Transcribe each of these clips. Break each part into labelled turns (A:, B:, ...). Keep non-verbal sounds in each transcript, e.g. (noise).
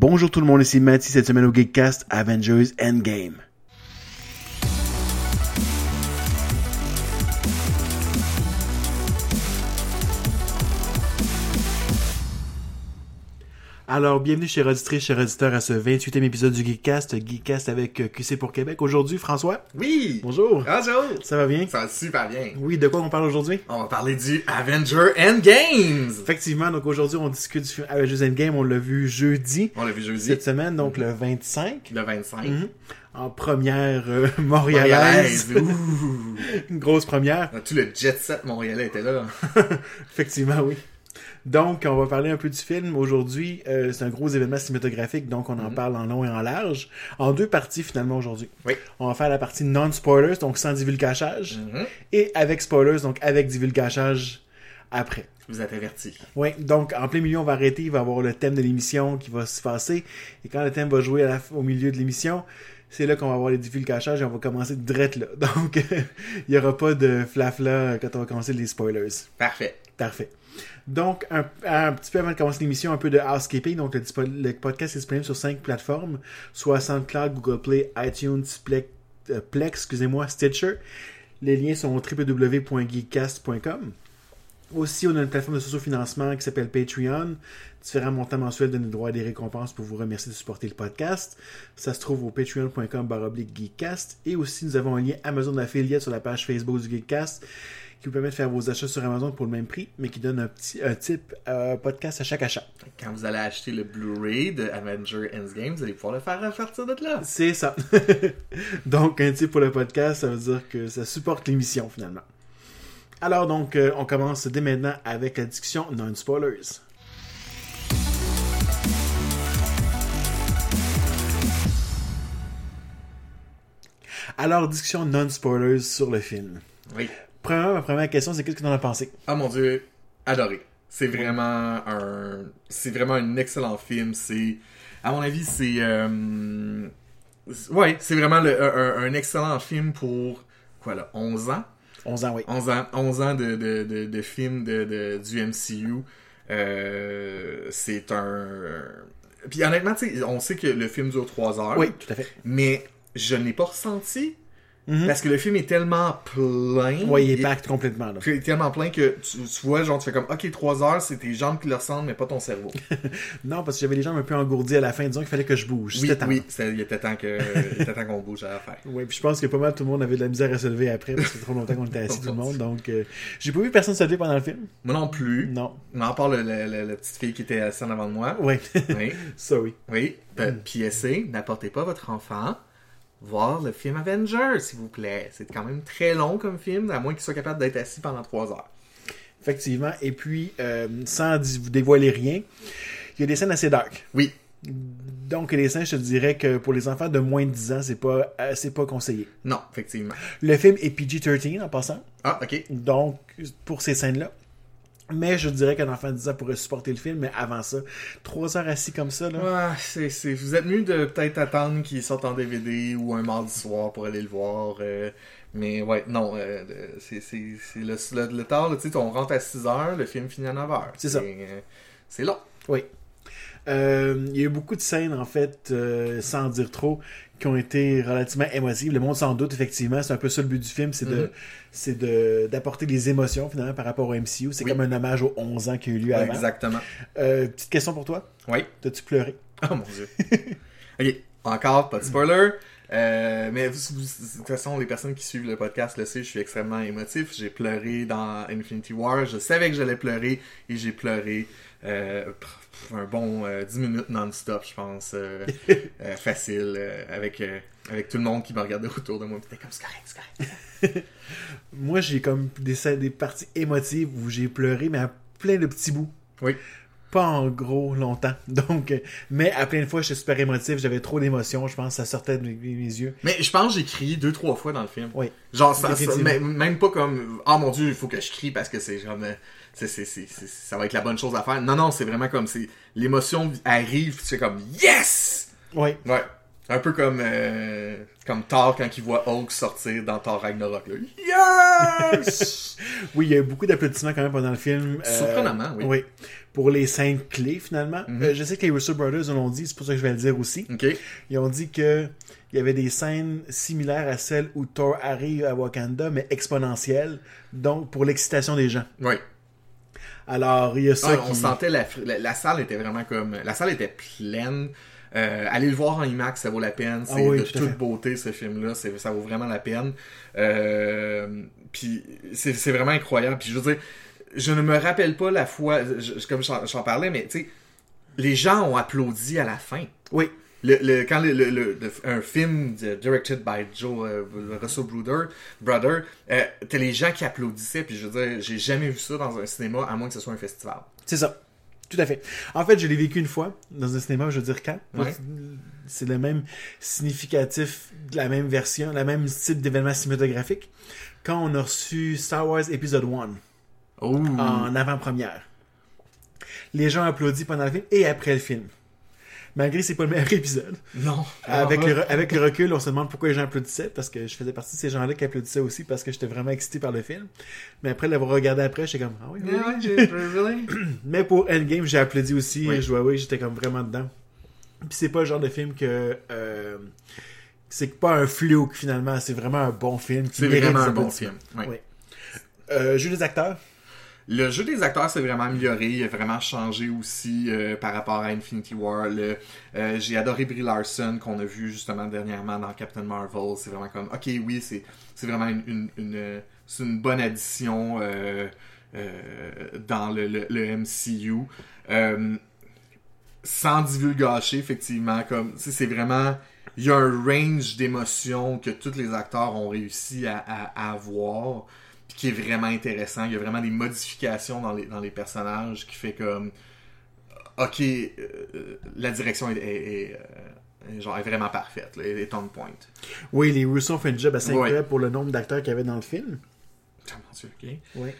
A: Bonjour tout le monde, ici Matty, cette semaine au Geekcast Avengers Endgame. Alors, bienvenue chers auditrices, chers auditeurs à ce 28e épisode du Geekcast, Geekcast avec euh, QC pour Québec. Aujourd'hui, François,
B: Oui!
A: bonjour,
B: Bonjour!
A: ça va bien?
B: Ça va super bien.
A: Oui, de quoi on parle aujourd'hui?
B: On va parler du Avenger Endgames!
A: Effectivement, donc aujourd'hui, on discute du film Avengers Endgame, on l'a vu jeudi
B: On l'a vu jeudi,
A: cette semaine, donc le 25,
B: le 25.
A: en première euh, Mhm. (laughs) montréalaise.
B: Ouh.
A: (laughs)
B: Ah,
A: Une grosse première, (laughs)
B: Tout le jet set montréalais était là.
A: effectivement, oui. Donc, on va parler un peu du film. Aujourd'hui, euh, c'est un gros événement cinématographique, donc on en parle en long et en large. En deux parties, finalement, aujourd'hui.
B: Mhm. Oui.
A: On va faire la partie non-spoilers, donc sans divulgachage,
B: Mhm.
A: et avec spoilers, donc avec divulgachage après.
B: Je vous avertis.
A: Oui, donc en plein milieu, on va arrêter. Il va y avoir le thème de l'émission qui va se passer. Et quand le thème va jouer à la- au milieu de l'émission, c'est là qu'on va avoir les divulgachages et on va commencer direct là. (laughs) Donc, il n'y aura pas de flafla quand on va commencer les spoilers.
B: Parfait.
A: Parfait. Donc, un, un petit peu avant de commencer l'émission, un peu de housekeeping. Donc, le, dispo- le podcast est disponible sur cinq plateformes, soit SoundCloud, Google Play, iTunes, Plex, euh, Plex, excusez-moi, Stitcher. Les liens sont www.geekcast.com. Aussi, on a une plateforme de socio-financement qui s'appelle Patreon. Différents montants mensuels donnent droit à des récompenses pour vous remercier de supporter le podcast. Ça se trouve au patreon.com baroblique geekcast. Et aussi, nous avons un lien Amazon affilié sur la page Facebook du Geekcast qui vous permet de faire vos achats sur Amazon pour le même prix, mais qui donne un petit un type euh, podcast à chaque achat.
B: Quand vous allez acheter le Blu-ray de Avenger Endgame, vous allez pouvoir le faire à partir de là.
A: C'est ça. (laughs) donc, un type pour le podcast, ça veut dire que ça supporte l'émission finalement. Alors, donc, euh, on commence dès maintenant avec la discussion non-spoilers. Alors, discussion non-spoilers sur le film.
B: Oui.
A: Premièrement, ma première question, c'est qu'est-ce que t'en as pensé?
B: Ah mon dieu, adoré. C'est vraiment un, c'est vraiment un excellent film. C'est, à mon avis, c'est, euh, c'est- ouais, c'est vraiment le- un, un- un excellent film pour quoi là, 11 ans,
A: 11 ans, oui.
B: 11 ans, 11 ans de, de, de, de films de, de- du MCU. Euh, c'est un, puis honnêtement, tu sais, on sait que le film dure 3 heures,
A: Oui, tout à fait.
B: mais je ne l'ai pas ressenti
A: Mhm.
B: parce que le film est tellement plein.
A: Oui, il est
B: Il-
A: back complètement. Là.
B: il est tellement plein que tu, tu vois, genre, tu fais comme, ok, 3 heures, c'est tes jambes qui le ressentent, mais pas ton cerveau.
A: Non, parce que j'avais les jambes un peu engourdies à la fin, disons qu'il fallait que je bouge.
B: Oui,
A: C'était temps.
B: oui, c'est- il était temps que- il était temps qu'on bouge à l'affaire.
A: Ouais, puis je pense que pas mal tout le monde avait de la misère à se lever après, parce que c'est trop longtemps qu'on était assis tout le monde. Donc, euh, j'ai pas vu personne se lever pendant le film.
B: Moi non plus,
A: Non.
B: mais à part le- le- le- la petite fille qui était assise en avant de moi.
A: Ouais, (laughs)
B: Oui,
A: ça oui.
B: oui. Pe- PSA, n'apportez pas votre enfant voir le film Avengers, s'il vous plaît. C'est quand même très long comme film, à moins qu'il soit capable d'être assis pendant 3 heures.
A: Effectivement. Et puis, euh, sans di- vous dévoiler rien, il y a des scènes assez dark.
B: Oui,
A: Donc, les scènes, je te dirais que pour les enfants de moins de 10 ans, c'est pas, euh, c'est pas conseillé.
B: non, effectivement.
A: Le film est PG-13 en passant.
B: Ah, ok.
A: Donc, pour ces scènes-là. Mais je dirais qu'un enfant de 10 ans pourrait supporter le film, mais avant ça, trois heures assis comme ça, là.
B: Ouais, c'est, c'est... Vous êtes mieux de peut-être attendre qu'il sorte en DVD ou un mardi soir pour aller le voir. euh, Mais ouais, non, euh, euh, c'est, c'est, c'est le, le, le tard, là, tu sais, on rentre à 6 heures, le film finit à 9 heures.
A: C'est ça.
B: euh, c'est long.
A: Oui. Euh, il y a eu beaucoup de scènes, en fait, euh, sans dire trop, qui ont été relativement émotives. Le monde s'en doute, effectivement. C'est un peu ça le but du film, c'est de
B: Mhm.
A: c'est de d'apporter des émotions, finalement, par rapport au MCU. C'est
B: Oui.
A: comme un hommage aux 11 ans qui a eu lieu avant.
B: Exactement.
A: Euh, petite question pour toi.
B: Oui.
A: T'as-tu pleuré?
B: (laughs) Oh mon dieu. ok, encore, pas de spoiler. Euh, mais vous- vous- de toute façon, les personnes qui suivent le podcast le savent, je suis extrêmement émotif. J'ai pleuré dans Infinity War. Je savais que j'allais pleurer et j'ai pleuré euh, pff, un bon euh, 10 minutes non-stop, je pense. euh, euh, facile, euh, avec, euh, avec tout le monde qui me regardait autour de moi. C'était comme c'est correct, c'est correct.
A: Moi, j'ai comme des, scènes- des parties émotives où j'ai pleuré, mais à plein de petits bouts.
B: Oui.
A: Pas en gros longtemps. (laughs) Donc, euh, mais à plein de fois, j'étais super émotif. J'avais trop d'émotions, je pense. Ça sortait de mes, mes yeux.
B: Mais je pense que j'ai crié deux, trois fois dans le film.
A: Oui.
B: Genre, ça, ça-
A: Définitivement.
B: même, même pas comme Ah mon dieu, il faut que je crie parce que c'est comme. euh, c'est- c'est- c'est- c'est- ça va être la bonne chose à faire. Non, non, c'est vraiment comme. c'est L'émotion arrive, tu fais comme Yes
A: Ouais.
B: Ouais. Un peu comme, euh, comme Thor quand il voit Hulk sortir dans Thor Ragnarok. là. Yes!
A: Oui, il y a eu beaucoup d'applaudissements quand même pendant le film. euh,
B: Surprenamment, oui. Mhm.
A: Pour les scènes clés, finalement. Euh, je sais que les Russo Brothers l'ont dit, c'est pour ça que je vais le dire aussi.
B: ok.
A: Ils ont dit que il y avait des scènes similaires à celles où Thor arrive à Wakanda, mais exponentielles, donc pour l'excitation des gens.
B: Oui.
A: Alors, il y a ça
B: Ah,
A: qui...
B: on sentait la, fr- la, la salle était vraiment comme la salle était pleine. Euh, allez le voir en IMAX, ça vaut la peine. C'est
A: Ah oui,
B: de
A: tout à fait.
B: toute beauté ce film-là, C'est- ça vaut vraiment la peine. Euh, puis c'est c'est vraiment incroyable. Puis je veux dire, je ne me rappelle pas la fois, je- je- comme j'en j'en parlais, mais tu sais, les gens ont applaudi à la fin.
A: Oui,
B: Le, le- quand le, le- le- le- un film de- directed by Joe euh, Russell Bruder, Brother, euh, t'as les gens qui applaudissaient, puis je veux dire, j'ai jamais vu ça dans un cinéma, à moins que ce soit un festival.
A: c'est ça. Tout à fait. En fait, je l'ai vécu une fois dans un cinéma, je veux dire quand.
B: Ouais.
A: C'est le même significatif, la même version, le même type d'événement cinématographique. Quand on a reçu Star Wars Episode 1.
B: Oh!
A: en avant-première. Les gens applaudissent pendant le film et après le film. Malgré que c'est pas le meilleur (laughs) épisode.
B: Non!
A: Avec le, re- avec le recul, on se demande pourquoi les gens applaudissaient, parce que je faisais partie de ces gens-là qui applaudissaient aussi parce que j'étais vraiment excité par le film. Mais après l'avoir regardé après, j'étais comme, ah oui, oui. oui. (laughs) Mais pour Endgame, j'ai applaudi aussi,
B: Oui.
A: je vois, oui, j'étais comme vraiment dedans. Puis c'est pas le genre de film que. euh, c'est pas un fluke finalement, c'est vraiment un bon film. qui
B: (laughs) C'est
A: mérite
B: vraiment
A: des
B: un bon
A: applaudissements.
B: film. ouais.
A: Oui. Euh, jeu des acteurs.
B: Le jeu des acteurs s'est vraiment amélioré, il a vraiment changé aussi euh, par rapport à Infinity War. Le- euh, J'ai adoré Brie Larson qu'on a vu justement dernièrement dans Captain Marvel. C'est vraiment comme, ok, oui, c'est c'est vraiment une, une, une, euh, c'est une bonne addition euh, euh, dans le, le- le MCU. Euh, sans divulgacher, effectivement, comme, tu sais, c'est vraiment, il y a un range d'émotions que tous les acteurs ont réussi à, à- à avoir, puis qui est vraiment intéressant. Il y a vraiment des modifications dans les, dans les personnages qui fait comme, ok, euh, la direction est, est- est, euh, genre, est vraiment parfaite, là, est on point.
A: Oui, les Russo ont fait un job assez
B: Ouais.
A: incroyable pour le nombre d'acteurs qu'il y avait dans le film.
B: Ah, mon Dieu, ok.
A: Oui.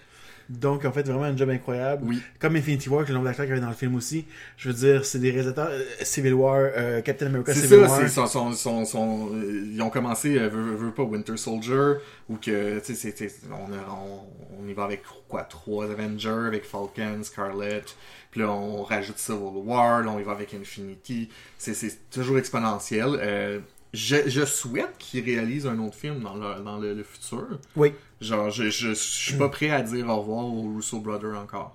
A: Donc, en fait, vraiment un job incroyable.
B: Oui.
A: Comme Infinity War, que le nombre d'acteurs qu'il y avait dans le film aussi. Je veux dire, c'est des réalisateurs. euh, Civil War, euh, Captain America,
B: C'est
A: Civil
B: ça,
A: War.
B: c'est son, son, son, son- euh, ils ont commencé, euh, veux, veux pas, Winter Soldier, ou que, tu sais, c'est- c'est- on, a- on, on y va avec quoi, trois Avengers, avec Falcon, Scarlet, puis là, on rajoute Civil War, là, on y va avec Infinity, c'est c'est toujours exponentiel. Euh, je, je souhaite qu'ils réalisent un autre film dans le, dans le, le futur.
A: Oui.
B: Genre, je, je, je suis pas prêt à dire au revoir aux Russo Brothers encore.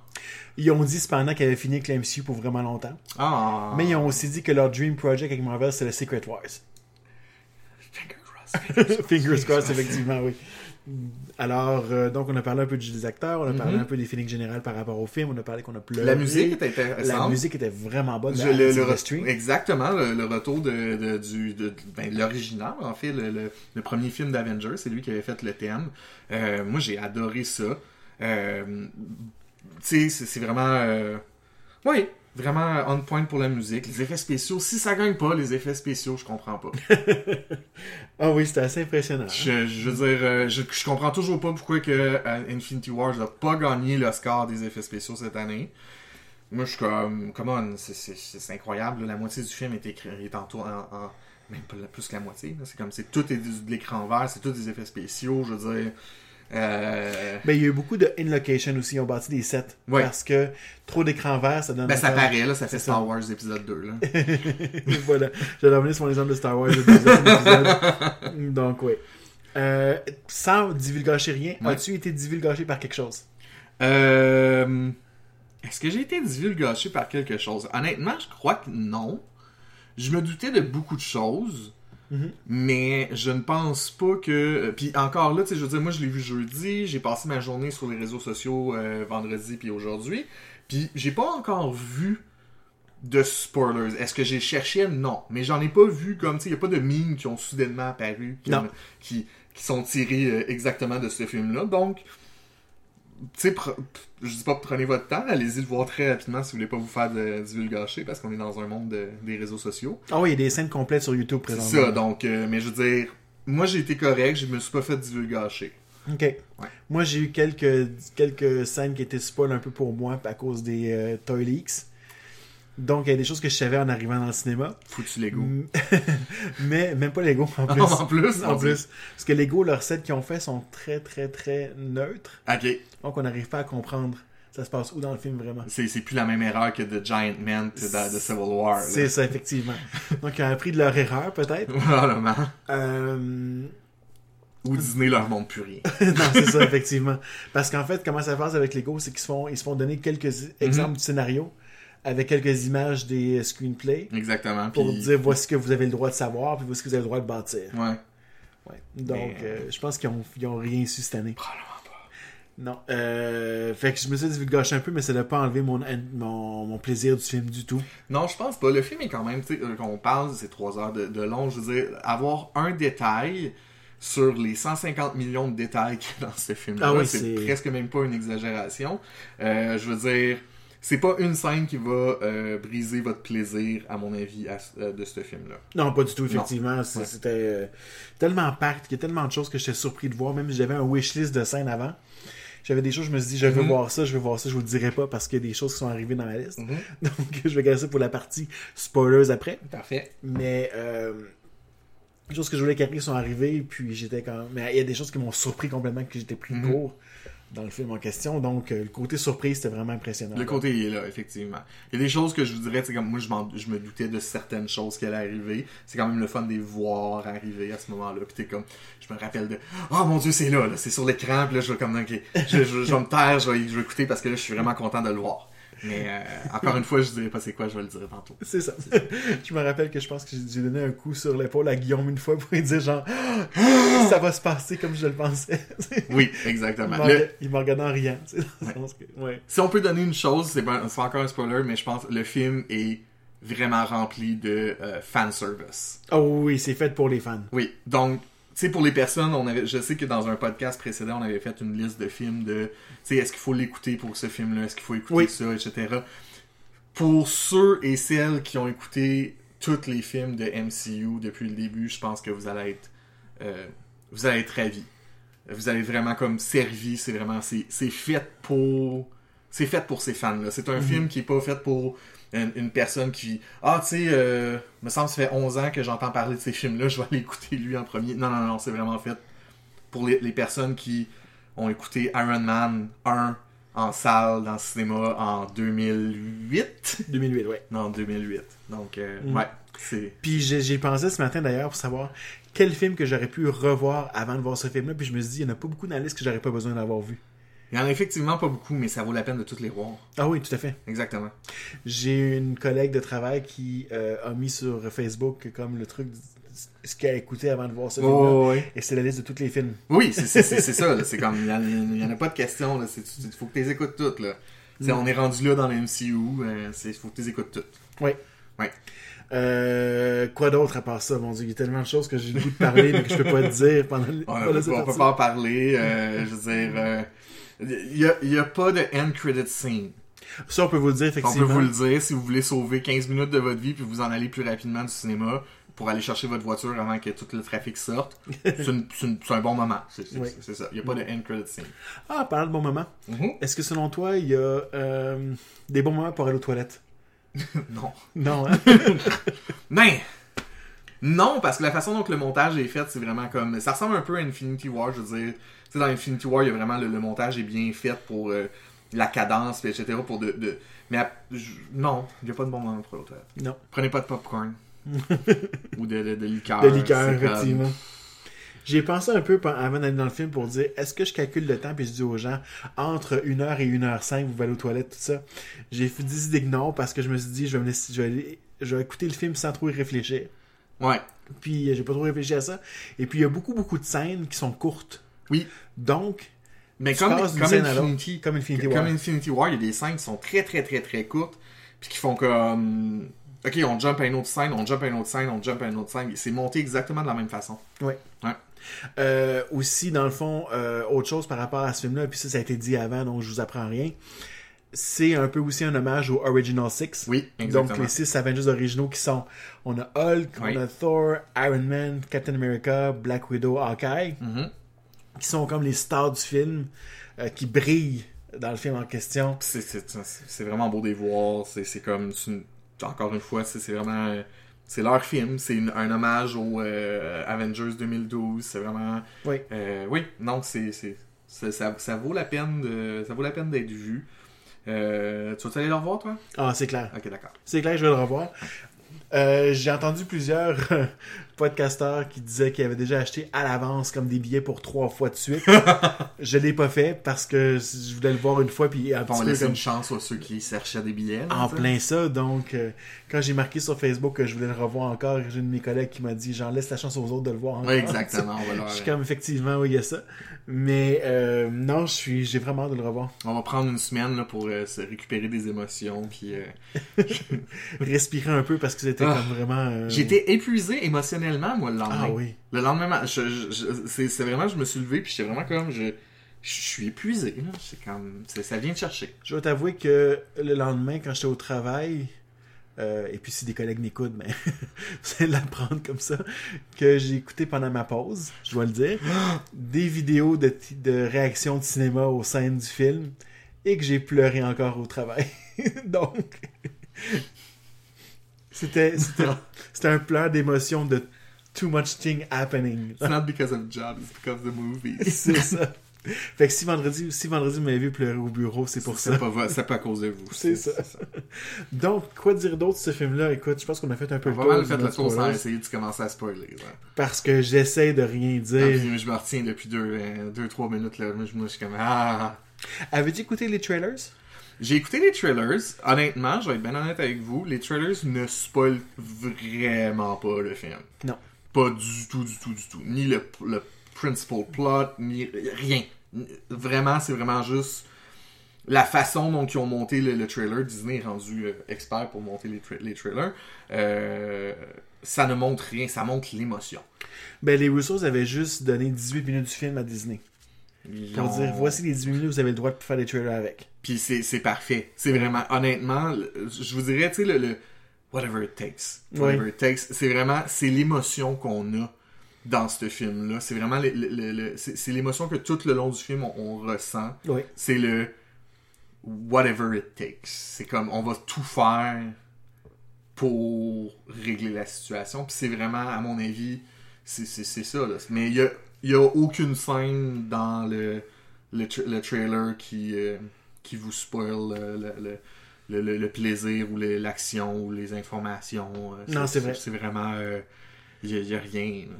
A: Ils ont dit cependant qu'ils avaient fini avec l'MCU pour vraiment longtemps.
B: Ah!
A: Mais ils ont aussi dit que leur dream project avec Marvel, c'est le Secret Wars. (laughs)
B: Finger crossed.
A: Fingers crossed, effectivement, oui. Alors, euh, donc, on a parlé un peu du jeu des acteurs, on a parlé un peu des feelings généraux par rapport au film, on a parlé qu'on a pleuré.
B: Mm-hmm. La musique est intéressante.
A: La musique était vraiment bonne.
B: Je-
A: la-
B: le, le
A: la
B: re-
A: stream.
B: exactement, le, le retour de, de- du, de, de- ben, l'original, en fait, le, le- le premier film d'Avengers, c'est lui qui avait fait le thème. Euh, moi, j'ai adoré ça. Euh, tu sais, c'est, c'est vraiment... euh, oui, vraiment on point pour la musique. Les effets spéciaux, si ça gagne pas, les effets spéciaux, je comprends pas.
A: Ah oui, c'était assez impressionnant.
B: Je, je veux dire, euh, je, je comprends toujours pas pourquoi que euh, Infinity War n'a pas gagné le score des effets spéciaux cette année. Moi, je suis comme, come on, c'est- c'est c'est incroyable. là. La moitié du film est écrit est en, tour- en, en- même pas la- plus que la moitié. là. C'est comme, c'est tout est du- de l'écran vert, c'est tout des effets spéciaux. Je veux dire, euh,
A: Mais Ben, il y a eu beaucoup de in-location aussi. Ils ont bâti des sets.
B: Ouais.
A: Parce que trop d'écran vert, ça donne.
B: ben ça
A: l'impression-
B: paraît là, ça fait Star Wars épisode 2 là.
A: (laughs) voilà. J'allais revenir sur mon exemple de Star Wars. le deuxième
B: (laughs)
A: épisode. Donc, oui. Euh, sans divulgacher rien,
B: Ouais.
A: as-tu été divulgaché par quelque chose
B: Euh, Est-ce que j'ai été divulgaché par quelque chose? Honnêtement, je crois que non. Je me doutais de beaucoup de choses,
A: Mhm. mais
B: mais je ne pense pas que... euh, Puis encore là, tu sais, je veux dire, moi je l'ai vu jeudi, j'ai passé ma journée sur les réseaux sociaux euh, vendredi puis aujourd'hui, puis j'ai pas encore vu de spoilers. Est-ce que j'ai cherché? Non. Mais j'en ai pas vu comme, tu sais, il a pas de mines qui ont soudainement apparu, qui,
A: Non.
B: qui, qui sont tirées euh, exactement de ce film-là. Donc, tu sais, pre- je dis pas prenez votre temps, allez-y le voir très rapidement si vous voulez pas vous faire de, divulgacher parce qu'on est dans un monde de- des réseaux sociaux.
A: Ah oui, il y a des scènes complètes sur YouTube
B: C'est
A: présentement.
B: ça, donc, euh, mais je veux dire, moi j'ai été correct, je me suis pas fait divulgacher.
A: Ok. Moi, j'ai eu quelques, quelques scènes qui étaient spoil un peu pour moi à cause des euh, Toy Leaks. Donc, il y a des choses que je savais en arrivant dans le cinéma.
B: Foutu Lego.
A: Mm. (laughs) mais même pas Lego
B: (laughs)
A: (laughs) en plus.
B: en plus,
A: En plus. Parce que Lego, leurs sets qu'ils ont fait sont très, très, très neutres.
B: Ok,
A: Donc, on n'arrive pas à comprendre ça se passe où dans le film vraiment.
B: c'est c'est plus la même erreur que The Giant Man de, de Civil War. là. (laughs)
A: C'est ça, effectivement. Donc, ils ont appris de leur erreur, peut-être.
B: Probablement.
A: Euh... (laughs)
B: Ou Disney leur montre plus rien.
A: non, c'est ça, effectivement. Parce qu'en fait, comment ça passe avec Lego, c'est qu'ils se font, ils se font donner quelques
B: Mm-hmm.
A: exemples du scénario avec quelques images des euh, screenplays
B: Exactement.
A: pour
B: puis-
A: dire voici ce que vous avez le droit de savoir, puis voici ce que vous avez le droit de bâtir.
B: Ouais.
A: Ouais. Donc,
B: Mais, euh,
A: euh, je pense qu'ils ont, ils ont rien su cette année.
B: Probablement pas.
A: Non. Euh, fait que je me suis dit, je gâche un peu, mais ça n'a pas enlevé mon, mon, mon plaisir du film du tout.
B: Non, je pense pas. Le film est quand même, tu sais, euh, quand on parle, c'est trois heures de, de long. Je veux dire, avoir un détail sur les 150 millions de détails qu'il y a dans ce film-là,
A: Ah oui,
B: c'est
A: c'est-
B: presque même pas une exagération. Euh, je veux dire, c'est pas une scène qui va euh, briser votre plaisir, à mon avis, à- euh, de ce film-là.
A: Non, pas du tout, effectivement. C'est-
B: Ouais.
A: C'était euh, tellement pacte, qu'il y a tellement de choses que j'étais surpris de voir. Même si j'avais un wishlist de scènes avant, j'avais des choses, je me suis dit, je veux
B: Mhm.
A: voir ça, je veux voir ça, je vous le dirai pas parce qu'il y a des choses qui sont arrivées dans ma liste.
B: Mm.
A: (laughs) Donc, je vais garder ça pour la partie spoilers après.
B: Parfait.
A: Mais, euh, les choses que je voulais qu'après sont arrivées, puis j'étais quand même. Mais il y a des choses qui m'ont surpris complètement, que j'étais pris de
B: Mhm.
A: court dans le film en question. Donc, euh, le côté surprise, c'était vraiment impressionnant.
B: Le côté il est là, effectivement. Il y a des choses que je vous dirais, tu sais, comme moi, je, m'en- je me doutais de certaines choses qui allaient arriver. C'est quand même le fun de les voir arriver à ce moment-là. Puis t'es comme, je me rappelle de, oh mon dieu, c'est là, là, c'est sur l'écran. Puis là, je vais comme, ok, je, je- je vais me taire, je vais, je vais écouter parce que là, je suis vraiment content de le voir. Mais euh, encore une fois, je dirais pas c'est quoi, je vais le dire tantôt.
A: (laughs) C'est ça. (laughs) je me rappelle que je pense que j'ai- j'ai donné un coup sur l'épaule à Guillaume une fois pour lui dire genre (gasps) Ah, ça va se passer comme je le pensais. (laughs)
B: Oui,
A: il
B: exactement.
A: m'a
B: Le-
A: rega- il m'a regardé en riant. (laughs) tu sais, dans le sens que- ouais.
B: Si on peut donner une chose, c'est pas- c'est encore un spoiler, mais je pense que le film est vraiment rempli de euh, fanservice.
A: Oh oui, c'est fait pour les fans.
B: Oui, donc, tu sais, pour les personnes, on avait, je sais que dans un podcast précédent, on avait fait une liste de films de, tu sais, est-ce qu'il faut l'écouter pour ce film-là, est-ce qu'il faut écouter
A: Oui.
B: ça, etc. Pour ceux et celles qui ont écouté tous les films de MCU depuis le début, je pense que vous allez être, euh, vous allez être ravis. Vous allez vraiment comme servi, c'est vraiment, c'est c'est fait pour, c'est fait pour ces fans-là. C'est un film qui est pas fait pour une, une personne qui ah tu sais euh, me semble que ça fait 11 ans que j'entends parler de ces films là je vais aller écouter lui en premier non non non c'est vraiment fait pour les, les personnes qui ont écouté Iron Man 1 en salle dans le cinéma en 2008
A: 2008, ouais.
B: non 2008 donc euh,
A: Mm.
B: ouais c'est
A: Puis j'ai j'ai pensé ce matin d'ailleurs pour savoir quel film que j'aurais pu revoir avant de voir ce film-là. Puis je me suis dit, il n'y en a pas beaucoup dans la liste que j'aurais pas besoin d'avoir vu.
B: il y en a effectivement pas beaucoup mais ça vaut la peine de toutes les voir
A: Ah oui, tout à fait.
B: exactement
A: J'ai une collègue de travail qui euh, a mis sur Facebook comme le truc, ce qu'elle a écouté avant de voir ce film-là.
B: oui
A: Et c'est la liste de tous les films.
B: oui c'est- c'est c'est- c'est ça là. c'est comme il y en a- il y, en a pas de question là C'est- tu- tu- faut que tu les écoutes toutes là Tu sais,
A: Mm.
B: on est rendu là dans le MCU euh, c'est faut que tu les écoutes toutes
A: Euh, quoi d'autre à part ça, mon dieu? Il y a tellement de choses que j'ai le goût de parler, mais que je peux pas te dire pendant le.
B: On,
A: pendant
B: peut-
A: cette
B: on peut
A: partie.
B: pas en parler. euh, je veux dire, euh, il n'y a, pas de end credit scene.
A: Ça, on peut vous le dire,
B: On
A: effectivement.
B: peut vous le dire si vous voulez sauver 15 minutes de votre vie puis vous en aller plus rapidement du cinéma pour aller chercher votre voiture avant que tout le
A: (laughs)
B: trafic sorte. C'est une- c'est une- c'est un bon moment. C'est c'est-
A: Oui.
B: c'est ça. Il n'y a pas de end credit scene.
A: Ah, parlant de bons moments. Est-ce que selon toi, il y a euh, des bons moments pour aller aux toilettes?
B: non.
A: Non, hein?
B: Mais Ben, non, parce que la façon dont le montage est fait, c'est vraiment comme ça ressemble un peu à Infinity War, je veux dire. Tu sais, dans Infinity War, il y a vraiment le, le montage est bien fait pour euh, la cadence, puis etc. Pour de, de- mais à- je- non, il n'y a pas de bon moment pour l'autre.
A: non.
B: Prenez pas
A: (laughs)
B: de popcorn ou de, de, de liqueur.
A: De liqueur,
B: Ah, c'est comme-
A: effectivement. J'ai pensé un peu pe- avant d'aller dans le film pour dire est-ce que je calcule le temps puis je dis aux gens entre 1h et 1h05 vous allez aux toilettes tout ça. J'ai fait des idées que non parce que je me suis dit je vais me laisser- je vais aller- je vais écouter le film sans trop y réfléchir.
B: Ouais.
A: Puis euh, j'ai pas trop réfléchi à ça. Et puis il y a beaucoup beaucoup de scènes qui sont courtes.
B: Oui.
A: Donc
B: Mais
A: Tu
B: comme,
A: passes d'une
B: comme
A: scène à l'autre,
B: Infinity,
A: comme Infinity
B: comme
A: War.
B: Infinity War, il y a des scènes qui sont très très très très courtes, puis qui font comme, ok, on jump à une autre scène, on jump à une autre scène, on jump à une autre scène. C'est monté exactement de la même façon.
A: Ouais.
B: Ouais.
A: Euh, aussi, dans le fond, euh, autre chose par rapport à ce film-là, puis ça, ça a été dit avant, donc je vous apprends rien. C'est un peu aussi un hommage aux Original Six.
B: Oui,
A: Donc, les six Avengers originaux qui sont on a Hulk,
B: Oui.
A: on a Thor, Iron Man, Captain America, Black Widow, Hawkeye,
B: Mhm.
A: qui sont comme les stars du film, euh, qui brillent dans le film en question.
B: C'est- C'est c'est- c'est vraiment beau de les voir. C'est c'est comme c'est une- encore une fois, c'est c'est vraiment. euh, C'est leur film, c'est une- un hommage aux euh, Avengers 2012. C'est vraiment.
A: Oui.
B: Euh, oui, non, c'est. c'est- c'est- Ça, ça vaut la peine de- ça vaut la peine d'être vu. Euh, tu vas aller le revoir, toi
A: Ah, c'est clair.
B: Ok, d'accord.
A: C'est clair, je vais le revoir. Euh, J'ai entendu plusieurs (laughs) euh, podcasteurs qui disaient qu'ils avaient déjà acheté à l'avance comme des billets pour trois fois de
B: (laughs)
A: suite. je l'ai pas fait parce que je voulais le voir une fois puis un
B: On
A: petit peu
B: laisse
A: comme
B: une chance à ceux qui cherchaient des billets. là,
A: en
B: t'sais.
A: plein ça. Donc, euh, quand j'ai marqué sur Facebook que je voulais le revoir encore, j'ai une de mes collègues qui m'a dit j'en laisse la chance aux autres de le voir encore.
B: Oui, exactement. On va, leur-
A: Je suis comme effectivement, oui, il y a ça. Mais euh, non, je suis, j'ai vraiment hâte de le revoir.
B: on va prendre une semaine là, pour euh, se récupérer des émotions. Puis, euh,
A: Respirer un peu parce que c'était
B: Ah.
A: comme vraiment. euh,
B: J'étais épuisé émotionnellement, moi, le lendemain.
A: Ah oui.
B: Le lendemain, ma- je, je- je- c'est c'est vraiment, je me suis levé, puis j'étais vraiment comme, je, je suis épuisé. là. C'est comme, c'est- ça vient de chercher.
A: Je dois t'avouer que le lendemain, quand j'étais au travail, euh, et puis si des collègues m'écoutent, ben, (laughs) vous allez l'apprendre comme ça, que j'ai écouté pendant ma pause, je dois le dire, des vidéos de, ti- de réactions de cinéma aux scènes du film, et que j'ai pleuré encore au travail. (laughs) Donc, c'était c'était- c'était un pleur d'émotion de too much thing happening. (laughs)
B: It's not because of the job, it's because of the movies.
A: C'est ça. Fait que si vendredi, si vendredi vous m'avez vu pleurer au bureau, c'est pour ça.
B: C'est pas, vo- c'est pas à cause de vous.
A: C'est ça. Donc, quoi dire d'autre sur ce film-là Écoute, je pense qu'on a fait un peu
B: On
A: le
B: va
A: tour.
B: vraiment
A: du
B: fait le
A: mode
B: tour sans
A: spoiler,
B: essayer de commencer à spoiler. là.
A: Parce que j'essaie de rien
B: Ah,
A: dire.
B: puis je me retiens depuis 2-3 minutes. Là. Moi, je moi, je suis comme, ah,
A: Avez-vous écouté les trailers
B: J'ai écouté les trailers. Honnêtement, je vais être bien honnête avec vous, les trailers ne spoilent vraiment pas le film.
A: Non.
B: Pas du tout, du tout, du tout. Ni le, le principal plot, ni rien. Ni- Vraiment, c'est vraiment juste la façon dont ils ont monté le, le trailer. Disney est rendu euh, expert pour monter les, tra- les trailers. Euh, ça ne montre rien, ça montre l'émotion.
A: Ben, les Russos avaient juste donné 18 minutes du film à Disney.
B: Ils
A: Pour
B: ont-
A: dire, voici les 18 minutes, vous avez le droit de faire des trailers avec.
B: Puis c'est c'est parfait. C'est vraiment, honnêtement, le- je vous dirais, tu sais, le, le whatever it takes. Whatever
A: Oui.
B: it takes. C'est vraiment, c'est l'émotion qu'on a dans ce film-là. C'est vraiment, le- le- le- le- c'est c'est l'émotion que tout le long du film, on, on ressent.
A: Oui.
B: C'est le whatever it takes. C'est comme, on va tout faire pour régler la situation. Puis c'est vraiment, à mon avis, c'est c'est- c'est ça. Là. Mais il y a, il y a aucune scène dans le, le, tra- le trailer qui, euh, qui vous spoil le, le- le- le- le- le plaisir ou le- l'action ou les informations. euh,
A: Non, c'est vrai.
B: C'est vraiment... euh, Il n'y a, rien. là.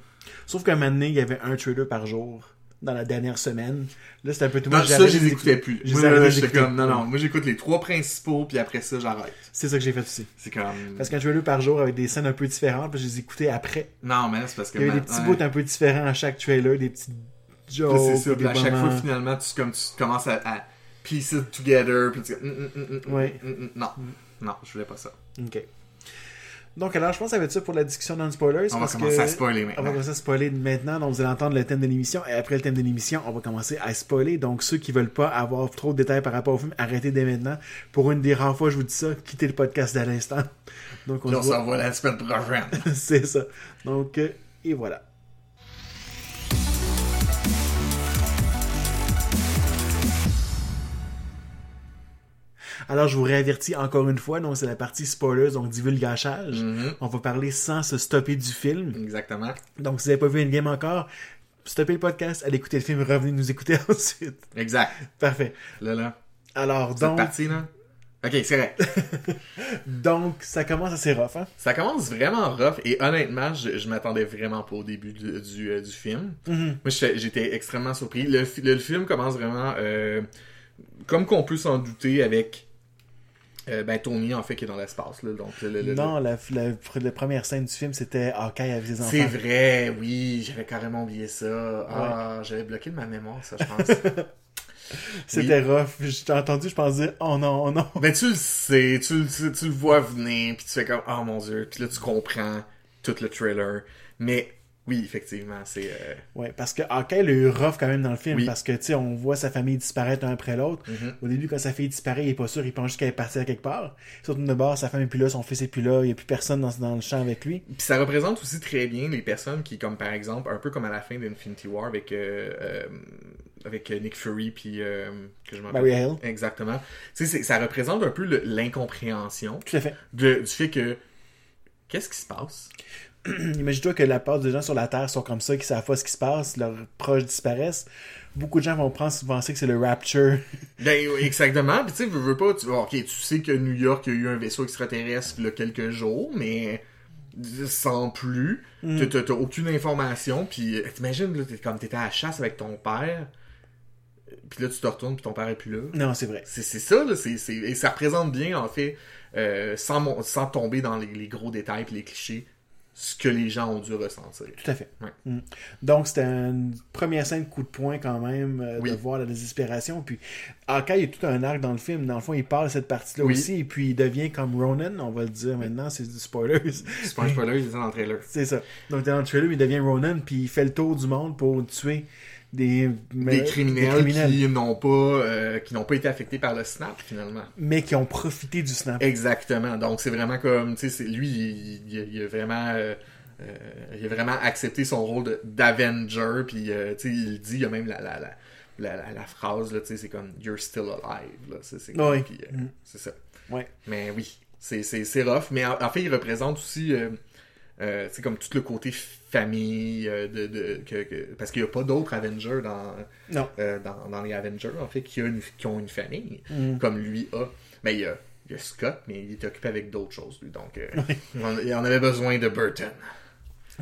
A: Sauf qu'à un moment donné, il y avait un trailer par jour dans la dernière semaine. Là, c'était un peu tout.
B: Non,
A: Moi,
B: ça,
A: j'arrête
B: je
A: de
B: les
A: les
B: écoutais
A: écouter.
B: plus.
A: Je les
B: Moi,
A: arrête
B: là,
A: de
B: j'étais
A: les écouter.
B: comme, non, non, moi, j'écoute les trois principaux, puis après ça, j'arrête.
A: C'est ça que j'ai fait aussi.
B: C'est comme...
A: Parce qu'un trailer par jour avec des scènes un peu différentes, puis je les écoutais après.
B: Non, mais là, c'est parce que...
A: Il y avait des
B: ma-
A: petits
B: ouais.
A: bouts un peu différents à chaque trailer, des petits jokes.
B: Puis c'est ça, puis
A: des
B: à chaque
A: moments.
B: fois, finalement, tu, comme, tu commences à, à piece it together, puis tu dis, Hum, hum, hum, hum,
A: Ouais. Mm.
B: hum, hum, non, non, je voulais pas ça.
A: Ok. Donc, alors, je pense que ça va être ça pour la discussion non-spoilers.
B: On va
A: parce
B: commencer
A: que
B: à spoiler
A: On va
B: maintenant.
A: commencer à spoiler maintenant. Donc, vous allez entendre le thème de l'émission. Et après le thème de l'émission, on va commencer à spoiler. Donc, ceux qui veulent pas avoir trop de détails par rapport au film, arrêtez dès maintenant. Pour une des rares fois, je vous dis ça, quittez le podcast d'à l'instant. Donc, on
B: Puis on
A: se voit.
B: s'en va la semaine prochaine.
A: (laughs)
B: (laughs)
A: C'est ça. Donc, euh, et voilà. Alors, je vous réavertis encore une fois. Donc, c'est la partie spoilers, donc divulgachage.
B: Mhm.
A: On va parler sans se stopper du film.
B: Exactement.
A: Donc, si vous n'avez pas vu Endgame encore, stoppez le podcast, allez écouter le film, revenez nous écouter (laughs) ensuite.
B: Exact.
A: Parfait.
B: Là, là.
A: Alors,
B: Cette
A: donc,
B: partie, là. Ok, c'est vrai.
A: donc, ça commence assez rough, hein?
B: Ça commence vraiment rough et honnêtement, je, je m'attendais vraiment pas au début du, du, euh, du film.
A: Mm-hmm.
B: Moi, j'étais j'étais extrêmement surpris. Le, fi- le- le film commence vraiment, euh, comme qu'on peut s'en douter, avec euh, ben, Tony, en fait, qui est dans l'espace. là. Donc, le- le- le-
A: non, la, la, la première scène du film, c'était Hawkeye avec ses enfants.
B: C'est vrai, oui, j'avais carrément oublié ça. Ah, j'avais bloqué de ma mémoire, ça, je pense. (laughs)
A: C'était rough. Je t'ai entendu, je pense dire, oh non, oh non. (laughs)
B: Mais tu le sais, tu, le sais, tu le vois venir, puis tu fais comme, oh mon dieu, puis là, tu comprends tout le trailer. Mais oui, effectivement, c'est. euh,
A: Ouais, parce que Hawkeye il a eu rough quand même dans le film,
B: Oui.
A: parce que, tu sais, on voit sa famille disparaître un après l'autre. Au début, quand sa fille disparaît, il est pas sûr, il pense juste qu'elle est partie à quelque part. Surtout de bord, sa femme est plus là, son fils est plus là, il y a plus personne dans, dans le champ avec lui.
B: Puis ça représente aussi très bien les personnes qui, comme par exemple, un peu comme à la fin d'Infinity War avec euh, euh, avec euh, Nick Fury puis euh, que je m'en
A: Barry
B: rappelle.
A: Hill.
B: Exactement. Tu sais, c'est- ça représente un peu le- l'incompréhension
A: Tout à fait.
B: de- du fait que qu'est-ce qui se passe
A: (clears throat) Imagine-toi que la part des gens sur la Terre sont comme ça, qui savent pas ce qui se passe, leurs proches disparaissent. Beaucoup de gens vont prendre, vont penser que c'est le Rapture. (laughs)
B: Ben oui, exactement. Puis tu sais, veux, veux pas, tu ok, tu sais que New York a eu un vaisseau extraterrestre il y a quelques jours, mais sans plus, T'as- t'as t'as aucune information. Puis euh, t'imagines là, t'es- comme t'étais à la chasse avec ton père, puis là tu te retournes puis ton père est plus là.
A: Non, c'est vrai.
B: C'est c'est ça, là, c'est- c'est- et ça représente bien, en fait, euh, sans, mon- sans tomber dans les, les gros détails et les clichés, ce que les gens ont dû ressentir.
A: Tout à fait.
B: Ouais.
A: Mm. Donc, c'était une première scène coup de poing quand même, euh,
B: Oui.
A: de voir la désespération. Puis, Hawkeye, il y a tout un arc dans le film. Dans le fond, il parle de cette partie-là
B: Oui.
A: aussi, et puis il devient comme Ronan, on va le dire maintenant, c'est du spoilers.
B: C'est pas un spoiler, je disais dans le trailer.
A: (laughs) C'est ça. Donc, dans le trailer, il devient Ronan, puis il fait le tour du monde pour tuer des,
B: Des criminels, qui n'ont pas, euh, qui n'ont pas été affectés par le snap, finalement.
A: mais qui ont profité du snap.
B: Exactement. Donc, c'est vraiment comme, tu sais, c'est- lui, il, il- il a vraiment... euh, euh, il a vraiment accepté son rôle de- d'Avenger, puis euh, tu sais, il dit, il y a même la, la, la, la, la- la phrase, là, tu sais, c'est comme You're still alive. là. C'est c'est comme-
A: Oui.
B: puis, euh, c'est ça.
A: Ouais.
B: Mais oui, c'est- c'est c'est rough. Mais en, en fait, il représente aussi, euh, euh, tu sais, comme tout le côté famille, euh, de, de- que- que- parce qu'il n'y a pas d'autres Avengers dans,
A: Non.
B: euh, dans, dans les Avengers, en fait, qui, a une- qui ont une famille,
A: Mm.
B: comme lui a. Mais il y a, il y a Scott, mais il est occupé avec d'autres choses, lui. Donc, euh, on- il en avait besoin de Burton.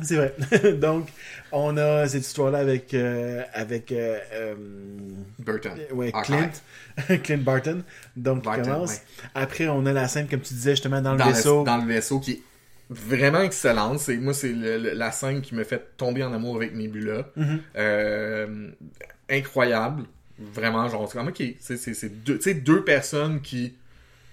A: C'est vrai. (laughs) Donc, on a cette histoire-là avec, euh, avec euh, euh,
B: Burton.
A: ouais,
B: Hawkeye.
A: Clint, (laughs) Clint Barton. Donc,
B: Barton,
A: qui commence.
B: ouais.
A: Après, on a la scène, comme tu disais, justement, dans le
B: dans,
A: vaisseau.
B: Le, dans le vaisseau qui est vraiment excellente. C'est, moi, c'est le- le- la scène qui me fait tomber en amour avec Nebula.
A: Mm-hmm.
B: Euh, incroyable. Vraiment, genre, c'est comme, ok, c'est, c'est- c'est deux, tu sais, deux personnes qui,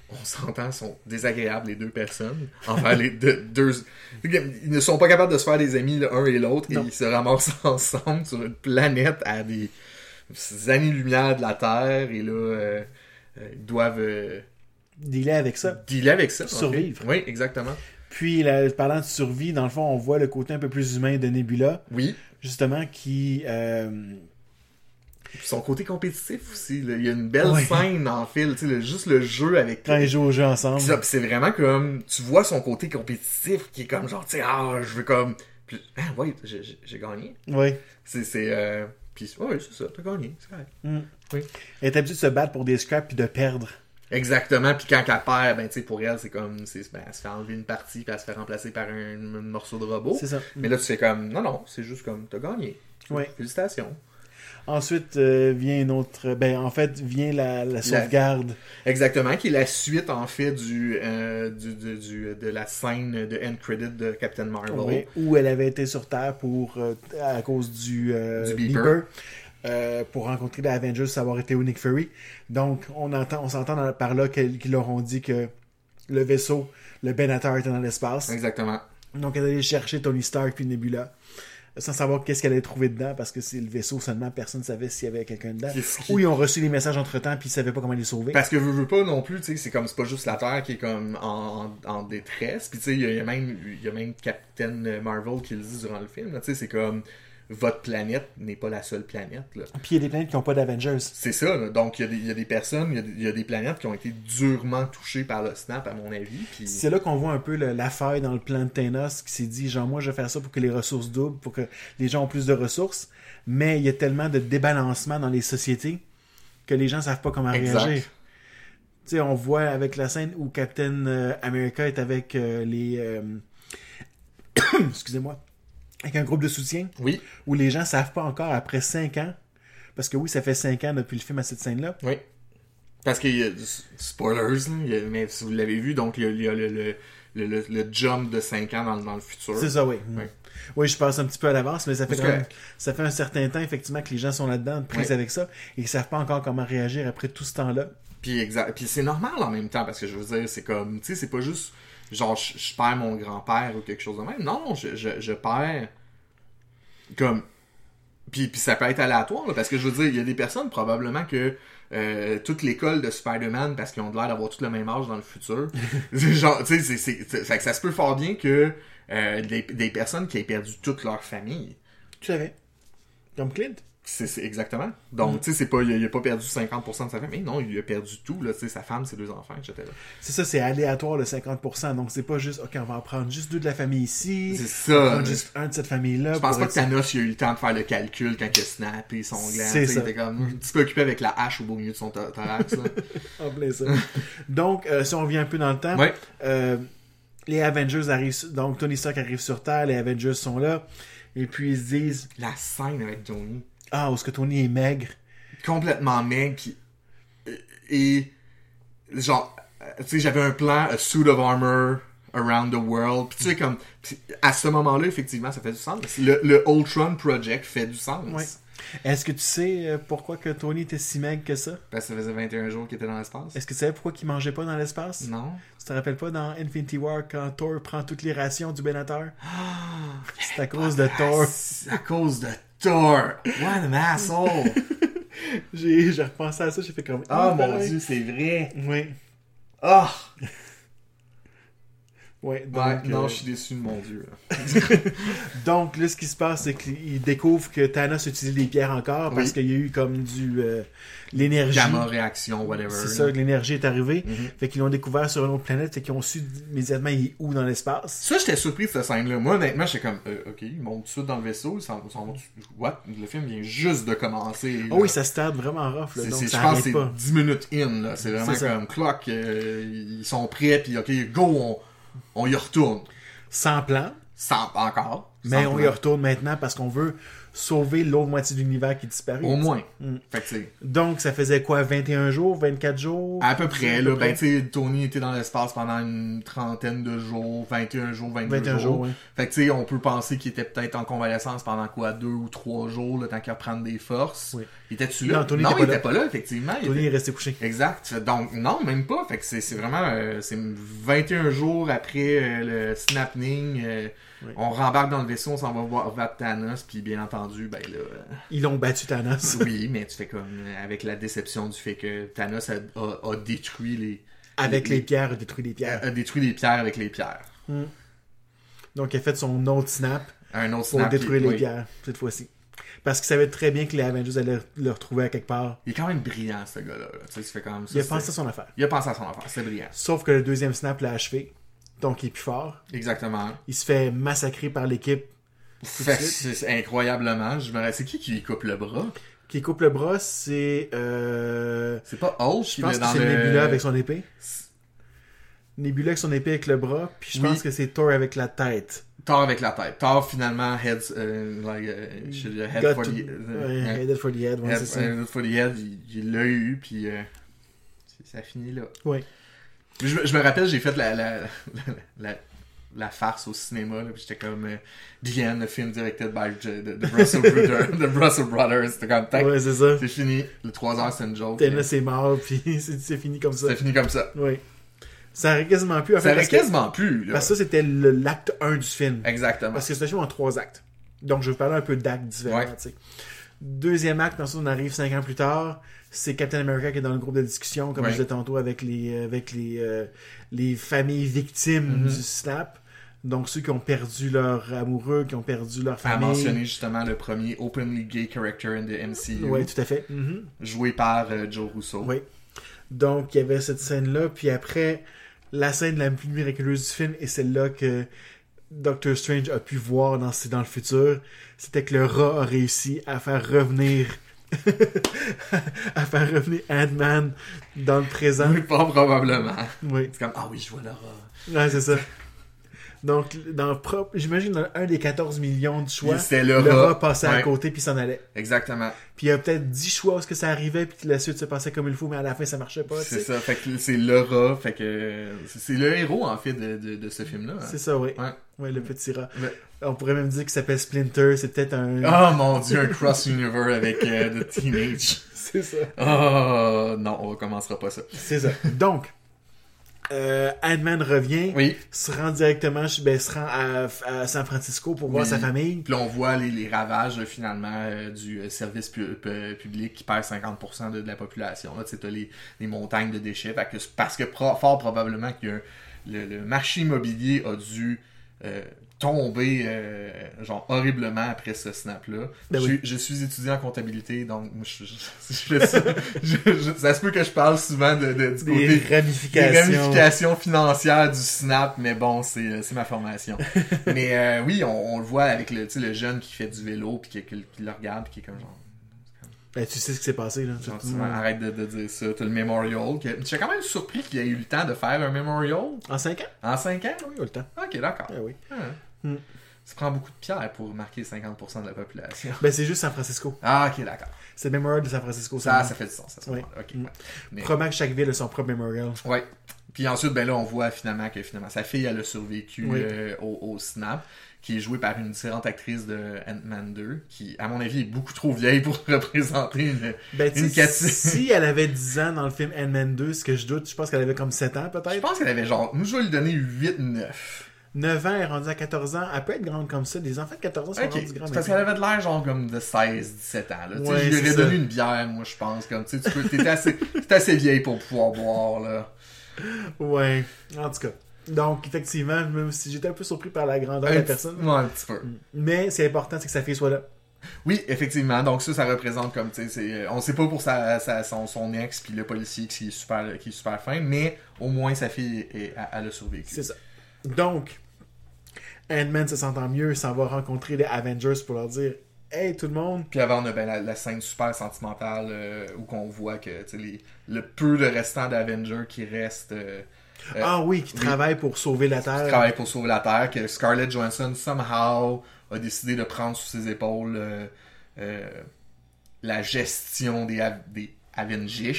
B: on s'entend, sont désagréables, les deux personnes. Enfin,
A: (laughs)
B: les deux, deux- Ils ne sont pas capables de se faire des amis, l'un et l'autre, et
A: Non.
B: ils se ramassent (laughs) ensemble sur une planète à des années-lumière de la Terre, et là, euh, euh, ils doivent. euh,
A: dealer avec ça.
B: dealer avec ça. en fait.
A: Survivre.
B: Oui, exactement.
A: Puis, là, parlant de survie, dans le fond, on voit le côté un peu plus humain de Nebula,
B: Oui.
A: justement, qui. euh,
B: Puis son côté compétitif aussi. là. Il y a une belle
A: Ouais.
B: scène en fil. Tu sais, le- juste le jeu avec
A: quand ils jouent au jeu ensemble.
B: Ça, puis c'est vraiment comme. Tu vois son côté compétitif qui est comme genre, tu sais, ah, je veux comme. Puis, ah, ouais, j'ai- j'ai j'ai gagné.
A: Oui.
B: C'est. c'est, euh, Puis, ouais, c'est ça, t'as gagné, c'est correct.
A: Elle est habituée de se battre pour des scraps puis de perdre.
B: Exactement, puis quand elle perd, ben, tu sais, pour elle, c'est comme. c'est- Ben, elle se fait enlever une partie, puis elle se fait remplacer par un, un morceau de robot.
A: C'est ça.
B: Oh. Mais là, tu fais comme. Non, non, c'est juste comme, t'as gagné.
A: Ouais.
B: Félicitations.
A: Ensuite euh, vient une autre. Ben, en fait, vient la, la sauvegarde.
B: Exactement, qui est la suite en fait du, euh, du, du- du- de la scène de end credit de Captain Marvel.
A: Oui, où elle avait été sur Terre pour euh, à cause du, euh,
B: Du
A: beeper,
B: beeper.
A: euh, pour rencontrer les Avengers, savoir été où Nick Fury. Donc, on entend, on s'entend dans- par là qu'elle- qu'ils leur ont dit que le vaisseau, le Benatar était dans l'espace.
B: Exactement.
A: Donc, elle allait chercher Tony Stark puis Nebula euh, sans savoir qu'est-ce qu'elle allait trouver dedans parce que c'est le vaisseau seulement, personne ne savait s'il y avait quelqu'un dedans.
B: Qu'est-ce qui- Ben.
A: Ou ils ont reçu des messages entre temps puis ils savaient pas comment les sauver.
B: Parce que veux, veux pas non plus, tu sais, c'est comme c'est pas juste la Terre qui est comme en, en- en détresse. Puis tu sais, il y a- il y, a même il y a même Captain Marvel qui le dit durant le film. là, Tu sais, c'est comme votre planète n'est pas la seule planète. Là.
A: Puis il y a des planètes qui n'ont pas d'Avengers.
B: C'est ça. là. Donc il y, a des- il y a des personnes, il y a des- il y, a des planètes qui ont été durement touchées par le snap à mon avis. Puis
A: C'est là qu'on voit un peu le- la faille dans le plan de Thanos qui s'est dit genre moi je vais faire ça pour que les ressources doublent, pour que les gens ont plus de ressources, mais il y a tellement de débalancement dans les sociétés que les gens savent pas comment
B: Exact.
A: réagir. Tu sais, on voit avec la scène où Captain euh, America est avec euh, les euh, (clears throat) excusez-moi, avec un groupe de soutien
B: oui,
A: où les gens savent pas encore après 5 ans parce que oui, ça fait 5 ans depuis le film à cette scène-là.
B: Oui. Parce qu'il y a spoilers, là, il y a- mais si vous l'avez vu, donc il y a, il y a le, le, le, le- le jump de 5 ans dans, le- dans le futur.
A: C'est ça, oui. Mm.
B: Oui.
A: Oui, je passe un petit peu à l'avance, mais ça fait,
B: C'est
A: quand même-
B: correct.
A: ça fait un certain temps, effectivement, que les gens sont là-dedans, prises
B: Oui.
A: avec ça, et ils savent pas encore comment réagir après tout ce temps-là.
B: Puis, exa- puis c'est normal en même temps, parce que je veux dire, c'est comme, tu sais, c'est pas juste genre je, je perds mon grand-père ou quelque chose de même. Non, je, je, je perds comme. Puis, puis ça peut être aléatoire, là, parce que je veux dire, il y a des personnes probablement que. euh, toute l'école de Spider-Man parce qu'ils ont l'air d'avoir tous le même âge dans le futur. (laughs) C'est genre, tu sais, c'est- c'est- c'est- fait que ça se peut fort bien que euh, des, des personnes qui aient perdu toute leur famille.
A: Tu savais. Comme Clint.
B: C'est c'est- exactement. Donc, tu sais, c'est pas, il a, il a pas perdu 50% de sa famille. Non, il a perdu tout, là, tu sais, sa femme, ses deux enfants, etc.
A: C'est ça, c'est aléatoire le 50%. Donc c'est pas juste, ok, on va en prendre juste deux de la famille ici. On
B: C'est
A: va
B: ça. euh,
A: prendre juste un de cette famille-là.
B: Je pense pas que Thanos, il a eu le temps de faire le calcul quand il a snappé son gland.
A: C'est
B: tu sais,
A: ça.
B: Il était comme, un petit peu occupé avec la hache au beau milieu de son thor- thorax, là.
A: (laughs) En plein Ah, ça. donc, euh, si on revient un peu dans le temps,
B: Ouais.
A: euh, les Avengers arrivent, sur- donc Tony Stark arrive sur Terre, les Avengers sont là, et puis ils se disent,
B: La scène avec Tony.
A: ah, est-ce que Tony est maigre?
B: complètement maigre pis- et genre euh, tu sais j'avais un plan a suit of armor around the world puis tu sais comme pis à ce moment-là effectivement ça fait du sens le, le Ultron Project fait du sens
A: Ouais. Est-ce que tu sais euh, pourquoi que Tony était si maigre que ça?
B: parce que ça faisait 21 jours qu'il était dans l'espace
A: Est-ce que tu savais pourquoi qu'il mangeait pas dans l'espace?
B: non
A: Tu te rappelles pas dans Infinity War quand Thor prend toutes les rations du Benator? C'est à cause de Thor.
B: Ah, c'est Ah! à cause de Thor what an (laughs) asshole
A: J'ai j'ai repensé à ça, j'ai fait comme.
B: oh
A: Ah,
B: mon
A: pareil.
B: dieu c'est vrai
A: Oui,
B: oh
A: oui. Donc,
B: Ouais, non
A: euh,
B: je suis déçu de mon dieu là.
A: donc, là, ce qui se passe, c'est qu'il découvre que Thanos utilise les pierres encore parce
B: Oui.
A: qu'il y a eu comme du. euh, l'énergie.
B: gamma réaction whatever
A: C'est
B: là.
A: ça, que l'énergie est arrivée.
B: Mhm.
A: Fait qu'ils l'ont découvert sur une autre planète, fait qu'ils ont su immédiatement il est où dans l'espace.
B: Ça, j'étais surpris de cette scène-là. Moi, honnêtement, j'étais comme, euh, ok, ils montent tout de suite dans le vaisseau, ils s'en ils s'en vont. What? Le film vient juste de commencer.
A: Oh
B: là.
A: oui, ça se tarde vraiment rough, là,
B: C'est-
A: donc
B: c'est-
A: ça
B: je pense que
A: arrête pas.
B: c'est 10 minutes in, là. C'est vraiment
A: C'est ça.
B: comme clock, euh, ils sont prêts, puis ok, go, on, on y retourne.
A: Sans plan,
B: Sans, encore.
A: mais
B: Sans
A: on y
B: plan.
A: retourne maintenant parce qu'on veut sauver l'autre moitié de l'univers qui disparaît.
B: Au moins. Fait que, tu sais,
A: Donc, ça faisait quoi, 21 jours, 24 jours?
B: à peu près, là, ben, tu sais, Tony était dans l'espace pendant une trentaine de jours, 21 jours, 22
A: 21
B: jours.
A: jours, ouais.
B: Fait que, tu sais, on peut penser qu'il était peut-être en convalescence pendant quoi, deux ou trois jours, le temps qu'il reprenne des forces.
A: Oui.
B: Il Était-tu là?
A: Non, Tony
B: non
A: était
B: il
A: pas
B: était pas là, effectivement. Il
A: Tony
B: était-
A: est resté couché.
B: Exact. Donc, non, même pas. Fait que c'est c'est vraiment... euh, c'est 21 jours après euh, le snapping. euh,
A: Oui.
B: On rembarque dans le vaisseau, on s'en va voir Vaptanos, puis bien entendu, ben là... euh,
A: Ils l'ont battu Thanos.
B: oui, (laughs) mais tu fais comme... euh, Avec la déception du fait que Thanos a, a- a détruit les...
A: Avec les pierres, il a détruit les pierres.
B: a, a détruit les pierres avec les pierres.
A: Donc, il a fait son autre snap
B: Un autre
A: pour
B: snap,
A: détruire
B: il-
A: les
B: oui.
A: pierres, cette fois-ci. Parce qu'il savait très bien que les Avengers allaient le retrouver à quelque part.
B: Il est quand même brillant, ce gars-là. là. Tu sais, tu fais comme ça.
A: Il a
B: c'est-
A: pensé à son affaire.
B: Il a pensé à son affaire, c'est brillant.
A: Sauf que le deuxième snap l'a achevé. Donc, il est plus fort.
B: Exactement.
A: Il se fait massacrer par l'équipe
B: Fait que c'est incroyablement. Je me rappelle, c'est qui qui lui coupe le bras
A: qui coupe le bras, c'est. Euh...
B: C'est pas Hulk
A: Je
B: qui
A: pense
B: est
A: que
B: dans
A: c'est
B: le.
A: Nebula avec son épée.
B: C'est-
A: Nebula avec son épée avec le bras, puis je
B: Oui.
A: pense que c'est Thor avec la tête.
B: Thor avec la tête. Thor finalement heads euh, like euh, je dis, head
A: Got
B: for
A: to-
B: the
A: Ouais,
B: euh,
A: headed for the head, ouais,
B: head-
A: c'est ça.
B: head for the head. Il il l'a eu puis euh, c'est- ça finit là.
A: Ouais.
B: Mais Je, me- je me rappelle j'ai fait la la, la, la- la farce au cinéma là, puis j'étais comme euh, The End, le film directed by J- the, the Russell (laughs) Brothers, the Russell Brothers. C'était comme tac,
A: Ouais, c'est ça.
B: c'est fini. Le 3 heures c'est une joke.
A: Thanos c'est mort, puis (laughs) c'est c'est fini comme ça.
B: C'est fini comme ça.
A: Oui. Ça aurait quasiment pu. En
B: Ça
A: fait,
B: aurait
A: parce, que-
B: quasiment plus là.
A: parce que ça, c'était le- l'acte 1 du film.
B: Exactement.
A: Parce que c'est un film en trois actes. Donc, je vais vous parler un peu d'actes différents.
B: Ouais.
A: tu sais. Deuxième acte, ensuite, on arrive cinq ans plus tard. C'est Captain America qui est dans le groupe de discussion, comme
B: Ouais.
A: je disais tantôt, avec les, avec les, euh, les familles victimes
B: Mm-hmm.
A: du snap. Donc, ceux qui ont perdu leur amoureux, qui ont perdu leur
B: À
A: famille.
B: mentionner justement le premier openly gay character in the MCU.
A: Oui, tout à fait.
B: Mm-hmm.
A: Mhm.
B: joué par euh, Joe Russo.
A: Oui. Donc, il y avait cette scène-là, puis après, la scène la plus miraculeuse du film, et celle-là que Doctor Strange a pu voir dans, dans le futur, c'était que le rat a réussi à faire revenir... (laughs) à faire revenir Ant-Man dans le présent.
B: (laughs) Oui, pas probablement.
A: Oui,
B: C'est comme, ah oui, je vois Laura.
A: Ouais, c'est ça. Donc, dans le propre... J'imagine dans un des 14 millions de choix,
B: Il- C'était
A: le
B: le
A: rat
B: rat.
A: passait à
B: Ouais.
A: côté puis s'en allait.
B: Exactement.
A: Puis il y a peut-être 10 choix où est-ce que ça arrivait puis que la suite se passait comme il faut, mais à la fin, ça marchait pas. tu
B: C'est
A: sais.
B: ça. Fait que c'est le rat. Fait que euh, c'est- c'est le héros, en fait, de, de, de ce film-là. hein.
A: C'est ça, oui.
B: Ouais.
A: Ouais, le petit rat.
B: Mais-
A: On pourrait même dire qu'il s'appelle Splinter, c'est peut-être un. (laughs)
B: Oh mon dieu, un cross-universe avec euh, The Teenage. (laughs)
A: c'est ça.
B: Oh non, on recommencera pas ça.
A: C'est ça. Donc, euh, Ant-Man revient,
B: Oui.
A: se rend directement, chez- ben, se rend à, à San Francisco pour voir
B: Oui.
A: sa famille.
B: Puis là, on voit les, les ravages, là, finalement, euh, du euh, service pu- pu- public qui perd 50% de, de la population. Là, tu sais, t'as les, les montagnes de déchets. Fait que c'est parce que pro- fort probablement que le, le marché immobilier a dû euh, tombé euh, genre horriblement après ce snap là.
A: Ben
B: je,
A: oui.
B: je suis étudiant en comptabilité donc moi, je, je- je fais ça. (laughs) Je- je- ça se peut que je parle souvent de, de- du côté
A: Des
B: des
A: ramifications.
B: ramifications financières du snap mais bon c'est euh, c'est ma
A: (laughs)
B: formation. mais euh, oui, on, on le voit avec le tu sais, le jeune qui fait du vélo puis qui, qui- qui le regarde puis qui est comme genre
A: Ben, tu sais ce qui s'est passé, là. Mm.
B: Genre,
A: Tout-
B: tu vois, arrête de, de dire ça, t'as le memorial. que- J'étais quand même surpris qu'il ait eu le temps de faire un memorial
A: En 5 ans?
B: en 5 ans.
A: Oui, il y a le temps.
B: Ok, d'accord.
A: Ben oui.
B: Hein.
A: Hmm.
B: Ça prend beaucoup de pierres pour marquer 50% de la population.
A: Ben, c'est juste San Francisco.
B: Ah, ok, d'accord.
A: C'est le mémorial de San Francisco.
B: Ah, Ça,
A: Ça,
B: ça fait du sens. Ça, se
A: Oui.
B: comprend. Ok,
A: Mm.
B: ouais. Mais-
A: Probablement que chaque ville a son propre mémorial.
B: Ouais. Puis ensuite, ben là, on voit finalement que finalement sa fille, elle a survécu
A: Oui.
B: euh, au, au Snap, qui est jouée par une différente actrice de Ant-Man 2, qui, à mon avis, est beaucoup trop vieille pour (laughs) représenter une.
A: Ben, tu
B: Une
A: sais,
B: Cathy.
A: si elle avait 10 ans dans le film Ant-Man 2, ce que je doute, je pense qu'elle avait comme 7 ans
B: Je
A: peut-être.
B: pense qu'elle avait genre. Nous, je vais lui donner 8-9.
A: 9 ans, elle est rendue à 14 ans. Elle peut être grande comme ça. Des enfants de 14 ans sont
B: Ok,
A: rendus grands.
B: c'est parce
A: maintenant.
B: qu'elle avait de l'air genre comme de 16-17 ans. Là. Tu sais,
A: Ouais,
B: je lui
A: c'est
B: aurais
A: ça.
B: donné une bière, moi, je pense. Comme, tu sais, tu peux- t'es assez, (laughs) t'es assez vieille pour pouvoir boire, là.
A: Ouais, en tout cas. Donc, effectivement, même si j'étais un peu surpris par la grandeur de
B: Un
A: la
B: petit-
A: personne.
B: ouais, un petit peu.
A: Mais c'est important, c'est que sa fille soit là.
B: Oui, effectivement. Donc ça, ça représente comme, tu sais, c'est- euh, on sait pas pour sa, sa- son, son ex puis le policier qui est super, qui est super fin, mais au moins sa fille, est, elle, elle a survécu.
A: C'est ça. Donc, Ant-Man se sentant mieux, il s'en va rencontrer les Avengers pour leur dire Hey tout le monde,
B: Puis avant, on a ben, la, la scène super sentimentale euh, où qu'on voit que, tu sais, les- le peu de restants d'Avengers qui restent... euh, Euh,
A: ah oui, qui
B: oui.
A: travaille pour sauver la
B: qui
A: Terre.
B: travaille pour sauver la Terre, que Scarlett Johansson, somehow, a décidé de prendre sous ses épaules euh, euh, la gestion des, Av- des Avengers.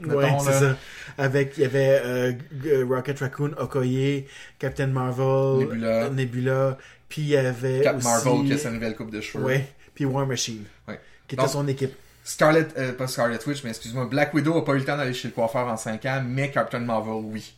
B: mettons,
A: Ouais, c'est
B: là.
A: ça. Avec, il y avait euh, G- euh, Rocket Raccoon, Okoye, Captain Marvel,
B: Nebula.
A: euh, Nebula, puis il y avait
B: Cap
A: aussi...
B: Marvel qui a sa nouvelle coupe de cheveux.
A: Ouais, puis War Machine,
B: Ouais.
A: qui était
B: Donc-
A: son équipe.
B: Scarlett, euh, pas Scarlet Witch, mais excuse-moi, Black Widow a pas eu le temps d'aller chez le coiffeur en 5 ans, mais Captain Marvel, oui.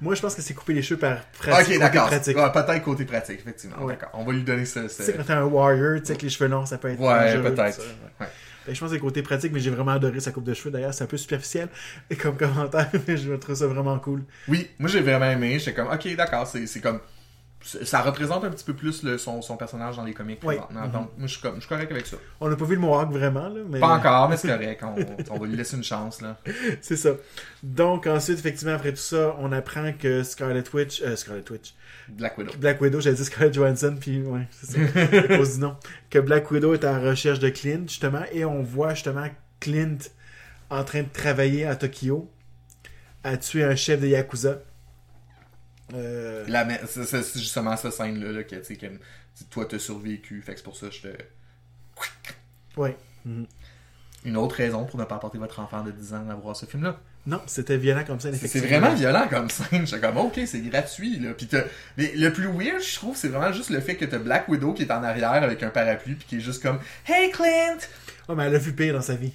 A: Moi, je pense que c'est couper les cheveux par pratique.
B: ok,
A: côté
B: d'accord.
A: pratique.
B: Ouais, Peut-être côté pratique, effectivement.
A: Ouais.
B: D'accord. On va lui donner ce. ce-
A: Tu sais, quand t'es un warrior, tu sais que les cheveux longs, ça peut être
B: Ouais,
A: dangereux,
B: peut-être.
A: tout ça, ouais.
B: Ouais.
A: Fait que je pense que c'est le côté pratique, mais j'ai vraiment adoré sa coupe de cheveux. D'ailleurs, c'est un peu superficiel (laughs) comme commentaire, (laughs) mais je trouve ça vraiment cool.
B: Oui, moi j'ai vraiment aimé. J'étais comme, ok, d'accord, c'est c'est comme. Ça représente un petit peu plus le- son, son personnage dans les comics
A: Oui.
B: présentement. Donc,
A: Mhm.
B: moi je suis comme- je suis correct avec ça.
A: On n'a pas vu le Mohawk vraiment, là, mais
B: Pas encore, mais c'est correct. On, on va lui laisser une chance, là.
A: (laughs) c'est ça. Donc, ensuite, effectivement, après tout ça, on apprend que Scarlet Witch, euh, Scarlet Witch,
B: Black Widow.
A: Black Widow, j'avais dit Scarlett Johansson, puis ouais, c'est ça, à cause du nom, que Black Widow est en recherche de Clint, justement, et on voit justement Clint en train de travailler à Tokyo, à tuer un chef de Yakuza. Euh,
B: La ma- C'est c'est- c'est justement cette scène-là, là, que tu sais, comme, tu- toi t'as survécu. Fait que c'est pour ça que je te.
A: ouais.
B: Une autre raison pour ne pas apporter votre enfant de 10 ans à voir ce film-là.
A: Non, c'était violent comme ça,
B: C'est- C'est
A: effectivement.
B: vraiment violent comme scène. J'étais comme, ok, c'est gratuit, là. Puis t'as- mais le plus weird, je trouve, c'est vraiment juste le fait que t'as Black Widow qui est en arrière avec un parapluie, puis qui est juste comme, Hey Clint!
A: Oh, mais elle a vu pire dans sa vie.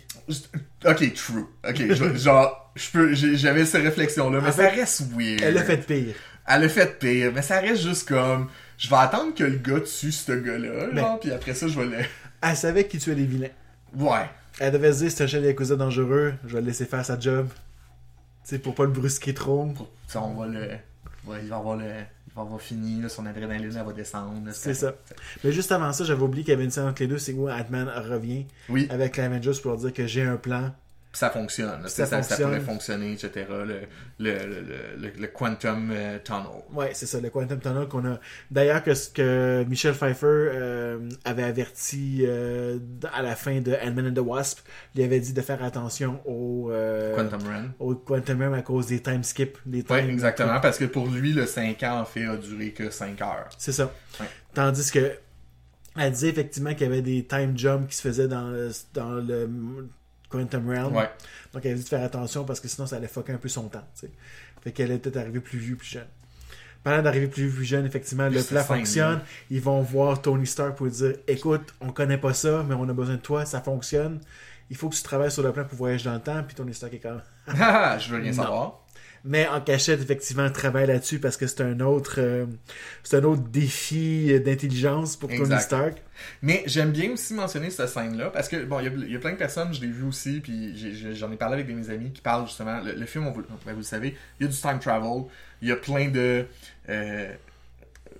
B: Ok, true. Ok, je- (laughs) genre, je peux, j'ai- j'avais cette réflexion-là, mais
A: En
B: Ah, ça
A: fait,
B: reste weird.
A: Elle a fait pire.
B: Elle a fait pire, mais ça reste juste comme, je vais attendre que le gars tue ce gars-là,
A: Mais-
B: genre, puis après ça, je vais le...
A: Elle savait qui tuait les vilains.
B: Ouais.
A: Elle devait se dire c'est un chef de Yakuza dangereux, je vais le laisser faire sa job. Tu sais, pour pas le brusquer trop.
B: Pour- Ça, on va le... ouais, il va avoir le... Il va avoir fini, là, son adrénaline, elle va descendre. là,
A: C'est ça. Mais juste avant ça, j'avais oublié qu'il y avait une scène entre les deux, c'est où Ant-Man revient
B: Oui, puis
A: avec les Avengers pour leur dire que j'ai un plan.
B: ça fonctionne. là,
A: ça
B: Ça, ça,
A: fonctionne.
B: pourrait fonctionner, etc. Le, le, le, le, le Quantum euh, Tunnel.
A: Ouais, c'est ça, le Quantum Tunnel qu'on a. D'ailleurs, que ce que Michel Pfeiffer euh, avait averti euh, à la fin de Ant-Man and the Wasp, il avait dit de faire attention au. euh,
B: Quantum Run.
A: au Quantum Realm à cause des time skip, des time.
B: Oui, exactement, parce que pour lui, le 5 ans, en fait, a duré que 5 heures.
A: C'est ça.
B: Ouais.
A: Tandis que elle disait effectivement qu'il y avait des time jumps qui se faisaient dans le, dans le Quantum Realm.
B: Ouais. (laughs)
A: Donc elle avait dit de faire attention parce que sinon ça allait fucker un peu son temps. tu sais. Fait qu'elle est peut-être arrivée plus vieux, plus jeune. Parlant d'arriver plus vieux, plus jeune, effectivement, le
B: Cette
A: plan
B: scène-là.
A: fonctionne. Ils vont voir Tony Stark pour lui dire Écoute, on connaît pas ça, mais on a besoin de toi, ça fonctionne. Il faut que tu travailles sur le plan pour voyager dans le temps. Puis Tony Stark est comme
B: Ah, je veux rien
A: Non.
B: savoir.
A: Mais en cachette, effectivement, travaille là-dessus parce que c'est un autre euh, c'est un autre défi euh, d'intelligence pour Tony
B: Exact.
A: Stark.
B: Mais j'aime bien aussi mentionner cette scène-là parce que, bon, il y a- il y, a plein de personnes, je l'ai vu aussi, puis j'ai- j'ai- j'en ai parlé avec des de mes amis qui parlent justement. Le, le film, on vous, ben, vous le savez, il y a du time travel, il y a plein de. euh,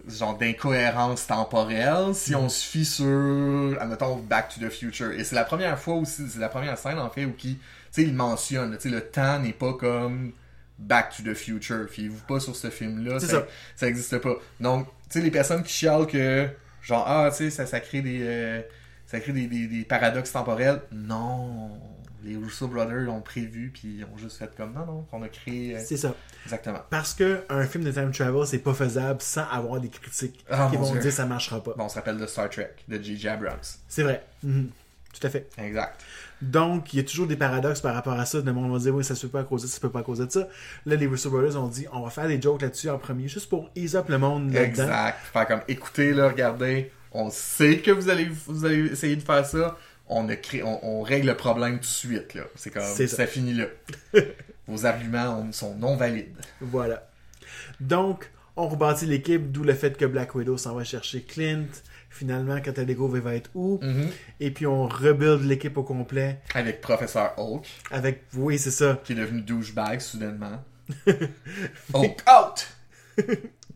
B: genre d'incohérence temporelle si on se fie sur, admettons, Back to the Future. Et c'est la première fois aussi, c'est la première scène en fait où qui, tu sais, il mentionne, tu sais, le temps n'est pas comme Back to the Future. Fiez-vous pas sur ce film-là.
A: C'est
B: Ça,
A: ça.
B: ça existe pas. Donc, tu sais, les personnes qui chialent que, genre, ah, tu sais, ça, ça crée des, euh, ça crée des, des- des paradoxes temporels. Non. Les Russo Brothers l'ont prévu, puis ils ont juste fait comme non, non, qu'on a créé. euh,
A: C'est ça.
B: exactement.
A: Parce que un film de time travel, c'est pas faisable sans avoir des critiques
B: Ah,
A: qui
B: mon
A: vont
B: Dieu.
A: dire ça marchera pas.
B: Bon, on se rappelle de Star Trek, de J.J. Abrams.
A: C'est vrai. Mhm. Tout à fait.
B: Exact.
A: Donc, il y a toujours des paradoxes par rapport à ça. Le monde va dire, oui, ça se peut pas à cause de ça, ça se peut pas à cause de ça. Là, les Russo Brothers ont dit, on va faire des jokes là-dessus en premier, juste pour ease up le monde là-dedans.
B: Exact. Faire comme, écoutez, là, regardez, on sait que vous allez, vous allez essayer de faire ça. On, a créé, on, on règle le problème tout de suite, là. C'est comme,
A: C'est ça.
B: ça
A: (laughs)
B: finit là. Vos arguments on- sont non valides.
A: Voilà. Donc, on rebâtit l'équipe, d'où le fait que Black Widow s'en va chercher Clint. Finalement, quand elle découvre, elle va être où?
B: Mm.
A: Et puis, on rebuild l'équipe au complet
B: Avec Professeur Hulk,
A: avec, oui, c'est ça.
B: qui est devenu
A: (laughs)
B: douchebag soudainement. Hulk out!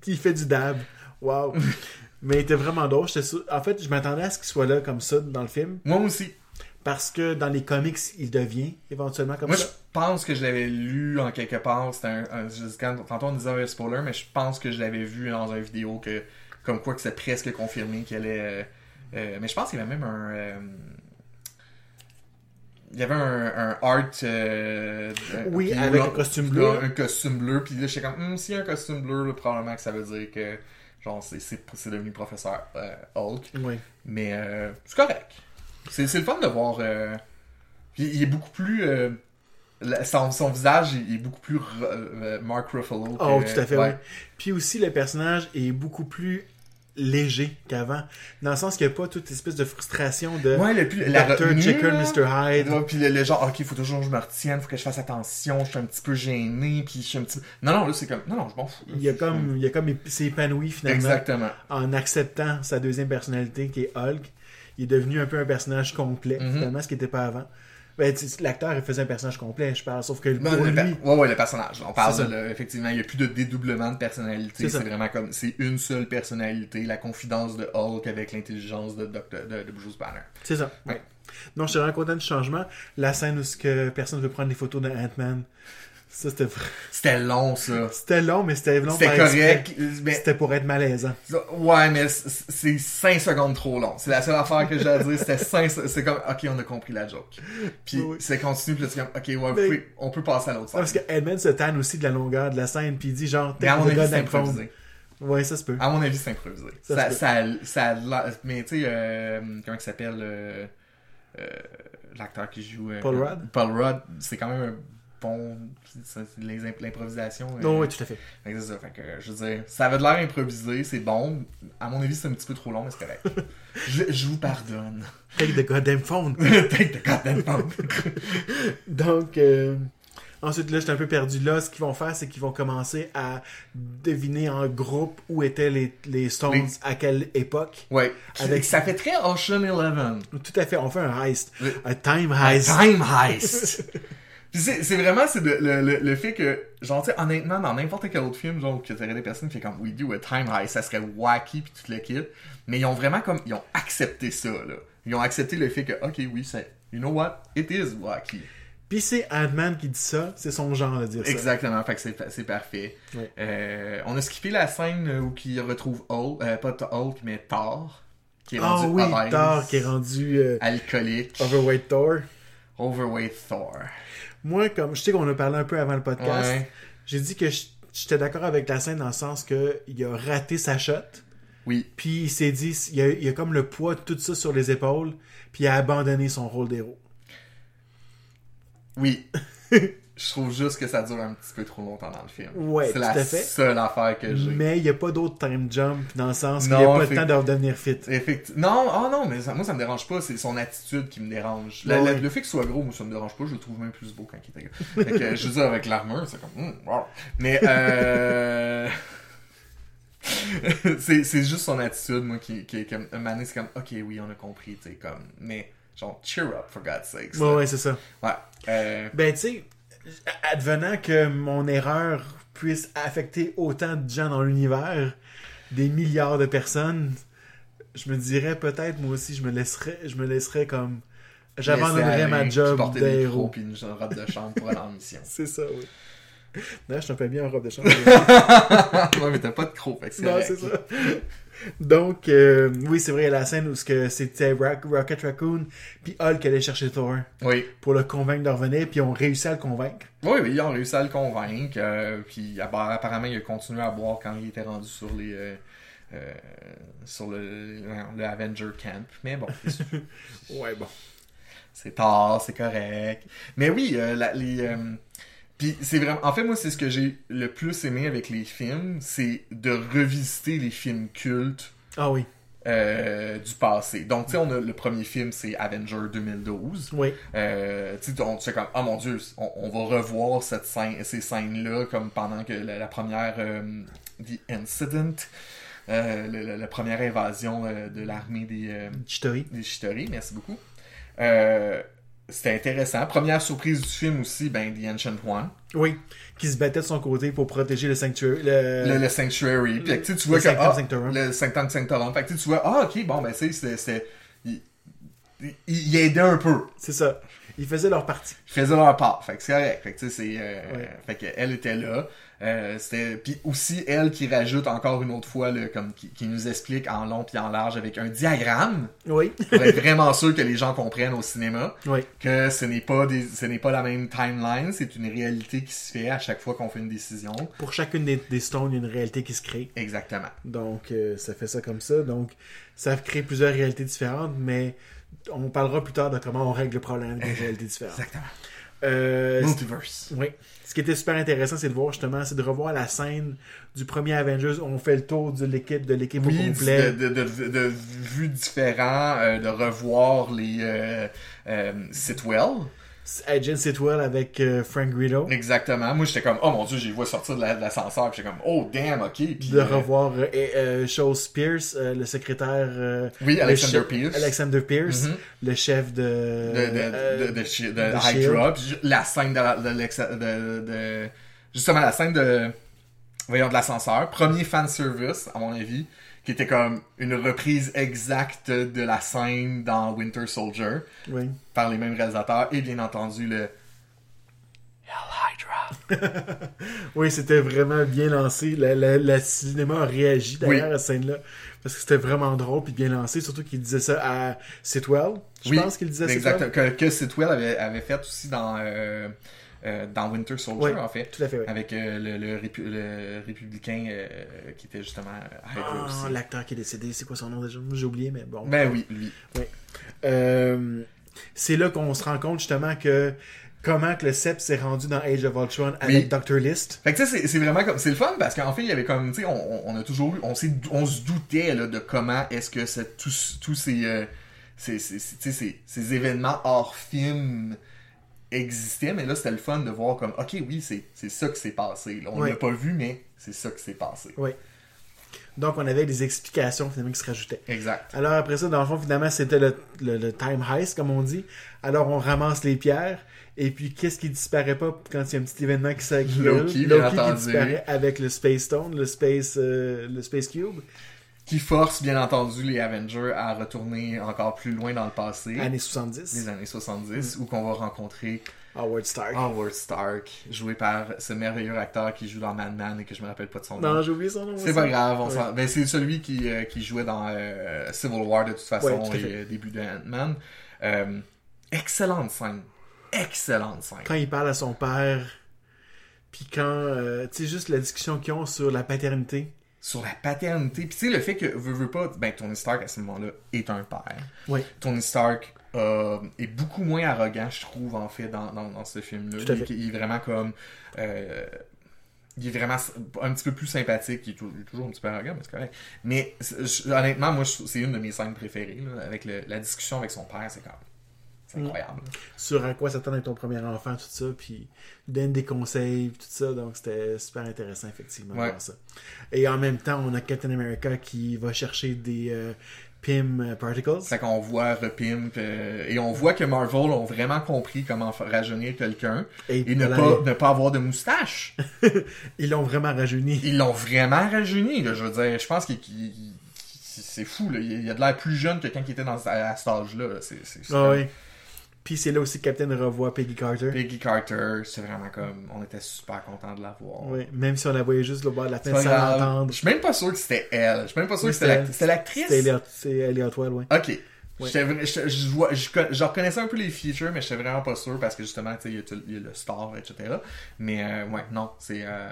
A: Puis il fait du dab. Wow. Mais il était vraiment drôle. J'étais sûr- En fait, je m'attendais à ce qu'il soit là comme ça dans le film.
B: Moi aussi.
A: Parce que dans les comics, il devient éventuellement comme
B: Moi, je
A: ça.
B: pense que je l'avais lu en quelque part. C'était un, un- je- quand- tantôt on disait un spoiler, mais je pense que je l'avais vu dans une vidéo que, comme quoi que c'est presque confirmé qu'elle est. euh, euh, mais je pense qu'il y avait même un. euh, il y avait un, un art. euh, euh,
A: Oui,
B: puis
A: avec
B: là,
A: un costume
B: puis
A: bleu.
B: là, Un costume bleu. Puis là, j'étais comme, Hum, s'il y a un costume bleu, là, probablement que ça veut dire que genre c'est- c'est c'est devenu professeur euh, Hulk.
A: Oui.
B: Mais euh, c'est correct. C'est c'est le fun de voir. euh, il, il est beaucoup plus. euh, la- son, son visage il, il est beaucoup plus re- euh, Mark Ruffalo.
A: Oh,
B: que-
A: tout à fait,
B: ouais.
A: oui. Puis aussi, le personnage est beaucoup plus léger qu'avant. Dans le sens qu'il n'y a pas toute espèce de frustration de
B: Ouais, le plus. La
A: l'acteur
B: retenue,
A: Checker,
B: là.
A: Mr.
B: Et
A: Hyde.
B: là, puis le, le genre, ok, faut toujours que je me retienne, faut que je fasse attention, je suis un petit peu gêné, puis je suis un petit peu. Non, non, là, c'est comme. Non, non, je m'en fous. là.
A: Il y a comme, il y a comme, ép- s'est épanoui finalement
B: Exactement.
A: en acceptant sa deuxième personnalité qui est Hulk. Il est devenu un peu un personnage complet,
B: Mhm.
A: finalement, ce qui n'était pas avant. Ben, tu- l'acteur, il faisait un personnage complet, je parle, sauf que
B: Non,
A: pour
B: Ben, le,
A: lui,
B: per- ouais, ouais, le personnage. On parle
A: C'est ça.
B: de le- effectivement, il n'y a plus de dédoublement de personnalité.
A: C'est ça.
B: C'est vraiment comme c'est une seule personnalité, la confidence de Hulk avec l'intelligence de, Dr- de, de Bruce Banner.
A: c'est ça.
B: Ouais.
A: Ouais. Non, je suis vraiment content du changement. La scène où ce que personne ne veut prendre des photos de Ant-Man, ça, c'était vrai.
B: C'était long ça.
A: C'était long, mais c'était long ben,
B: C'était
A: par exprès.
B: correct, mais
A: C'était pour être malaisant.
B: ouais, mais c- c'est 5 secondes trop long. C'est la seule affaire que j'ai à dire. C'était 5 C'est comme, ok, on a compris la joke. Puis
A: Oui, oui.
B: c'est continu, puis là, c'est comme, ok, ouais, vous
A: Mais-
B: pouvez- on peut passer à l'autre
A: Non, parce que
B: scène.
A: Edmund se tanne aussi de la longueur de la scène, puis il dit genre,
B: Mais à mon
A: le
B: avis,
A: gars
B: c'est
A: d'iPhone.
B: improvisé.
A: Ouais, ça se peut.
B: À mon avis, c'est improvisé.
A: Ça
B: Ça,
A: se
B: ça,
A: peut.
B: ça, a l'air- mais tu sais, euh, comment il s'appelle euh, euh, l'acteur qui joue euh,
A: Paul Rudd?
B: Paul Rudd, c'est quand même un bon. ça, c'est les imp- L'improvisation. euh,
A: Non, Oh, oui, tout à fait.
B: fait que c'est ça, fait que, euh, je veux dire, ça avait de l'air improvisé, c'est bon. À mon avis, c'est un petit peu trop long, mais c'est correct.
A: (laughs)
B: je, je vous pardonne. (laughs)
A: Take the goddamn phone.
B: Take
A: (laughs)
B: the goddamn phone.
A: Donc, euh, ensuite, là, j'étais un peu perdu. Là, ce qu'ils vont faire, c'est qu'ils vont commencer à deviner en groupe où étaient les, les Stones,
B: Les-
A: à quelle époque.
B: Ouais.
A: Avec-
B: Avec... Ça fait très Ocean Eleven.
A: Tout à fait, on fait un heist.
B: Le-
A: Un time heist.
B: Time Heist. (laughs) Puis c'est c'est vraiment c'est de- le, le, le fait que, genre, tu sais, honnêtement, dans n'importe quel autre film, genre, que t'aurais des personnes qui font comme We Do a Time Heist, ça serait wacky puis tout le kit. Mais ils ont vraiment comme, ils ont accepté ça, là. Ils ont accepté le fait que, ok, oui, c'est, you know what, it is wacky.
A: Puis c'est Ant-Man qui dit ça, c'est son genre de dire ça.
B: Exactement, fait que c'est, c'est parfait.
A: Ouais.
B: Euh, on a skippé la scène où il retrouve Hulk, euh, pas Hulk, mais Thor, qui est
A: Ah
B: rendu
A: oui,
B: obèse,
A: Thor qui est rendu euh,
B: alcoolique,
A: Overweight Thor.
B: overweight Thor.
A: Moi, comme je sais qu'on a parlé un peu avant le podcast,
B: Ouais.
A: j'ai dit que je- j'étais d'accord avec la scène dans le sens qu'il a raté sa shot.
B: Oui,
A: Puis il s'est dit, il y a, il y a comme le poids de tout ça sur les épaules, puis il a abandonné son rôle d'héros.
B: Oui. (laughs) je trouve juste que ça dure un petit peu trop longtemps dans le film.
A: Ouais,
B: c'est
A: tout
B: la
A: à fait.
B: seule affaire que j'ai.
A: Mais il n'y a pas d'autre time jump dans le sens qu'il n'y a
B: Non,
A: pas le
B: fait-
A: temps de redevenir fit.
B: Effecti- Non, oh non, mais ça- moi ça me dérange pas, c'est son attitude qui me dérange. La-
A: Ouais,
B: la-
A: ouais.
B: le fait qu'il soit gros, moi ça me dérange pas, je le trouve même plus beau quand il était gros. Fait que, je veux dire, avec l'armure, c'est comme. hum, wow. Mais euh. (laughs) c'est c'est juste son attitude, moi, qui, qui est comme. Un moment donné, c'est comme, ok, oui, on a compris, tu sais, comme. Mais, genre, cheer up, for God's sake.
A: Ouais, ouais, c'est ça.
B: Ouais. Euh,
A: Ben, tu sais, advenant que mon erreur puisse affecter autant de gens dans l'univers, des milliards de personnes, je me dirais peut-être, moi aussi, je me laisserais, je me laisserais comme. J'abandonnerais ma job
B: d'aéro.
A: d'aéro.
B: Puis une genre robe de chambre pour
A: (laughs)
B: aller en mission.
A: C'est ça, oui. Là, je t'en fais bien en robe de chambre.
B: (laughs) ouais, mais t'as pas de crocs, fait que c'est
A: non,
B: correct.
A: c'est ça. Donc, euh, oui, c'est vrai, la scène où ce que c'était Rock- Rocket Raccoon, puis Hulk allait chercher Thor
B: Oui.
A: pour le convaincre de revenir, puis on réussit à le convaincre.
B: Oui, oui, ils ont réussi à le convaincre. euh, puis app- apparemment, il a continué à boire quand il était rendu sur les. euh, euh, sur le, le Avenger Camp. Mais bon, c'est-
A: (laughs) Ouais, bon.
B: c'est tard, c'est correct. Mais oui, euh, la- les. euh, puis c'est vraiment. En fait, moi, c'est ce que j'ai le plus aimé avec les films, c'est de revisiter les films cultes
A: Ah oui,
B: euh, du passé. Donc, tu sais, on a le premier film, c'est Avenger 2012.
A: oui.
B: Euh, tu sais, on- tu fais comme, oh mon dieu, on, on va revoir cette scène, ces scènes-là, comme pendant que la, la première, euh, The Incident, euh, le- le- la première invasion euh, de l'armée des, euh,
A: Chitori.
B: des Chitauri, merci beaucoup. Euh, c'était intéressant. Première surprise du film aussi, ben, The Ancient One.
A: Oui, qui se battait de son côté pour protéger le sanctuaire. Le...
B: le, le Sanctuary. Puis tu sais, tu
A: le
B: vois que.
A: Sanctum
B: ah,
A: Sanctorum.
B: Le Sanctum Sanctorum. Fait que tu sais, tu vois, ah, ok, bon, ben, tu sais, c'était- c'était. Il, il- il aidait un peu.
A: C'est ça. Ils faisaient leur partie.
B: Ils faisaient leur part. Fait que c'est correct. Fait que tu sais, c'est. euh,
A: Ouais.
B: Fait que elle était là. Euh, c'était puis aussi elle qui rajoute encore une autre fois le comme qui, qui nous explique en long puis en large avec un diagramme
A: Oui. (laughs)
B: pour être vraiment sûr que les gens comprennent au cinéma
A: oui.
B: que ce n'est pas des ce n'est pas la même timeline c'est une réalité qui se fait à chaque fois qu'on fait une décision
A: Pour chacune des, des stones, il y a une réalité qui se crée.
B: exactement
A: Donc, euh, ça fait ça comme ça. Donc, ça crée plusieurs réalités différentes, mais on parlera plus tard de comment on règle le problème des réalités différentes.
B: exactement
A: Euh,
B: multiverse
A: oui. Ce qui était super intéressant, c'est de voir justement, c'est de revoir la scène du premier Avengers où on fait le tour de l'équipe, de l'équipe
B: Oui,
A: au
B: de,
A: complet.
B: de, de, de vues différents, euh, de revoir les euh, euh, Sitwell.
A: Agent Sitwell avec euh, Frank Grillo.
B: Exactement. Moi, j'étais comme, oh mon dieu, j'ai vu sortir de la- de l'ascenseur. Puis j'étais comme, oh damn, ok. Puis,
A: De
B: euh,
A: revoir euh, et, euh, Charles Pierce, euh, le secrétaire. euh,
B: Oui,
A: le
B: Alexander
A: chef-
B: Pierce.
A: Alexander Pierce,
B: Mhm.
A: le chef de.
B: de,
A: euh,
B: de, de, de, chi- de
A: de
B: Hydra. Puis je- la scène de, la- de, l'ex- de- de- Justement, la scène de. Voyons, de l'ascenseur. Premier fan service, à mon avis, qui était comme une reprise exacte de la scène dans Winter Soldier.
A: oui.
B: par les mêmes réalisateurs et bien entendu le Hell Hydra.
A: Oui, c'était vraiment bien lancé. La, la- la cinéma a réagi d'ailleurs
B: Oui.
A: à cette scène-là. Parce que c'était vraiment drôle puis bien lancé. Surtout qu'il disait ça à Sitwell. Je pense qu'il disait
B: exactement
A: Sitwell.
B: que, que Sitwell avait, avait fait aussi dans euh, euh, dans Winter
A: Oui.
B: Soldier en fait
A: Tout à fait, oui.
B: avec euh, le, le répu- le républicain euh, qui était justement euh, Hydra
A: Ah,
B: aussi.
A: l'acteur qui est décédé, c'est quoi son nom déjà J'ai oublié, mais bon.
B: Ben oui, lui.
A: Euh, c'est là qu'on se rend compte justement que comment que le CEP s'est rendu dans Age of Ultron avec Dr. List.
B: Fait que tu sais, c'est- c'est vraiment comme. C'est le fun parce qu'en fait, il y avait comme. Tu sais, on, on- on a toujours eu. On, s'est- on se doutait là, de comment est-ce que cette- tous, tous ces, euh, ces, ces, ces- tu sais, ces- ces événements hors film existaient. Mais là, c'était le fun de voir comme. Ok, oui, c'est c'est ça qui s'est passé. là. On
A: Ouais.
B: l'a pas vu, mais c'est ça qui s'est passé.
A: Oui. Donc on avait des explications finalement qui se rajoutaient.
B: Exact.
A: Alors après ça, dans le fond, finalement, c'était le, le- le time heist, comme on dit. Alors on ramasse les pierres. Et puis, qu'est-ce qui disparaît pas quand il y a un petit événement qui s'accumule?
B: Loki, bien
A: qui
B: entendu.
A: disparaît avec le Space Stone, le Space, euh, le space Cube.
B: Qui force, bien entendu, les Avengers à retourner encore plus loin dans le passé.
A: Années 70.
B: Les années 70, où qu'on va rencontrer
A: Howard Stark.
B: Howard Stark, joué par ce merveilleux acteur qui joue dans Mad Men et que je me rappelle pas de son nom.
A: Non, j'ai oublié son nom.
B: C'est
A: aussi.
B: pas grave, on s'en- ben, c'est celui qui, euh, qui jouait dans euh, Civil War de toute façon
A: Ouais, tout à fait.
B: et euh, début de Ant-Man. Euh, excellente scène. Excellente scène.
A: Quand il parle à son père, puis quand, euh, tu sais, juste la discussion qu'ils ont sur la paternité.
B: Sur la paternité. Puis tu sais, le fait que, veux, veux pas, ben Tony Stark à ce moment-là est un père.
A: Ouais.
B: Tony Stark euh, est beaucoup moins arrogant, je trouve, en fait, dans, dans, dans ce film-là.
A: Tout à
B: Il,
A: fait.
B: il est vraiment comme. euh, il est vraiment s- un petit peu plus sympathique. Il est tou- il est toujours un petit peu arrogant, mais c'est correct. Mais c'est- je- honnêtement, moi, je trouve- c'est une de mes scènes préférées. là, avec le- la discussion avec son père, c'est comme. C'est
A: Mm.
B: incroyable.
A: Sur à quoi s'attendre avec ton premier enfant, tout ça. Puis, il donne des conseils, puis tout ça. Donc, c'était super intéressant, effectivement, de
B: Ouais.
A: voir ça. Et en même temps, on a Captain America qui va chercher des, euh, Pym euh, Particles.
B: C'est qu'on voit Repimp euh, et on voit que Marvel ont vraiment compris comment fa- rajeunir quelqu'un
A: Et
B: et ne
A: voilà,
B: pas, ne pas avoir de moustache.
A: (laughs) Ils l'ont vraiment rajeuni.
B: Ils l'ont vraiment rajeuni, là, je veux dire. Je pense qu'il qu'il- qu'il- c'est fou, là. Il a de l'air plus jeune que quand il était dans, à, à cet âge-là. là. C'est c'est-
A: (laughs)
B: c'est
A: Ah ouais. Puis c'est là aussi que Captain revoit Peggy Carter.
B: Peggy Carter, c'est vraiment comme. On était super contents de la voir.
A: Ouais, même si on la voyait juste le bord de la
B: C'est
A: fin
B: pas
A: sans
B: grave.
A: l'entendre.
B: Je suis même pas sûr que c'était elle. Je suis même pas sûr
A: Oui,
B: que c'était
A: c'était
B: l'act-
A: elle.
B: c'était l'actrice.
A: C'est Elliot, c'est Elliot Wild, ouais.
B: Ok.
A: Ouais.
B: J'étais vra- j'étais- Je, vois- je con- je reconnaissais un peu les features, mais j'étais vraiment pas sûr parce que justement, tu sais, il y a tout- il y, a le star, etc. Mais euh, ouais, non, c'est euh,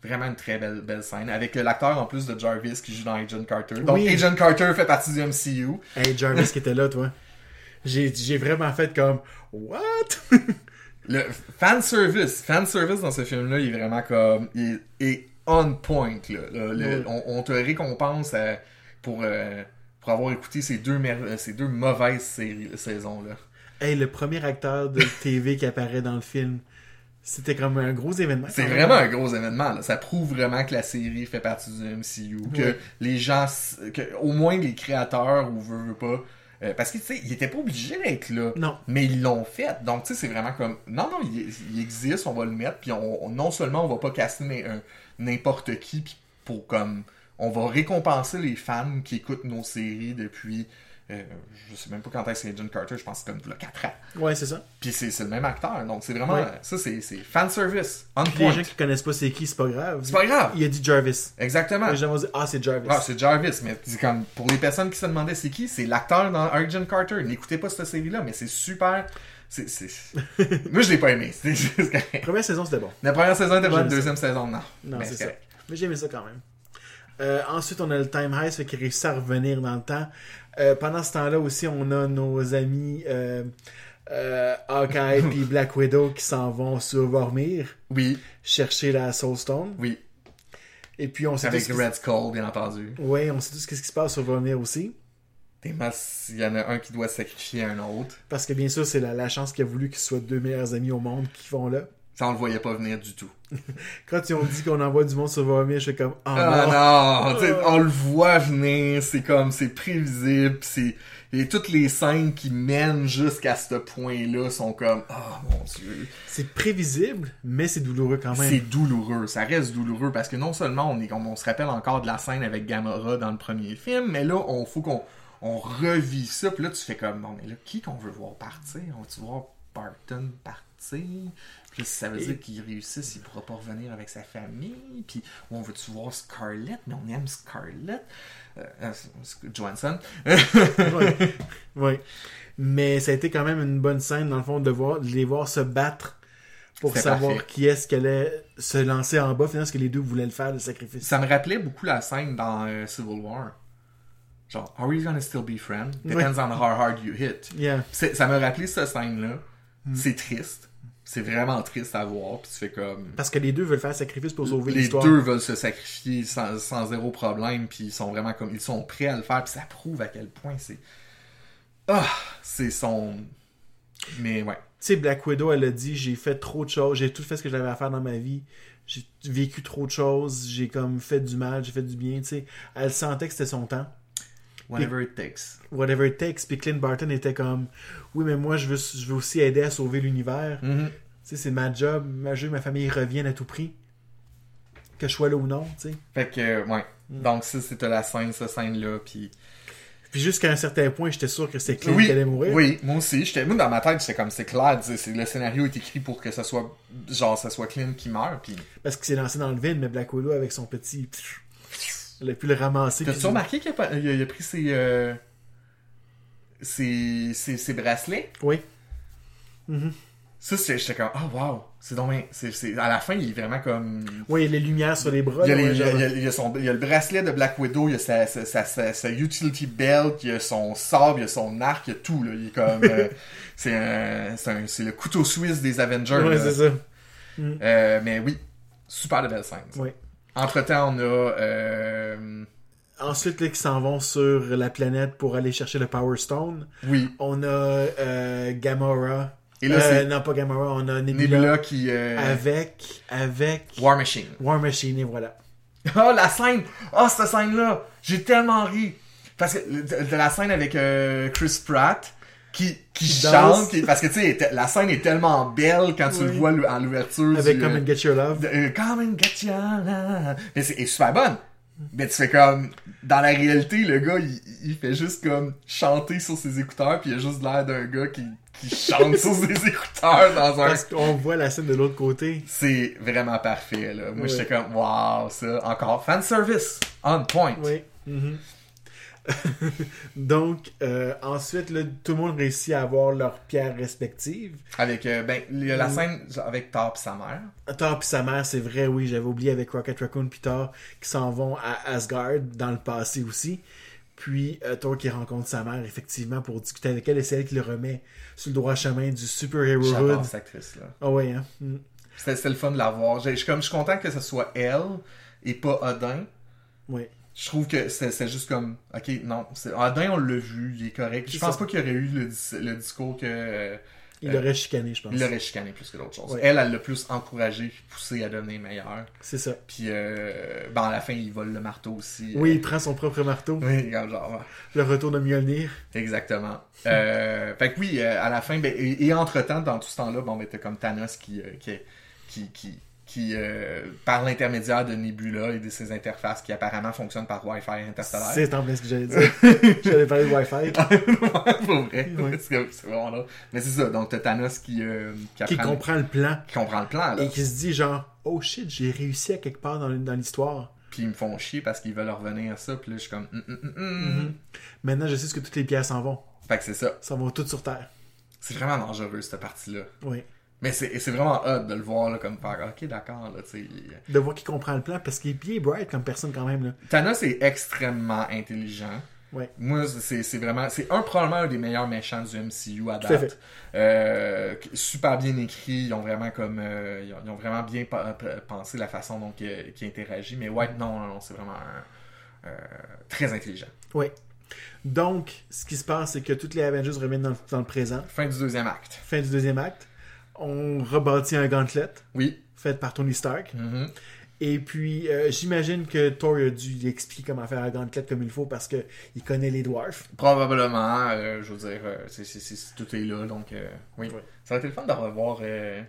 B: vraiment une très belle, belle scène. Avec euh, l'acteur en plus de Jarvis qui joue dans Agent Carter. Donc
A: Oui.
B: Agent Carter fait partie du MCU.
A: Hey, Jarvis qui était là, toi. J'ai j'ai vraiment fait comme What? (laughs)
B: Le fan service, fan service dans ce film-là, il est vraiment comme. Il est on point. Là. Le- le-
A: Ouais.
B: on, on te récompense euh, pour, euh, pour avoir écouté ces deux, mer- ces deux mauvaises séries- saisons-là.
A: hey, le premier acteur de TV qui apparaît dans le film, c'était comme un gros événement.
B: C'est vraiment un gros événement. Là. Ça prouve vraiment que la série fait partie du MCU. Que
A: Ouais.
B: les gens, s- que au moins les créateurs ou veut, veut pas. euh, parce que tu sais, ils étaient pas obligés d'être là.
A: Non.
B: Mais ils l'ont fait. Donc tu sais, c'est vraiment comme non non, il, il existe, on va le mettre. Puis on, on- non seulement on va pas casser n- un- n'importe qui puis pour comme on va récompenser les fans qui écoutent nos séries depuis. euh, je sais même pas quand est-ce que Agent Carter, je pense que c'est comme 4 ans.
A: Ouais, c'est ça.
B: Puis c'est c'est le même acteur, donc c'est vraiment.
A: Ouais.
B: Ça, c'est c'est fanservice. On
A: Puis les
B: point.
A: gens qui connaissent pas c'est qui, c'est pas grave.
B: C'est pas grave.
A: Il a dit Jarvis.
B: Exactement.
A: Les gens vont dire Ah, c'est Jarvis.
B: Ah, c'est Jarvis, mais c'est comme pour les personnes qui se demandaient c'est qui, c'est l'acteur dans Agent Carter. N'écoutez pas cette série-là, mais c'est super. C'est,
A: (laughs)
B: c'est... Moi, je l'ai pas aimé. C'est juste que-
A: Première saison, c'était bon.
B: La première saison était bonne,
A: J'aime ça.
B: deuxième saison, non.
A: Non,
B: Mais
A: c'est ça.
B: correct.
A: Mais j'aimais ça quand même. Euh, ensuite, on a le Time Heist, fait qu'il réussit à revenir dans le temps. Euh, pendant ce temps-là aussi, on a nos amis euh, euh,
B: (laughs)
A: Hawkeye puis Black Widow qui s'en vont sur Vormir
B: Oui,
A: chercher la Soul Stone.
B: oui.
A: Et puis on sait
B: Avec
A: tous ce
B: Red Skull, bien entendu.
A: qui... ouais, on sait tous ce qui se passe sur Vormir aussi.
B: Des masses, il y en a un qui doit sacrifier un autre.
A: Parce que bien sûr, c'est la, la chance qu'il a voulu qu'ils soient deux meilleurs amis au monde qui vont là.
B: Ça, on le voyait pas venir du tout.
A: Quand ils ont dit qu'on envoie du monde sur Vormir, je suis comme Ah non.
B: Ah non,
A: Oh.
B: tu sais, on le voit venir, c'est comme, c'est prévisible, pis c'est... Et toutes les scènes qui mènent jusqu'à ce point-là sont comme, oh mon dieu.
A: C'est prévisible, mais c'est douloureux quand même.
B: C'est douloureux, ça reste douloureux, parce que non seulement on, est, on, on se rappelle encore de la scène avec Gamora dans le premier film, mais là, on faut qu'on on revit ça, pis là, tu fais comme, bon, mais là, qui qu'on veut voir partir? On veut voir Barton partir? Puis si ça veut
A: Et-
B: dire qu'il réussisse, il pourra pas revenir avec sa famille. Puis on veut-tu voir Scarlett? Mais on aime Scarlett. Euh, euh, Sc- Johansson.
A: (laughs)
B: (laughs)
A: ouais. Ouais. Mais ça a été quand même une bonne scène, dans le fond, de, voir, de les voir se battre pour
B: C'était
A: savoir
B: parfait.
A: qui est-ce qu'elle allait se lancer en bas, finalement, parce que les deux voulaient le faire, le sacrifice.
B: ça me rappelait beaucoup la scène dans euh, Civil War. Genre, are we gonna still be friends? Depends on how hard you hit.
A: Yeah.
B: C'est- Ça me rappelait cette scène-là.
A: Hmm.
B: C'est triste. C'est vraiment triste à voir. Puis tu fais comme.
A: Parce que les deux veulent faire le sacrifice pour sauver
B: les
A: l'histoire.
B: deux veulent se sacrifier sans, sans zéro problème, puis ils sont vraiment comme ils sont prêts à le faire, puis ça prouve à quel point c'est ah c'est son mais ouais
A: Tu sais, Black Widow, elle a dit j'ai fait trop de choses, j'ai tout fait ce que j'avais à faire dans ma vie, j'ai vécu trop de choses, j'ai comme fait du mal, j'ai fait du bien, tu sais. Elle sentait que c'était son temps.
B: whatever it takes
A: Whatever it takes. Puis Clint Barton était comme oui, mais moi, je veux, je veux aussi aider à sauver l'univers.
B: Mhm.
A: Tu sais, c'est ma job, ma jeu, ma famille reviennent à tout prix. Que je sois là ou non, tu sais.
B: fait que ouais
A: Mm.
B: donc ça c'était la scène cette scène là puis
A: Puis jusqu'à un certain point, j'étais sûr que c'était Clint qui allait mourir.
B: Oui, moi aussi. J'étais, moi, dans ma tête, j'étais comme, c'est clair, tu sais, c'est- le scénario est écrit pour que ça soit, genre, ça soit Clint qui meurt, puis...
A: Parce qu'il s'est lancé dans le vide, mais Black Widow avec son petit. pfff, Elle a pu le ramasser. puis-
B: T'as-tu remarqué qu'il a, pas- il a- il a pris ses, euh, ses, ses, ses bracelets?
A: Oui. Mm-hmm.
B: Ça, c'est- j'étais comme, oh, wow, c'est donc bien- c'est, c'est- à la fin, il est vraiment comme...
A: Oui, les lumières sur les bras.
B: Il y, a
A: là,
B: les-
A: ouais,
B: il y a-
A: genre-
B: il y a- il y a son- il y a le bracelet de Black Widow, il y a sa, sa, sa, sa- sa utility belt, il y a son sabre, il y a son arc, il y a tout. Là. Il est
A: (laughs)
B: comme, euh, c'est, un- c'est, un- c'est le couteau suisse des Avengers.
A: Ouais,
B: là.
A: c'est ça.
B: Euh, mais oui, super de belles scènes. ça.
A: Oui.
B: Entre-temps, on a... euh,
A: Ensuite, là, qui s'en vont sur la planète pour aller chercher le Power Stone.
B: oui,
A: On a euh, Gamora.
B: Et là,
A: Euh,
B: c'est-
A: non, pas Gamora, on a Nebula.
B: Nebula qui... euh,
A: Avec. Avec.
B: War Machine.
A: War Machine, et voilà.
B: Ah, Oh, la scène! Oh, cette scène-là! J'ai tellement ri! Parce que de, de la scène avec euh, Chris Pratt qui, qui
A: Qui danse.
B: chante, qui- parce que tu sais, te- la scène est tellement belle quand tu le
A: Oui.
B: vois le- en l'ouverture
A: Avec
B: du,
A: Come
B: euh,
A: and Get Your Love.
B: de, euh, Come and Get You, là. Mais c'est elle est super bonne. Mais tu fais comme, dans la réalité, le gars, il, il fait juste comme chanter sur ses écouteurs, puis il a juste l'air d'un gars qui, qui chante sur ses (laughs) écouteurs dans un
A: Parce qu'on voit la scène de l'autre côté.
B: c'est vraiment parfait, là. Moi,
A: Ouais.
B: j'étais comme, waouh, ça, encore fanservice, on point.
A: Oui. Mhm. (laughs) Donc, euh, ensuite, là, tout le monde réussit à avoir leurs pierres respectives.
B: Avec, euh, ben, il y a la
A: Mm.
B: scène avec Thor pis sa mère.
A: Thor puis sa mère, c'est vrai, oui, j'avais oublié avec Rocket Raccoon puis Thor qui s'en vont à Asgard dans le passé aussi. Puis euh, Thor qui rencontre sa mère effectivement pour discuter avec elle et c'est elle qui le remet sur le droit chemin du super
B: J'adore
A: herohood.
B: cette actrice-là.
A: Ah ouais, hein. Mm.
B: C'était c'était le fun de la voir. J'ai- Je suis comme, je suis content que ce soit elle et pas Odin.
A: Ouais.
B: Je trouve que c'était c'était juste comme, ok, non, c'est- Odin, on l'a vu, il est correct. Je
A: C'est
B: pense
A: ça.
B: pas qu'il y aurait eu le, dis- le discours que euh,
A: Il
B: Euh,
A: l'aurait chicané, je pense.
B: il l'aurait chicané plus que d'autres choses.
A: Ouais.
B: Elle, elle l'a plus encouragé puis poussé à devenir meilleur.
A: C'est ça.
B: Puis, euh, ben, à la fin, il vole le marteau aussi.
A: Oui, il prend son propre marteau,
B: Oui, comme genre,
A: le retour de Mjolnir.
B: Exactement. Euh, (laughs) fait que oui, euh, à la fin, ben, et, et entre-temps, dans tout ce temps-là, bon, ben, t'as comme Thanos qui, euh, qui, qui, qui, qui, euh, par l'intermédiaire de Nebula et de ses interfaces qui apparemment fonctionnent par Wi-Fi interstellaire.
A: C'est en plein ce que j'allais dire.
B: (laughs)
A: j'allais parler de Wi-Fi.
B: Pour vrai.
A: Oui.
B: C'est comme- c'est vraiment là. Mais c'est ça, donc t'as Thanos qui, euh, qui,
A: qui
B: apprend-
A: comprend le plan
B: qui comprend le plan, là.
A: et qui se dit genre oh shit j'ai réussi à quelque part dans, dans l'histoire
B: Puis ils me font chier parce qu'ils veulent revenir à ça, puis là, je suis comme... hum, hum, hum, hum.
A: Mm-hmm. maintenant je sais ce que toutes les pierres s'en vont
B: Fait que c'est ça.
A: s'en vont toutes sur terre
B: C'est vraiment dangereux, cette partie-là.
A: oui
B: Mais c'est et c'est vraiment hot de le voir, là, comme faire, ok, d'accord, là, tu sais... il-
A: de voir qu'il comprend le plan parce qu'il est bien bright comme personne quand même là
B: Thanos est extrêmement intelligent.
A: Ouais.
B: Moi, c'est c'est vraiment. C'est un probablement un des meilleurs méchants du MCU à
A: Tout à
B: date.
A: fait.
B: Euh, qui- super bien écrit. Ils ont vraiment comme. euh, ils, ont, ils ont vraiment bien pa- pa- pensé la façon dont il, qu'il interagit. Mais White, non, non, non, c'est vraiment un- euh, très intelligent.
A: oui donc ce qui se passe c'est que toutes les Avengers reviennent dans, le- dans le présent
B: Fin du deuxième acte.
A: fin du deuxième acte on rebâtit un gauntlet
B: Oui.
A: fait par Tony Stark
B: Mhm.
A: et puis euh, j'imagine que Thor a dû lui expliquer comment faire un gauntlet comme il faut parce que il connaît les dwarfs
B: Probablement. euh, je veux dire, euh, c'est- c'est- c'est- tout est là. Donc, euh, oui.
A: Ouais.
B: Ça aurait été le fun de revoir. euh,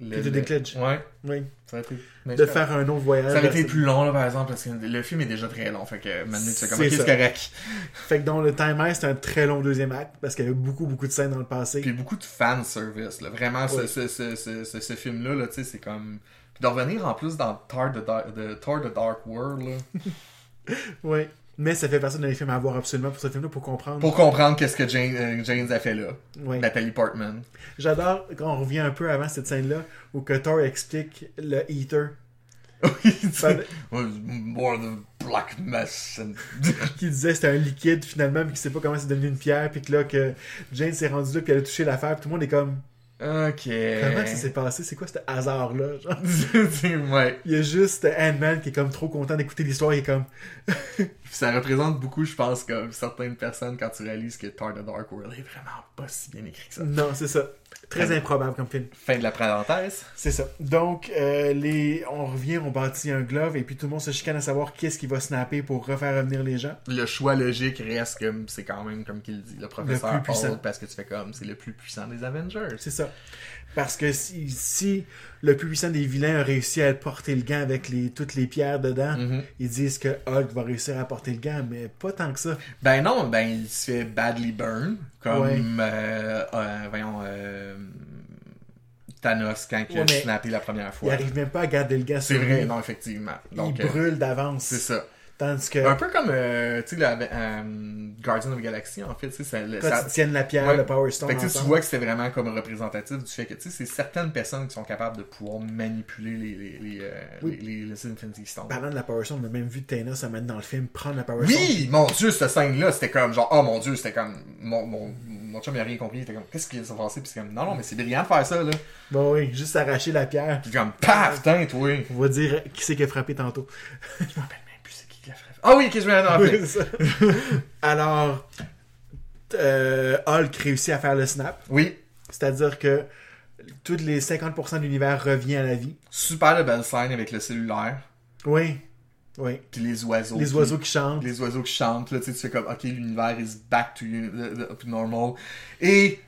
B: le,
A: Peter Dinklage.
B: Ouais.
A: oui
B: Ça aurait été- mais
A: de
B: ça-
A: faire un autre voyage
B: Ça aurait été plus long, là, par exemple, parce que le film est déjà très long. Fait que maintenant, tu fais comme,
A: C'est
B: ok, c'est
A: ça.
B: correct.
A: Fait que dans le timer, c'est un très long deuxième acte parce qu'il y a eu beaucoup, beaucoup de scènes dans le passé.
B: Puis beaucoup de fanservice, là. Vraiment, ce,
A: Ouais.
B: ce, ce, ce, ce, ce film-là, là, tu sais, c'est comme. Puis de revenir en plus dans Thor the, Dark- de Thor the Dark World,
A: (laughs)
B: là,
A: Ouais. Mais ça fait partie d'un des films à voir absolument pour ce film-là pour comprendre.
B: pour Ben, comprendre qu'est-ce que Jane, euh, James a fait là.
A: Ouais.
B: Nathalie Portman. (laughs)
A: J'adore quand on revient un peu avant cette scène-là où que Thor explique le Eater
B: Oui, tu (laughs)
A: Ça-
B: sais. Well, More than black
A: (laughs)
B: mess. and-
A: qui disait que c'était un liquide finalement puis qui sait pas comment c'est devenu une pierre puis que là que Jane s'est rendue là puis elle a touché l'affaire puis tout le monde est comme
B: ok.
A: comment
B: (laughs)
A: ça s'est passé c'est quoi ce hasard là
B: Tu sais, ouais.
A: il y a juste Ant-Man qui est comme trop content d'écouter l'histoire il est comme
B: Puis ça représente beaucoup, je pense, comme certaines personnes quand tu réalises que Thor the Dark World est vraiment pas si bien écrit que ça.
A: non c'est ça très improbable comme film
B: Fin de la parenthèse.
A: C'est ça. Donc, euh, les... on revient, on bâtit un glove, et puis tout le monde se chicane à savoir qui est-ce qui va snapper pour refaire revenir les gens.
B: le choix logique reste que c'est quand même, comme qu'il dit, le professeur
A: plus puissant.
B: Hall, parce que tu fais comme, c'est le plus puissant des Avengers.
A: C'est ça. Parce que si, si le plus puissant des vilains a réussi à porter le gant avec les, toutes les pierres dedans,
B: Mhm.
A: ils disent que Hulk va réussir à porter le gant, mais pas tant que ça.
B: Ben non, ben il se fait badly burn, comme,
A: Ouais.
B: euh, euh, voyons, euh, Thanos quand il
A: Ouais,
B: a
A: mais
B: snappé la première
A: Il
B: fois.
A: arrive même pas à garder le gant
B: C'est
A: sur
B: vrai,
A: lui.
B: non, effectivement.
A: Il
B: Donc, euh,
A: brûle
B: c'est
A: d'avance.
B: ça.
A: Tandis que
B: Un peu comme, euh, tu sais, la- euh, Guardian of the Galaxy, en fait, tu sais, ça- le-
A: quand
B: ça-
A: ils tiennent la pierre,
B: Ouais.
A: le Power Stone,
B: Fait que, tu sais, tu
A: ensemble,
B: vois que c'était vraiment comme représentatif du fait que tu sais, c'est certaines personnes qui sont capables de pouvoir manipuler les, les, les, euh,
A: Oui. Bah,
B: les- les- les Infinity Stones.
A: parlant de la Power Stone, on a même vu Thanos se mettre dans le film, prendre la Power Stone.
B: oui, mon dieu, cette scène-là, c'était comme genre, oh mon dieu, c'était comme, mon, mon, mon chum il a rien compris, il était comme, qu'est-ce qui s'est passé? Puis c'est comme, non, non, mais c'est brillant de faire ça, là.
A: Bon, oui, juste arracher la pierre.
B: Puis comme, paf, teinte, oui.
A: On va dire qui c'est qui a frappé tantôt.
B: Je m'appelle même plus, c'est qui qui l'a fait. Ah oui, ok, je vais en rappeler.
A: Oui, (laughs) c'est ça. Alors, euh, Hulk réussit à faire le snap,
B: Oui,
A: c'est-à-dire que toutes les 50% de l'univers revient à la vie.
B: super de belle scène avec le cellulaire.
A: Oui, Oui.
B: Puis les oiseaux.
A: Les
B: qui-
A: oiseaux qui chantent.
B: les oiseaux qui chantent, là, tu sais, tu fais comme, ok, l'univers is back to, uni- the- the- to normal. Et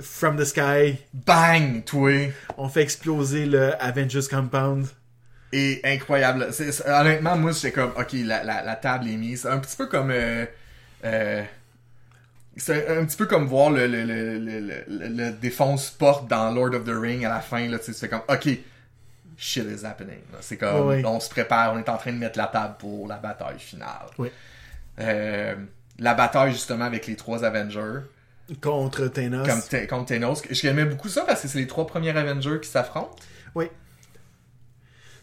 A: From the sky.
B: bang, toi!
A: On fait exploser le Avengers Compound.
B: Et incroyable. C'est- c'est- honnêtement, moi, j'étais comme, ok, la, la, la table est mise. Un petit peu comme. euh, euh, c'est un, un petit peu comme voir le, le, le, le, le- le- le défonce-porte dans Lord of the Ring à la fin, là, tu sais, tu fais comme, ok, shit is happening. là. C'est comme,
A: Ouais, ouais.
B: on se prépare, on est en train de mettre la table pour la bataille finale.
A: Ouais.
B: Euh, la bataille, justement, avec les trois Avengers.
A: Contre Thanos.
B: comme, Th- comme Thanos. J'aimais beaucoup ça parce que c'est les trois premiers Avengers qui s'affrontent.
A: Oui.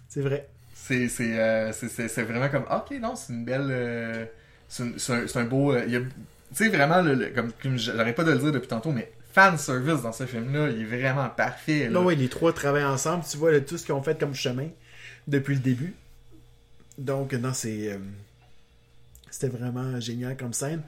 A: C'est vrai.
B: C'est c'est, euh, c'est- c'est- c'est vraiment comme, ok, non, c'est une belle. euh, c'est une- c'est un, c'est un beau. euh, il y a- tu sais, vraiment, le- le- comme, comme j'arrête pas de le dire depuis tantôt, mais fan service dans ce film-là, il est vraiment parfait. là.
A: Là, ouais, les trois travaillent ensemble. Tu vois là, tout ce qu'ils ont fait comme chemin depuis le début. Donc, non, c'est. euh, C'était vraiment génial comme scène.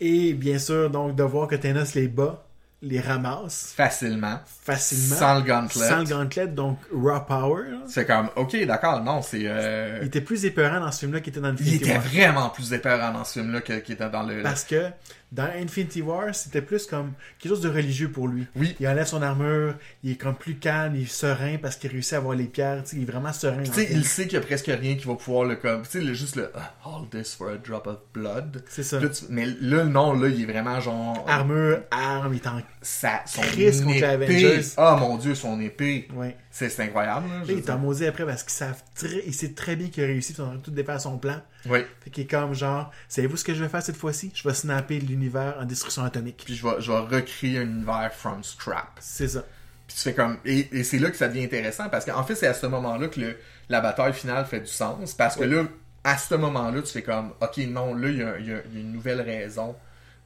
A: Et bien sûr, donc, de voir que Thanos les bat, les ramasse
B: Facilement.
A: facilement.
B: Sans le gauntlet.
A: Sans le gauntlet, donc raw power. là.
B: C'est comme, ok, d'accord, non, c'est. euh,
A: Il était plus épeurant dans ce film-là qu'il était dans
B: il
A: Infinity
B: était
A: War.
B: vraiment plus épeurant dans ce film-là que- qu'il était dans le.
A: Parce que dans Infinity War, c'était plus comme quelque chose de religieux pour lui.
B: Oui.
A: Il enlève son armure, il est comme plus calme, il est serein parce qu'il réussit à avoir les pierres. tu sais, Il est vraiment serein.
B: Tu sais,
A: en fait.
B: il sait qu'il y a presque rien qui va pouvoir le comme. Tu sais, le- juste le. ah, All this for a drop of blood.
A: C'est ça.
B: Là, tu- mais là, non, là, il est vraiment genre.
A: Armure, arme, il est en...
B: sa, son
A: Chris contre
B: épée.
A: Avengers.
B: Ah mon dieu, son épée.
A: Ouais.
B: C'est c'est incroyable. Là, je
A: Là, il
B: veux
A: est en
B: dire.
A: maudit après parce qu'il savent très... il sait très bien qu'il a réussi, puis on aurait tout défaire son plan.
B: Oui.
A: Fait qu'il est comme genre, savez-vous ce que je vais faire cette fois-ci? Je vais snapper l'univers en destruction atomique.
B: Puis je vais, je vais recréer un univers from scrap.
A: C'est ça.
B: Puis tu fais comme. Et, et c'est là que ça devient intéressant parce qu'en fait, c'est à ce moment-là que le- la bataille finale fait du sens. Parce que là, à ce moment-là, tu fais comme Ok, non, là, il y a, il y a- il y a une nouvelle raison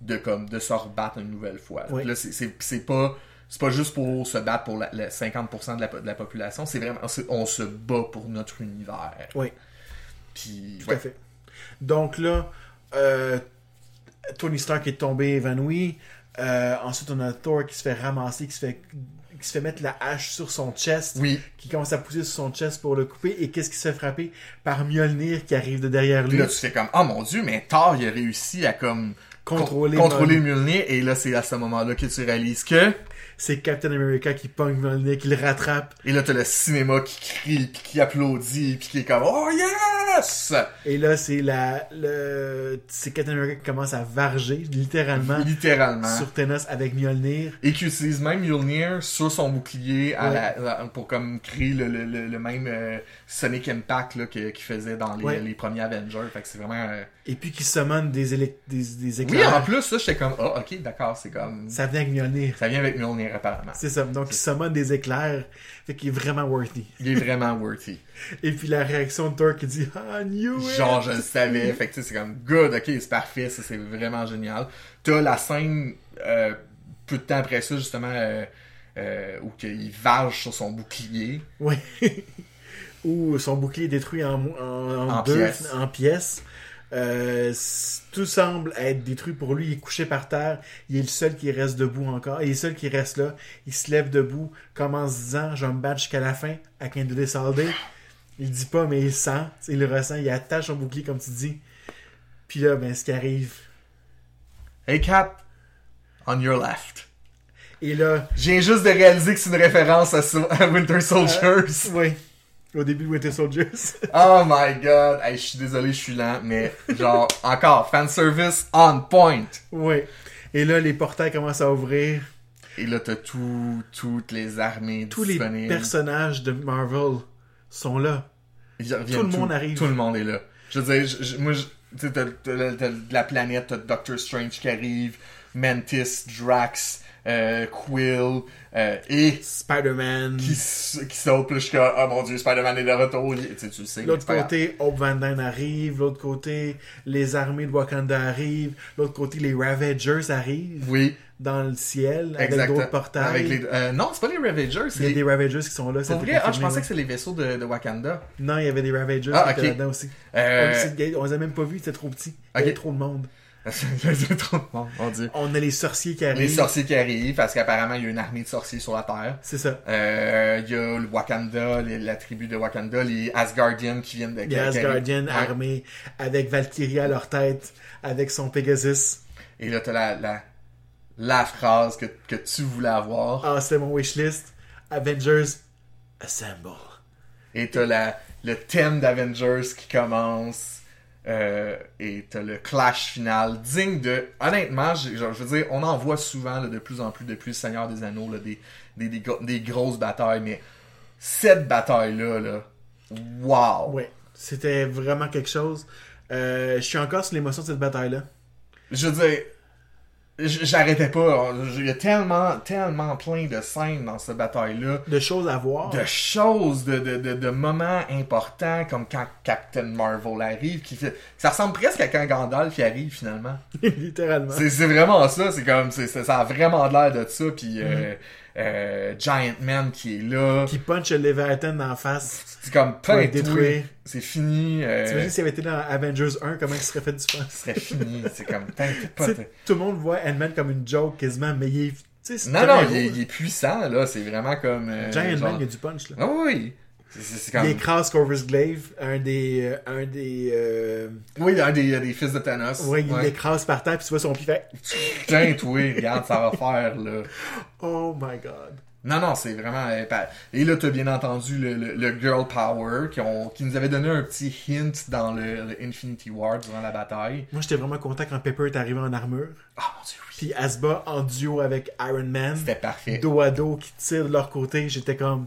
B: de comme de se rebattre une nouvelle fois.
A: Oui.
B: Là, c'est- c'est c'est pas. C'est pas juste pour se battre pour la, la 50% de la, po- de la population, c'est vraiment. c'est- On se bat pour notre univers.
A: Oui.
B: Puis.
A: Tout à fait. Donc là, euh, Tony Stark est tombé évanoui. Euh, ensuite, on a Thor qui se fait ramasser, qui se fait, qui se fait mettre la hache sur son chest,
B: Oui.
A: qui commence à pousser sur son chest pour le couper. Et qu'est-ce qui se fait frapper par Mjolnir qui arrive de derrière
B: Puis
A: lui
B: là, tu fais comme, oh mon dieu, mais Thor, il a réussi à comme
A: Contrôler
B: con- contrôler
A: Mjolnir.
B: Mjolnir. Et là, c'est à ce moment-là que tu réalises que.
A: C'est Captain America qui pogne Mjolnir, qui le rattrape.
B: Et là, t'as le cinéma qui crie, puis qui applaudit, puis qui est comme, oh yes!
A: Et là, c'est la, le, c'est Captain America qui commence à varger littéralement
B: Littéralement.
A: Hein? sur Thanos avec Mjolnir.
B: Et qui utilise même Mjolnir sur son bouclier à
A: Ouais.
B: la- à- pour comme créer le, le- le- le même euh, Sonic Impact là, que- qu'il faisait dans les,
A: Ouais.
B: les premiers Avengers. Fait que c'est vraiment. euh,
A: Et puis qui summon des, élec- des, des
B: Oui, en
A: éclairs.
B: plus, ça, j'étais comme, ah, ok, d'accord, c'est comme.
A: Ça vient avec Mjolnir.
B: Ça vient avec Mjolnir apparemment.
A: C'est ça. Donc, il summon des éclairs. Fait qu'il est vraiment worthy.
B: Il est vraiment worthy.
A: Et puis, la réaction de Thor qui dit Ah, I knew it!
B: Genre, je le savais. Fait que tu sais, c'est comme good, ok, c'est parfait, ça c'est vraiment génial. T'as la scène, euh, peu de temps après ça, justement, euh, euh, où il varge sur son bouclier.
A: Ouais. (laughs) Ou son bouclier est détruit en, en, en
B: En
A: deux,
B: pièces.
A: en pièces. Euh, s- tout semble être détruit pour lui. Il est couché par terre. Il est le seul qui reste debout encore. Il est le seul qui reste là. Il se lève debout, comme en se disant Je vais me battre jusqu'à la fin, à kind of this all day. Il dit pas, mais il sent. Il le ressent. Il attache son bouclier, comme tu dis. Puis là, ben, ce qui arrive.
B: Hey Cap, on your left.
A: Et là,
B: Je viens juste de réaliser que c'est une référence à, So- à Winter Soldiers.
A: Oui. Au début de Winter Soldiers.
B: (laughs)
A: (laughs)
B: Oh my god. Hey, je suis désolé, je suis lent, mais genre, encore, fanservice on point.
A: oui. Et là, les portails commencent à ouvrir.
B: Et là, t'as tout, toutes les armées
A: Tous les
B: disponibles.
A: personnages de Marvel sont là.
B: Ils reviennent
A: Tout le monde arrive.
B: Tout le monde est là. Je veux dire, je- je- moi, je- tu sais, t'as t'as la- t'as de la planète, t'as Doctor Strange qui arrive, Mantis, Drax, euh, Quill, euh, et
A: Spider-Man.
B: qui, s- qui saute, puis là, je suis comme, oh mon dieu, Spider-Man est de retour. Il- Tu sais, tu le sais. mais
A: L'autre
B: c'est pas grave.
A: côté, Hope Van Dyne arrive. L'autre côté, les armées de Wakanda arrivent. L'autre côté, les Ravagers arrivent
B: Oui,
A: dans le ciel avec
B: exact.
A: d'autres portails.
B: Avec les- euh, non, c'est pas les Ravagers.
A: Il y
B: C'est
A: a
B: les...
A: des Ravagers qui sont là.
B: Pour
A: c'était
B: vrai, ah, je
A: confirmé,
B: pensais
A: ouais.
B: que c'est les vaisseaux de, de Wakanda.
A: Non, il y avait des Ravagers
B: Ah,
A: qui étaient
B: ok.
A: là-dedans aussi.
B: Euh,
A: On les a même pas vus, c'était trop petit. Il y
B: ok.
A: avait trop de monde.
B: (laughs) C'est trop bon, mon dieu.
A: On a les sorciers qui
B: Les
A: arrivent.
B: sorciers qui arrivent, parce qu'apparemment, il y a une armée de sorciers sur la Terre.
A: C'est ça.
B: Euh, il y a le Wakanda, les- la tribu de Wakanda, les Asgardiens qui viennent de...
A: Les Asgardiens
B: Ouais.
A: armés avec Valkyrie à leur tête, avec son Pegasus.
B: Et là, t'as la, la, la phrase que, que tu voulais avoir.
A: Ah, c'est mon wishlist. Avengers Assemble.
B: Et t'as la, le thème d'Avengers qui commence. Euh, et t'as le clash final digne de... Honnêtement, j'ai- genre, je veux dire, on en voit souvent là, de plus en plus depuis le Seigneur des Anneaux, là, des, des, des, gro- des grosses batailles, mais cette bataille-là, là, wow!
A: Ouais, c'était vraiment quelque chose. Euh, je suis encore sur l'émotion de cette bataille-là.
B: Je veux dire, j- j'arrêtais pas. Il y a tellement, tellement plein de scènes dans cette bataille-là.
A: De choses à voir.
B: De choses, de, de, de, de moments importants, comme quand Captain Marvel arrive, qui fait... Ça ressemble presque à quand Gandalf y arrive, finalement.
A: (laughs) Littéralement.
B: C'est c'est vraiment ça, c'est comme... c'est- c'est- ça a vraiment l'air de ça, puis
A: Mhm.
B: euh, euh, Giant Man qui est là,
A: Qui punch le Leviathan en face.
B: c'est comme...
A: Pour le
B: Peint,
A: détruire.
B: oui, C'est fini, euh,
A: T'imagines s'il avait été dans Avengers 1, comment il se serait fait du pain?
B: ce serait fini, c'est comme... Putain,
A: (laughs)
B: t'es pas-
A: Tu sais, tout le monde voit Ant-Man comme une joke quasiment, mais il est. tu sais, c'est
B: Non,
A: un
B: non,
A: héros,
B: il est, il est puissant, là, c'est vraiment comme... euh,
A: Giant
B: genre-
A: Man, il y a du punch là.
B: Ah oui! C'est- C'est c'est
A: Il
B: comme...
A: écrase Corvus Glaive, un des. euh, un des. euh,
B: Oui, un des, des fils de Thanos.
A: Ouais, il l'écrase par terre, puis tu vois son pied faire
B: Putain, oui, regarde, ça va faire, là.
A: Oh my god.
B: Non, non, c'est vraiment... euh, pa- Et là, t'as bien entendu le, le- le Girl Power, qui, ont, qui nous avait donné un petit hint dans le, le Infinity War durant la bataille.
A: Moi, j'étais vraiment content quand Pepper est arrivé en armure.
B: Ah, mon Dieu, oui!
A: Puis elle se bat en duo avec Iron Man.
B: C'était parfait.
A: Dos à dos qui tire de leur côté. J'étais comme.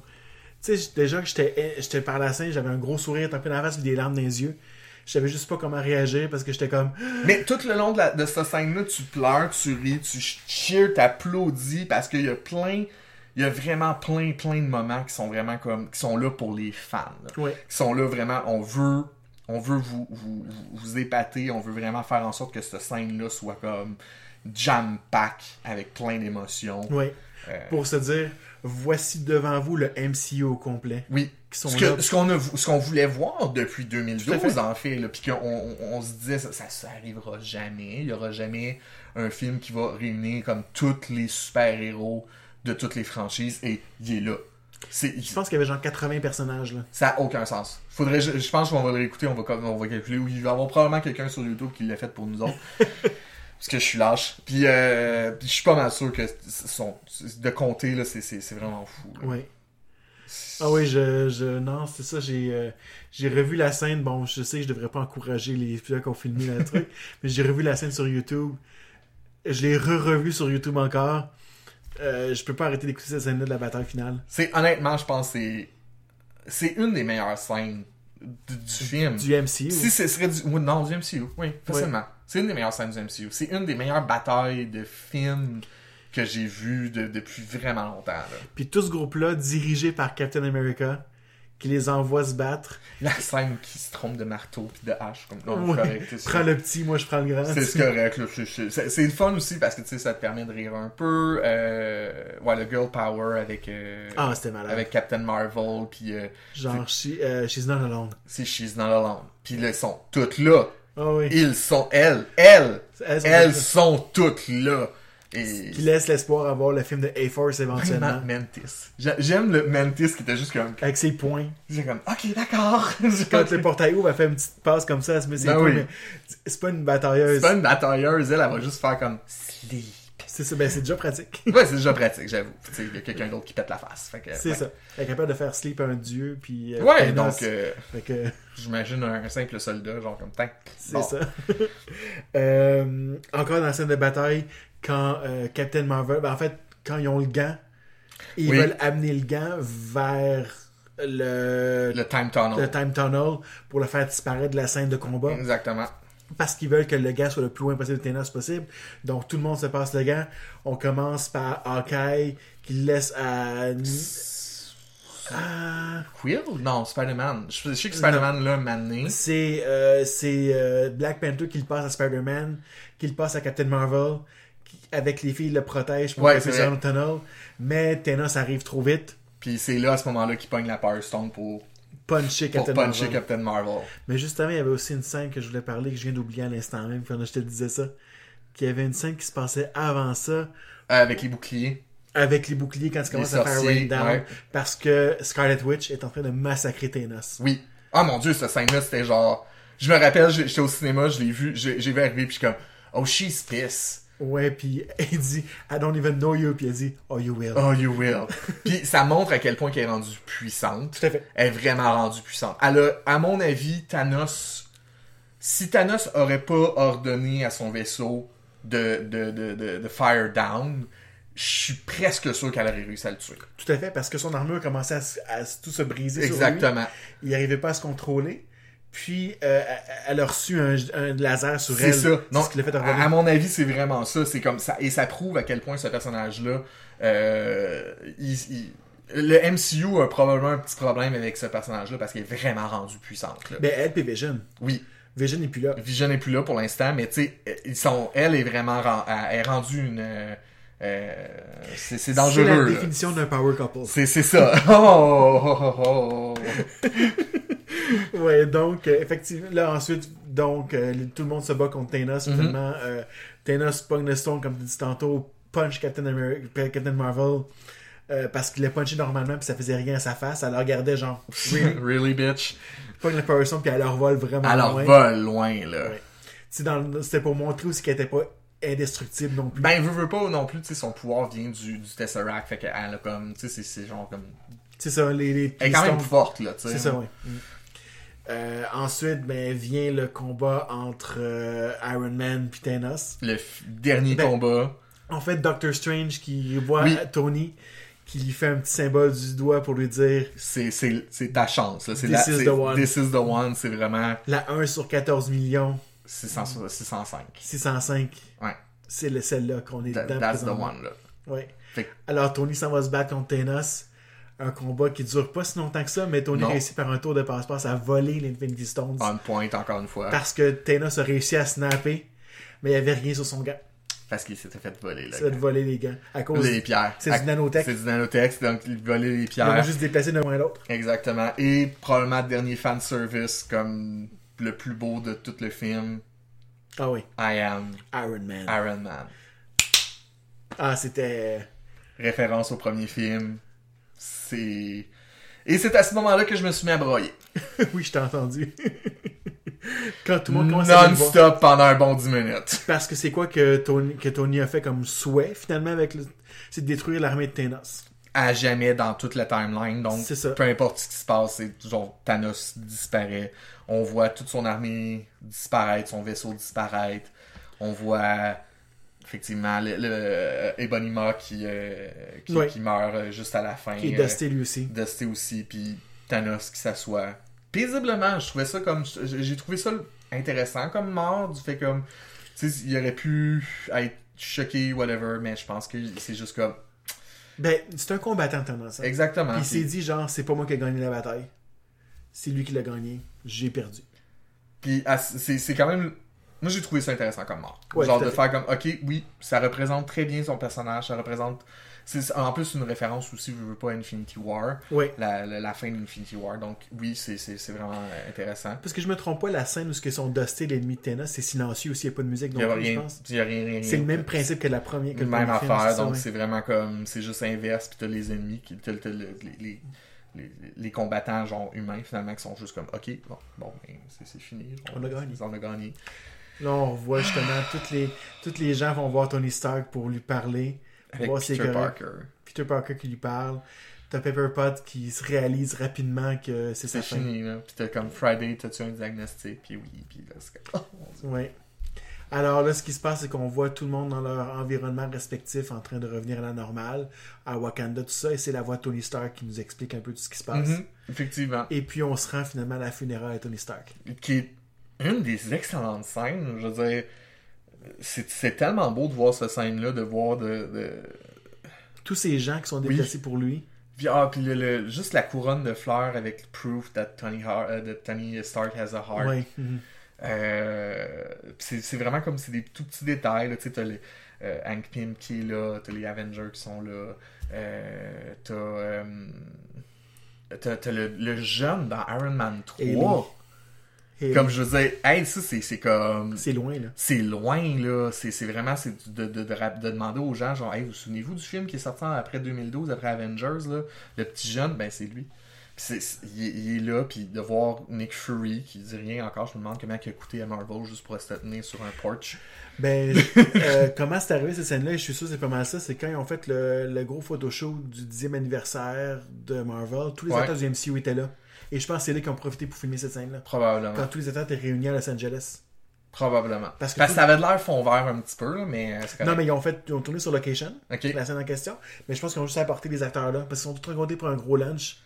A: Tu sais, j- déjà que j'étais j'étais par la scène, j'avais un gros sourire tapé dans la face puis des larmes dans les yeux. Je savais juste pas comment réagir parce que j'étais comme. (gasps)
B: Mais tout le long de, la- de cette scène-là, tu pleures, tu ris, tu ch- cheers, t'applaudis, parce qu'il y a plein... Il y a vraiment plein, plein de moments qui sont vraiment comme... qui sont là pour les fans. là.
A: Ouais.
B: qui sont là vraiment, on veut, on veut vous, vous, vous- vous épater, on veut vraiment faire en sorte que cette scène-là soit comme jam-pack avec plein d'émotions.
A: Ouais.
B: Euh.
A: Pour se dire, voici devant vous le MCU au complet.
B: Oui.
A: Qui sont
B: Ce
A: là.
B: que- ce qu'on a vou- ce qu'on voulait voir depuis
A: Tout à
B: 2012,
A: fait.
B: en fait, là, puis qu'on on, on se disait, ça, ça, ça arrivera jamais, il y aura jamais un film qui va réunir comme tous les super-héros de toutes les franchises, et il est là. C'est-
A: Je pense qu'il y avait genre 80 personnages là.
B: Ça a aucun sens. Faudrait, je, je pense qu'on va le réécouter, on va, comme- on va calculer. Oui, il va y avoir probablement quelqu'un sur YouTube qui l'a fait pour nous
A: (laughs)
B: autres. parce que je suis lâche. Puis, euh, puis je suis pas mal sûr que c- son, de compter, là, c'est, c'est, c'est vraiment fou. là.
A: Ouais. Ah oui, je, je non, c'est ça, j'ai euh, j'ai revu la scène. Bon, je sais, je devrais pas encourager les filles qui ont filmé le
B: (laughs)
A: truc, mais j'ai revu la scène sur YouTube. Je l'ai re-revu sur YouTube encore. Euh, je peux pas arrêter d'écouter cette scène-là de la bataille finale.
B: C'est, honnêtement, je pense que c'est, c'est une des meilleures scènes du, du film.
A: Du MCU.
B: Si ce serait du. oui, non, du MCU, oui, facilement. C'est une des meilleures scènes du MCU. C'est une des meilleures batailles de films que j'ai vues de- depuis vraiment longtemps. là.
A: Puis tout ce groupe-là, dirigé par Captain America, qui les envoie se battre.
B: La scène qui se trompe de marteau puis de hache. Comme... Non,
A: Ouais.
B: c'est correct, c'est
A: (laughs)
B: ça.
A: Prends le petit, moi je prends le grand.
B: C'est c'est correct. là. C'est- c'est- C'est c'est le fun aussi parce que tu sais, ça te permet de rire un peu. Euh, ouais, le girl power avec, euh,
A: Ah, c'était malade.
B: avec Captain Marvel. Puis euh,
A: Genre, she, euh, she's not alone.
B: c'est She's Not Alone. Puis là, ils sont toutes là.
A: Ah oui.
B: Ils sont, elles, elles,
A: Elles sont
B: elles
A: toutes
B: sont toutes là. Et...
A: Qui laisse l'espoir à voir le film de A-Force éventuellement.
B: Vraiment, Mantis. J'a- J'aime le Mantis qui était juste comme.
A: Avec ses poings.
B: J'ai comme, ok, d'accord. (laughs)
A: Quand le portail ouvre, elle fait une petite passe comme ça, elle se met ses
B: Ben
A: poings,
B: oui.
A: mais c'est pas une
B: C'est
A: batailleuse.
B: pas une batailleuse, elle, elle va juste faire comme sleep.
A: C'est ça, ben c'est déjà
B: (laughs)
A: pratique.
B: Ouais, c'est déjà pratique, j'avoue. Tu sais, il y a quelqu'un d'autre qui pète la face. Fait que,
A: C'est
B: ouais.
A: ça. Elle est capable de faire sleep un dieu, puis. euh,
B: Ouais,
A: Thanos.
B: donc euh,
A: Fait que, (laughs)
B: j'imagine un simple soldat, genre comme tank.
A: c'est ça. (laughs) Euh, encore dans la scène de bataille, quand euh, Captain Marvel, ben, en fait, quand ils ont le gant, ils
B: Oui.
A: veulent amener le gant vers le,
B: Le time tunnel.
A: le Time Tunnel pour le faire disparaître de la scène de combat.
B: Mm. Exactement.
A: parce qu'ils veulent que le gars soit le plus loin possible de Thanos possible. Donc tout le monde se passe le gars. On commence par Hawkeye qui le laisse à... Ah, à-
B: Quill? Non, Spider-Man. Je je sais que Spider-Man l'a mané.
A: C'est euh, c'est, euh, Black Panther qui le passe à Spider-Man, qui le passe à Captain Marvel, qui, avec les filles le protège pour
B: Ouais,
A: passer
B: c'est
A: sur le tunnel. Mais Thanos arrive trop vite,
B: Puis c'est là, à ce moment-là, qu'il pogne la Power Stone pour,
A: puncher
B: pour
A: Captain
B: puncher
A: Marvel.
B: Captain Marvel. Euh,
A: Mais juste avant, il y avait aussi une scène que je voulais parler que je viens d'oublier à l'instant même quand je te disais ça. qu'il y avait une scène qui se passait avant ça
B: Avec les boucliers.
A: avec les boucliers quand tu commences à faire
B: sorciers,
A: rain down
B: ouais.
A: parce que Scarlet Witch est en train de massacrer Thanos.
B: Oui. Ah mon dieu, cette scène-là, c'était genre. Je me rappelle, j'ai- j'étais au cinéma, je l'ai vu, j'ai j'ai vu arriver, puis je suis comme, oh, she's pissed.
A: Ouais, puis il dit I don't even know you, puis elle dit Oh you will.
B: Oh, you
A: (laughs)
B: will. puis ça montre à quel point qu'elle est rendue puissante.
A: Tout à fait.
B: Elle est vraiment rendue puissante. Elle a, à mon avis, Thanos. Si Thanos aurait pas ordonné à son vaisseau de, de, de, de, de fire down, je suis presque sûr qu'elle aurait réussi à le tuer.
A: Tout à fait, parce que son armure commençait à, se- à se- tout se briser sur lui.
B: Exactement.
A: Il n'arrivait pas à se contrôler. Puis euh, elle a reçu un, un laser sur
B: C'est
A: elle.
B: ça. Non, ah,
A: ce qui l'a fait
B: à, à
A: revenir.
B: mon avis, c'est vraiment ça. C'est comme ça. Et ça prouve à quel point ce personnage-là. euh, il- il- le MCU a probablement un petit problème avec ce personnage-là parce qu'il est vraiment rendu puissante. là.
A: Ben elle puis Vision.
B: Oui,
A: Vision n'est plus là.
B: Vision n'est plus là pour l'instant, mais tu sais, euh, ils sont- elle est vraiment ren- elle est rendue une. euh, euh, c'est c'est
A: C'est la
B: dangereux. là.
A: définition d'un power couple.
B: C'est c'est ça. (laughs) Oh, oh, oh, oh.
A: Ouais, donc, euh, effectivement, là, ensuite, donc, euh, le- tout le monde se bat contre Thanos,
B: Mhm.
A: finalement. euh, Thanos pogne le stone, comme tu dis tantôt, punch Captain, Ameri- Captain Marvel, euh, parce qu'il l'a punché normalement, puis ça faisait rien à sa face. Elle le regardait, genre, (laughs) really?
B: really, bitch.
A: pogne le power stone, puis elle le revole vraiment
B: Alors,
A: loin.
B: va loin, là.
A: Ben, Ouais. Tu sais, dans le- C'était pour montrer aussi qu'elle était pas indestructible non plus.
B: Ben, veut, veut pas non plus, tu sais, son pouvoir vient du, du Tesseract, fait qu'elle a comme, tu sais, c'est- c'est genre comme...
A: C'est ça, les, les
B: Elle est quand même
A: pistons.
B: forte, hein. là, tu sais.
A: C'est ça, oui. ensuite, ben, vient le combat entre euh, Iron Man puis Thanos.
B: Le f- dernier
A: Ben,
B: combat.
A: En fait, Doctor Strange qui voit
B: Oui.
A: Tony, qui lui fait un petit symbole du doigt pour lui dire
B: C'est c'est- c'est ta chance, là. C'est
A: This
B: la-
A: is
B: c'est-
A: the one.
B: This is the one, c'est vraiment
A: la 1 sur 14 millions
B: 600 605.
A: 605.
B: Ouais.
A: C'est le- celle-là qu'on est
B: Tha-
A: dedans.
B: That's the
A: présentement.
B: one, là.
A: Ouais.
B: Fait que-
A: Alors Tony s'en va se battre contre Thanos. Un combat qui dure pas si longtemps que ça, mais Tony
B: Non. Ah,
A: réussit par un tour de passe-passe à voler l'Infinity Stones.
B: On point, encore une fois.
A: Parce que Thanos a réussi à snapper, mais il n'y avait rien sur son gant.
B: Parce qu'il s'était fait voler, là.
A: Ça a de voler les gants. À cause.
B: Les pierres.
A: C'est du
B: Fait-
A: nanotech.
B: C'est du nanotech, donc il volait les
A: Ils ont
B: pierres.
A: juste déplacé d'un point à l'autre.
B: Exactement. Et probablement dernier fan service comme le plus beau de tout le film.
A: Ah oui.
B: I am
A: Iron Man.
B: Iron Man.
A: Ah, c'était.
B: référence au premier film. C'est. Et c'est à ce moment-là que je me suis mis à broyer.
A: (laughs) Oui, je t'ai entendu. Quand tout le monde commence à aller le voir.
B: Non-stop pendant un bon 10 minutes.
A: Parce que c'est quoi que Tony, que Tony a fait comme souhait, finalement, avec le... c'est de détruire l'armée de Thanos.
B: À jamais dans toute la timeline. Donc,
A: C'est ça.
B: peu importe ce qui se passe, c'est toujours Thanos disparaît. On voit toute son armée disparaître, son vaisseau disparaître. On voit effectivement le, le, euh, Ebony Maw qui, euh, qui,
A: Ouais.
B: qui meurt euh, juste à la fin.
A: Et
B: euh,
A: Dusty lui aussi.
B: Dusty aussi, puis Thanos qui s'assoit. Paisiblement, je trouvais ça comme. J'ai trouvé ça intéressant comme mort, du fait comme. Tu sais, il aurait pu être choqué, whatever, mais je pense que c'est juste comme.
A: Ben, c'est un combattant Thanos. hein.
B: Exactement.
A: Puis il s'est
B: Puis,
A: dit, genre, c'est pas moi qui ai gagné la bataille. C'est lui qui l'a gagné. J'ai perdu.
B: puis, ah, c'est c'est quand même. Moi, j'ai trouvé ça intéressant comme mort.
A: Ouais,
B: Genre
A: tout à
B: de
A: fait.
B: faire comme, ok, oui, ça représente très bien son personnage, ça représente. C'est en plus une référence aussi, je veux pas, à Infinity War,
A: Ouais.
B: la, la, la fin d'Infinity War. Donc, oui, c'est- c'est c'est vraiment euh, intéressant.
A: Parce que je me trompe pas, la scène où ce que sont Dusty, l'ennemi de Thanos, c'est silencieux aussi, il n'y a pas de musique.
B: Il
A: Donc,
B: n'y a
A: je
B: rien.
A: pense.
B: il y a rien, rien,
A: C'est le
B: rien.
A: même principe que la première. Que
B: une
A: le
B: même
A: premier film,
B: affaire,
A: c'est ça,
B: donc
A: ouais.
B: c'est vraiment comme, c'est juste inverse, puis t'as les ennemis, qui, t'as, t'as le- les, les, les, les combattants, genre humains, finalement, qui sont juste comme, ok, bon, bon ben, c'est, c'est fini.
A: On a gagné.
B: On a gagné.
A: Là, on voit justement toutes les, toutes les gens vont voir Tony Stark pour lui parler. pour
B: Avec
A: voir si c'est
B: Peter
A: correct.
B: Parker.
A: Peter Parker qui lui parle. T'as Pepper Pot qui se réalise rapidement que c'est sa
B: C'est
A: fin.
B: fini, là. Puis t'as comme Friday, t'as-tu un diagnostic, puis oui, puis là, c'est comme, oh, mon Dieu.
A: Ouais. Alors là, ce qui se passe, c'est qu'on voit tout le monde dans leur environnement respectif en train de revenir à la normale, à Wakanda, tout ça, et c'est la voix de Tony Stark qui nous explique un peu tout ce qui se passe.
B: Mhm, Effectivement.
A: Et puis on se rend finalement à la funéraire de Tony Stark.
B: Qui est une des excellentes scènes, je veux dire, c'est, c'est tellement beau de voir cette scène-là, de voir de- de,
A: Tous ces gens qui sont déplacés pour lui.
B: Puis, ah, puis le, le- juste la couronne de fleurs avec le proof that Tony, Har- euh, that Tony Stark has a heart.
A: Ouais. Mhm.
B: Euh, puis c'est c'est vraiment comme c'est des tout petits détails. là. Tu sais, t'as les, euh, Hank Pym qui est là, t'as les Avengers qui sont là, euh, t'as euh, t'as- t'as le, le jeune dans Iron Man 3.
A: Haley. Et-
B: Comme je veux dire, hey, ça, c'est c'est comme.
A: C'est loin, là.
B: C'est loin, là. C'est c'est vraiment c'est de, de, de, rap- de demander aux gens, genre, hey, vous souvenez-vous du film qui est sorti en- après 2012, après Avengers, là Le petit jeune, ben, c'est lui. Puis c'est- c'est- il, est- il est là, puis de voir Nick Fury qui dit rien encore, je me demande comment il a coûté à Marvel juste pour se tenir sur un porch.
A: Ben,
B: (laughs)
A: je- euh, comment c'est arrivé cette scène-là, et je suis sûr que c'est pas mal ça, c'est quand ils ont fait le, le gros photoshoot du 10e anniversaire de Marvel, tous les
B: Ouais.
A: acteurs du MCU étaient là. Et je pense que c'est là qu'ils ont profité pour filmer cette scène-là.
B: Probablement.
A: Quand tous les acteurs étaient réunis à Los Angeles.
B: Probablement.
A: Parce
B: Parce
A: que
B: que,
A: tout-
B: ça avait de l'air fond vert un petit peu, là, mais euh, c'est quand
A: Non,
B: même...
A: mais ils ont fait, ils ont tourné sur location,
B: Ok.
A: la scène en question, mais je pense qu'ils ont juste apporté les acteurs là, parce qu'ils sont tous rencontrés pour un gros lunch.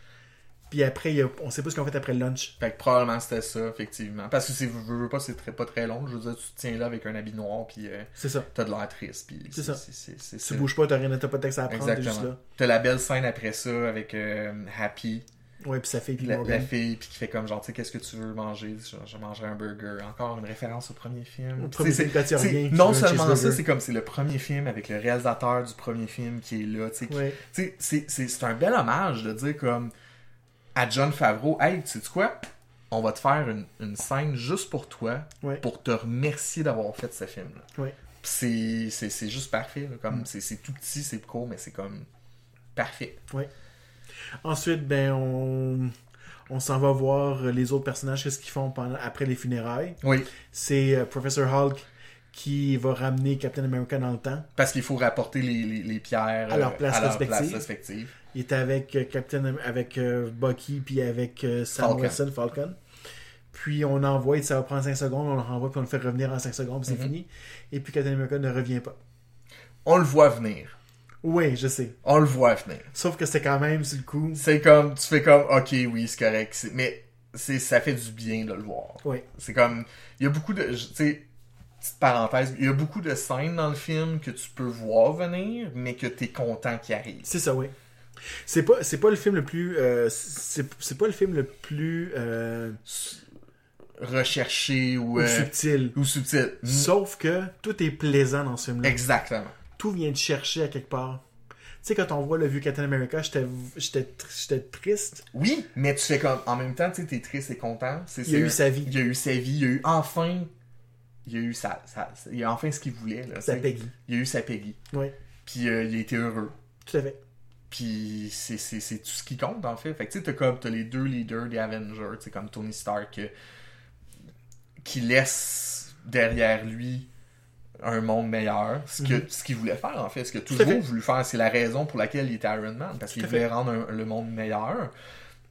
A: Puis après, il y a- on sait pas ce qu'ils ont fait après le lunch.
B: Fait que probablement c'était ça, effectivement. Parce que si vous voulez pas, c'est très, pas très long. Je veux dire, tu te tiens là avec un habit noir, puis euh,
A: C'est ça.
B: t'as de l'air triste. Puis
A: C'est ça.
B: c'est- c'est- c'est-
A: Tu
B: c'est-
A: bouges pas, t'as rien, t'as pas de texte à apprendre, t'es juste
B: Exactement.
A: là.
B: T'as la belle scène après ça avec euh, Happy,
A: Ouais, puis ça fait, puis
B: la, la
A: Morgan.
B: fille, puis qui fait comme genre, tu sais, qu'est-ce que tu veux manger Je, je mangerai un burger. Encore une référence au premier film.
A: Au
B: Tu
A: premier
B: sais,
A: film,
B: c'est-
A: quand tu
B: tu sais,
A: reviens, tu
B: non
A: veux un
B: seulement ça,
A: cheeseburger.
B: c'est comme c'est le premier film avec le réalisateur du premier film qui est là, tu sais, qui
A: Ouais.
B: Tu sais, c'est- c'est c'est un bel hommage de dire comme à John Favreau, hey, tu sais quoi? On va te faire une, une scène juste pour toi,
A: Ouais.
B: pour te remercier d'avoir fait ce film-là.
A: Ouais.
B: Puis C'est c'est- c'est juste parfait. là,
A: Mm.
B: comme c'est- C'est tout petit, c'est court, mais c'est comme parfait.
A: Ensuite, ben, on, on s'en va voir les autres personnages, qu'est-ce qu'ils font pendant, après les funérailles.
B: Oui,
A: C'est euh, Professor Hulk qui va ramener Captain America dans le temps.
B: parce qu'il faut rapporter les, les- les pierres
A: À leur
B: euh,
A: place respective.
B: place respective.
A: Il est avec euh, Captain Am- avec euh, Bucky puis avec euh, Sam
B: Falcon.
A: Wilson Falcon. Puis on envoie, et ça va prendre 5 secondes, on le renvoie puis on le fait revenir en 5 secondes, puis c'est fini. Et puis Captain America ne revient pas.
B: On le voit venir.
A: Oui, je sais.
B: On le voit venir.
A: Sauf que c'était quand même sur le coup.
B: C'est comme, tu fais comme, ok, oui, c'est correct. c'est- Mais c'est- ça fait du bien de le voir.
A: Ouais.
B: C'est comme. Il y a beaucoup de. je- Tu sais, petite parenthèse, il y a beaucoup de scènes dans le film que tu peux voir venir, mais que t'es content qu'il arrive.
A: C'est ça, oui. C'est pas, c'est pas le film le plus. euh, c'est, c'est pas le film le plus euh,
B: Recherché ou. euh,
A: subtil.
B: ou subtil. Mm,
A: Sauf que tout est plaisant dans ce film-là.
B: Exactement.
A: Tout vient de chercher à quelque part. Tu sais, quand on voit le vieux Captain America, j'étais, j'étais, tr- j'étais triste.
B: Oui, mais tu fais comme. En même temps, tu sais, t'es triste et content. C'est-
A: Il a
B: c'est-
A: eu sa vie.
B: Il a eu sa vie. Il a eu enfin. Il a eu sa. sa- sa- il a enfin ce qu'il voulait.
A: C'était
B: Là, tu sais.
A: Peggy.
B: Il a eu sa Peggy.
A: Oui,
B: Puis euh, il a été heureux.
A: tout à fait.
B: Puis c'est c'est- c'est tout ce qui compte, en fait. Fait que tu sais, t'as comme t'as les deux leaders des Avengers, tu sais, comme Tony Stark, euh, qui laisse derrière lui un monde meilleur. Ce que ce qu'il voulait faire, en fait. Ce que
A: Mm-hmm. à fait.
B: toujours voulu faire, c'est la raison pour laquelle il était Iron Man. Parce qu'il
A: à
B: voulait rendre un- le monde meilleur.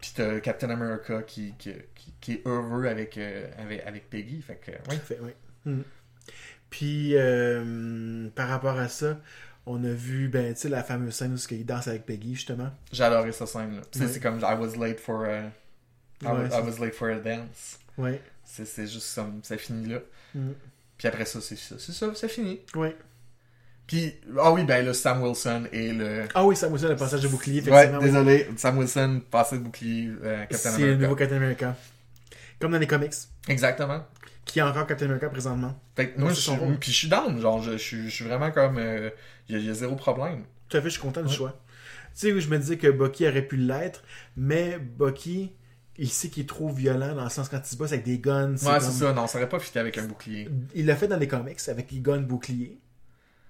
B: Puis t'as Captain America qui, qui, qui- qui est heureux avec, euh, avec, avec Peggy. Fait que, ouais.
A: Tout à fait, oui. Mhm. Puis, euh, par rapport à ça, on a vu, ben, tu sais, la fameuse scène où il danse avec Peggy, justement.
B: J'ai adoré cette scène-là. Tu sais,
A: Ouais.
B: c'est comme I was late for a- I
A: Ouais,
B: was-
A: c'est-
B: I was late for a dance.
A: Oui.
B: C'est c'est juste comme ça finit là.
A: Mm.
B: Puis après ça, c'est ça. C'est ça, c'est fini.
A: Oui.
B: Puis, ah oui, ben là, Sam Wilson et le.
A: Ah oui, Sam Wilson, le passage de bouclier,
B: Ouais,
A: effectivement. oui.
B: désolé, Sam Wilson, passé de bouclier, euh, Captain
A: C'est le
B: America.
A: nouveau Captain America. Comme dans les comics,
B: Exactement.
A: qui est encore Captain America présentement.
B: Fait que
A: Non,
B: moi,
A: c'est
B: je suis,
A: son rôle.
B: puis je suis down. Genre, je, je suis- je suis vraiment comme. euh, Il y, a- il y a zéro problème.
A: Tout à fait, je suis content du choix. Tu sais, où je me disais que Bucky aurait pu l'être, mais Bucky, il sait qu'il est trop violent dans le sens quand il se bosse avec des guns. c'est
B: Ouais,
A: comme-
B: c'est ça. Non, ça aurait pas fité avec un bouclier.
A: Il l'a fait dans les comics avec les guns boucliers,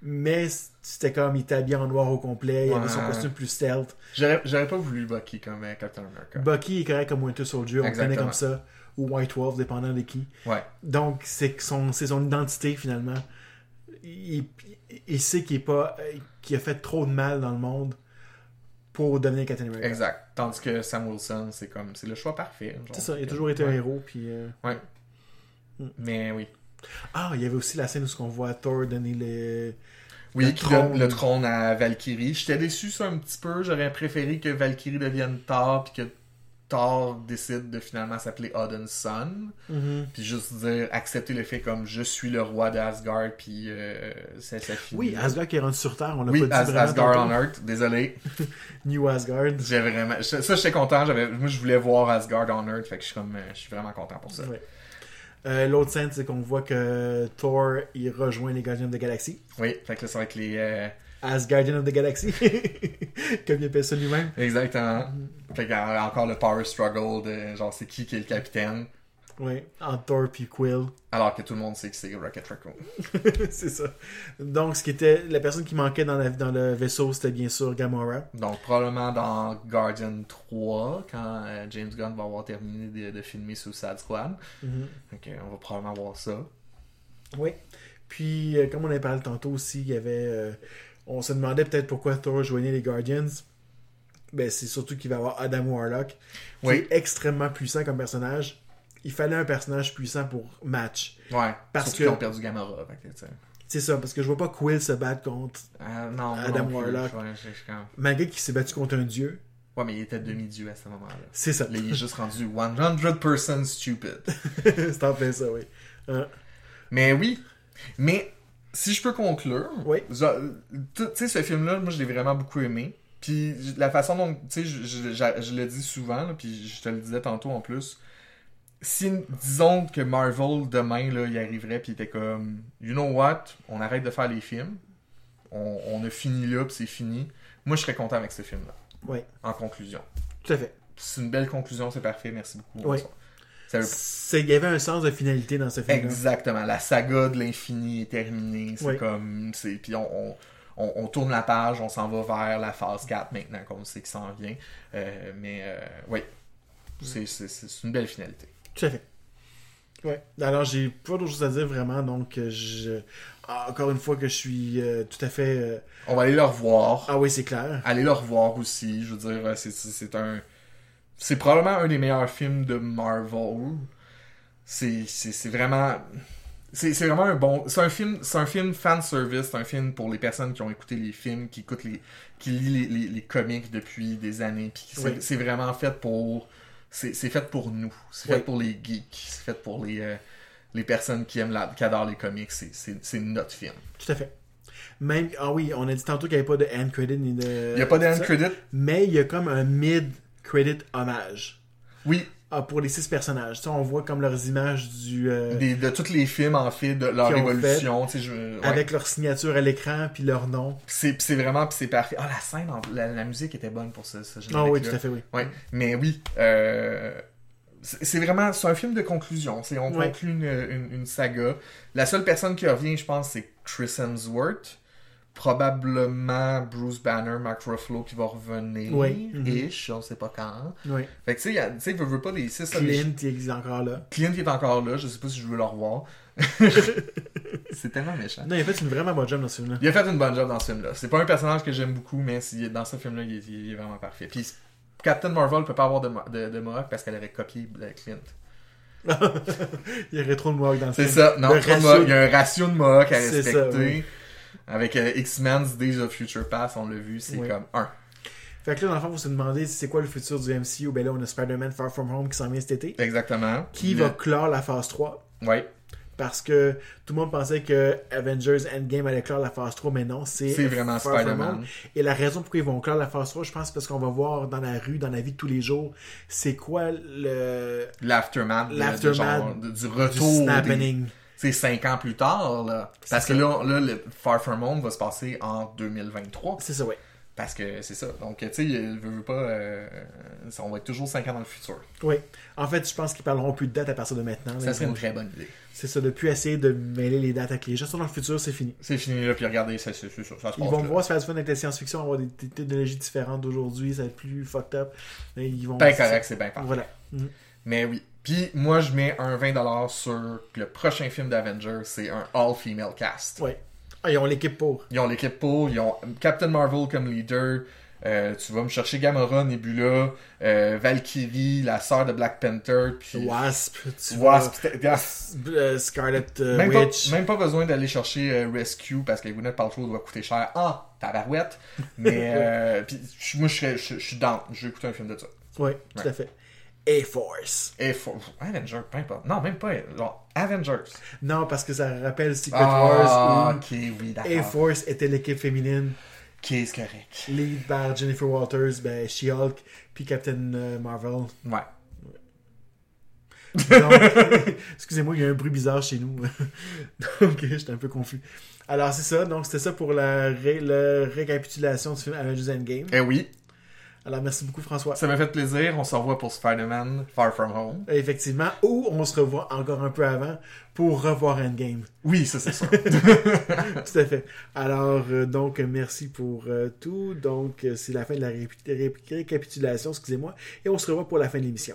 A: mais c'était comme il était habillé en noir au complet, il avait son
B: Ouais.
A: costume plus stealth.
B: J'aurais j'aurais pas voulu Bucky comme euh, Captain America.
A: Bucky est correct comme Winter Soldier, on le connaît
B: Exactement.
A: comme ça, ou White Wolf, dépendant de qui.
B: Ouais.
A: Donc, c'est que son, c'est son identité finalement. Il, il- il sait qu'il est pas, qu'il a fait trop de mal dans le monde pour devenir Captain America.
B: Exact. Tandis que Sam Wilson, c'est comme. C'est le choix parfait. genre.
A: C'est ça, il a toujours été un héros. Puis, euh,
B: Ouais. Mais oui.
A: Ah, il y avait aussi la scène où on voit Thor donner le.
B: Oui,
A: Le
B: le
A: trône.
B: trône. le trône à Valkyrie. J'étais déçu ça un petit peu. J'aurais préféré que Valkyrie devienne Thor puis que Thor décide de finalement s'appeler Odin's Son. Puis juste dire, accepter le fait comme je suis le roi d'Asgard puis euh, c'est ça finit.
A: Oui, Asgard qui est rendu sur Terre, on l'a
B: Oui,
A: pas
B: As-
A: dit vraiment.
B: Asgard on
A: tantôt.
B: Earth, désolé.
A: New Asgard.
B: J'ai vraiment. Ça, ça, j'étais content. J'avais... Moi, je voulais voir Asgard on Earth. Fait que je suis, comme... euh, je suis vraiment content pour ça.
A: Ouais. Euh, L'autre scène, c'est qu'on voit que Thor il rejoint les Guardians of the Galaxy.
B: Oui, fait que là, c'est vrai que les. euh,
A: As Guardian of the Galaxy, (laughs) comme il appelle ça lui-même. Mm-hmm.
B: Exactement. Fait que, euh, encore le power struggle de genre c'est qui qui est le capitaine.
A: Oui, entre Thor puis Quill.
B: Alors que tout le monde sait que c'est Rocket Raccoon.
A: (laughs) c'est ça. Donc, ce qui était la personne qui manquait dans, la- dans le vaisseau, c'était bien sûr Gamora.
B: Donc, probablement dans Guardian 3, quand euh, James Gunn va avoir terminé de, de filmer Suicide Squad.
A: Mhm.
B: Ok, on va probablement voir ça.
A: Oui. Puis, euh, comme on avait parlé tantôt aussi, il y avait. euh, on se demandait peut-être pourquoi Thor joignait les Guardians. Ben, c'est surtout qu'il va y avoir Adam Warlock, qui
B: Oui.
A: est extrêmement puissant comme personnage. Il fallait un personnage puissant pour match.
B: Ouais,
A: Parce
B: parce
A: que-
B: qu'ils ont perdu Gamora. fait que, tu sais.
A: C'est ça, parce que je vois pas Quill se battre contre.
B: Euh, non, moi
A: Adam
B: non plus,
A: Warlock.
B: Ouais, je- je- quand-
A: Malgré qu'il s'est battu contre un dieu,
B: ouais, mais il était demi-dieu à ce moment-là.
A: c'est ça.
B: Là, il est juste rendu 100% stupid.
A: (laughs) c'est en plein ça, oui. Hein?
B: Mais oui. Mais si je peux conclure,
A: Oui.
B: genre, tu tu sais, ce film-là, moi, je l'ai vraiment beaucoup aimé. Puis j- la façon dont, tu sais, je, je- je- je le dis souvent, là, puis je te le disais tantôt en plus. Si, disons que Marvel, demain, là, il arriverait, puis il était comme, you know what, on arrête de faire les films, on, on a fini là, puis c'est fini. Moi, je serais content avec ce film-là.
A: Oui,
B: En conclusion.
A: tout à fait.
B: C'est une belle conclusion, c'est parfait, merci beaucoup.
A: Oui.
B: bonsoir. Ça veut
A: C'est- Il y avait un sens de finalité dans ce film.
B: Exactement. La saga de l'infini est terminée. C'est
A: Oui.
B: comme. c'est Puis on, on, on- on tourne la page, on s'en va vers la phase 4 maintenant qu'on sait qu'il s'en vient. Euh, mais euh, oui, c'est c'est- c'est une belle finalité.
A: Tout à fait. Ouais. Alors, j'ai pas d'autre chose à dire vraiment, donc euh, je... ah, encore une fois que je suis euh, tout à fait... euh,
B: On va aller le revoir.
A: Ah oui, c'est clair.
B: Allez le revoir aussi. Je veux dire, euh, c'est- c'est c'est un. C'est probablement un des meilleurs films de Marvel. C'est c'est- c'est vraiment. C'est c'est vraiment un bon. C'est un film, c'est un film fan service, c'est un film pour les personnes qui ont écouté les films, qui écoutent les, qui lisent les, les, les comics depuis des années. Puis c'est
A: Oui.
B: c'est vraiment fait pour, c'est c'est fait pour nous. C'est fait
A: Oui.
B: pour les geeks. C'est fait pour les euh, les personnes qui aiment la, qui adorent les comics. C'est- C'est c'est notre film.
A: Tout à fait. Même... Ah oui, on a dit tantôt qu'il n'y avait pas de end credit ni de...
B: Il y a pas de end
A: ça.
B: credit.
A: Mais il y a comme un mid-credit hommage
B: Oui,
A: Ah, pour les six personnages. Ça, on voit comme leurs images du... euh,
B: des- de tous les films en fait, de leur
A: Qui ont
B: évolution. tu sais, je- ouais.
A: Avec leur signature à l'écran, puis leur nom.
B: C'est pis c'est vraiment pis c'est parfait. Ah, la scène, en- la, la musique était bonne pour ce, ce
A: Ah
B: générique-là.
A: oui, tout à fait, oui.
B: Ouais. Mais oui, euh, c'est c'est vraiment c'est un film de conclusion. C'est on
A: Ouais.
B: conclut une, une- une saga. La seule personne qui revient, je pense, c'est Chris Hemsworth. Probablement Bruce Banner, Mark Ruffalo qui va revenir.
A: Ouais. Mhm.
B: Ish, on sait pas quand.
A: Oui.
B: Fait que tu sais, y a- tu sais, veux, veux pas des six
A: Clint, il existe encore là.
B: Clint qui est encore là, je sais pas si je veux
A: (laughs)
B: le revoir. c'est tellement méchant.
A: Non, il a fait une vraiment bonne job dans ce film-là.
B: Il a fait une bonne job dans ce film-là. C'est pas un personnage que j'aime beaucoup, mais s'il est- dans ce film-là, il, est- il est vraiment parfait. Puis Captain Marvel peut pas avoir de, mo- de, de Mohawk parce qu'elle avait copié Black Clint.
A: il y aurait trop de Mohawk dans le
B: C'est
A: film.
B: ça, non,
A: Le
B: trop de
A: ratio-
B: Mohawk. il y a un ratio de Mohawk à
A: C'est
B: respecter.
A: ça, oui.
B: Avec euh, X-Men's Days of Future Past, on l'a vu, c'est
A: Oui.
B: comme un.
A: Fait que là, dans le fond, vous se demandez c'est quoi le futur du MCU. Ben là, on a Spider-Man Far From Home qui s'en vient cet été.
B: Exactement.
A: Qui
B: Le-
A: va clore la phase 3
B: Ouais,
A: Parce que tout le monde pensait que Avengers Endgame allait clore la phase 3, mais non, c'est.
B: c'est vraiment
A: Far From
B: Spider-Man.
A: Home. Et la raison pourquoi ils vont clore la phase 3, je pense, c'est parce qu'on va voir dans la rue, dans la vie de tous les jours, c'est quoi le.
B: L'aftermath de- de
A: L'aftermath
B: genre- de- du
A: du
B: retour. des-
A: snapping.
B: C'est cinq ans plus tard, là.
A: C'est
B: Parce que
A: ça.
B: là, là, le Far From Home va se passer en 2023.
A: C'est ça, ouais.
B: Parce que c'est ça. Donc, tu sais, il veut, veut pas. euh, on va être toujours 5 ans dans le futur.
A: Oui. En fait, je pense qu'ils parleront plus de dates à partir de maintenant.
B: Ça
A: mais
B: serait une
A: bon,
B: très bonne idée.
A: C'est ça, de plus essayer de mêler les dates avec les gens. Sur dans le futur, c'est fini.
B: C'est fini là, puis regardez, ça, c'est c'est sûr. Ça se
A: Ils
B: passe
A: vont
B: là.
A: voir se faire du fun avec la science-fiction, avoir des des technologies différentes d'aujourd'hui, ça va être plus fucked up. Mais ils vont.
B: Ben correct, c'est bien parfait.
A: Voilà.
B: Mais oui. Puis moi, je mets un 20$ sur le prochain film d'Avengers, c'est un all-female cast.
A: Ouais. Ah, ils ont l'équipe pour.
B: Ils ont l'équipe pour, ils ont Captain Marvel comme leader. euh, tu vas me chercher Gamora, Nebula, euh, Valkyrie, la sœur de Black Panther, puis
A: Wasp. Tu
B: Wasp.
A: vois, euh, Scarlet euh,
B: Même pas,
A: Witch.
B: même pas besoin d'aller chercher euh, Rescue parce que Gwyneth Paltrow doit coûter cher. Ah, tabarouette. Mais euh, puis, je- moi, je, serais- je- je suis down. Je vais écouter un film de ça.
A: Ouais, tout à fait. A-Force.
B: Et faut- Avengers, peu importe. Non, même pas. Genre, Avengers.
A: Non, parce que ça rappelle Secret
B: Ah,
A: Wars
B: ok, oui,
A: où
B: d'accord.
A: A-Force était l'équipe féminine,
B: Ok, c'est correct.
A: lead par Jennifer Walters, ben She-Hulk, puis Captain euh, Marvel.
B: Ouais.
A: Donc, (laughs) excusez-moi, il y a un bruit bizarre chez nous. (laughs) donc, j'étais un peu confus. Alors, c'est ça. Donc, c'était ça pour la, ré- la récapitulation du film Avengers Endgame.
B: Eh oui.
A: Alors, merci beaucoup, François.
B: Ça m'a fait plaisir. On se revoit pour Spider-Man Far From Home.
A: Effectivement, ou on se revoit encore un peu avant pour revoir Endgame.
B: Oui, ça c'est sûr.
A: Tout à fait. Alors, euh, donc, merci pour euh, tout. Donc, euh, c'est la fin de la ré- ré- récapitulation, excusez-moi. Et on se revoit pour la fin de l'émission.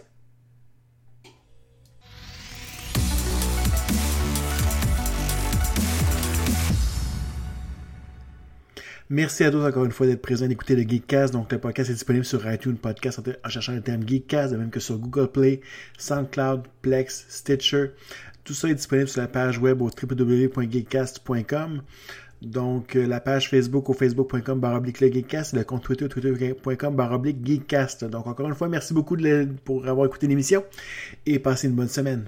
A: Merci à tous encore une fois d'être présents et d'écouter le Geekcast. Donc, le podcast est disponible sur iTunes Podcast en, te- en cherchant le terme Geekcast, de même que sur Google Play, SoundCloud, Plex, Stitcher. Tout ça est disponible sur la page web au www.geekcast.com. Donc, euh, la page Facebook au facebook.com baroblique le Geekcast et le compte Twitter twitter.com baroblique Geekcast. Donc, encore une fois, merci beaucoup de le- pour avoir écouté l'émission et passez une bonne semaine.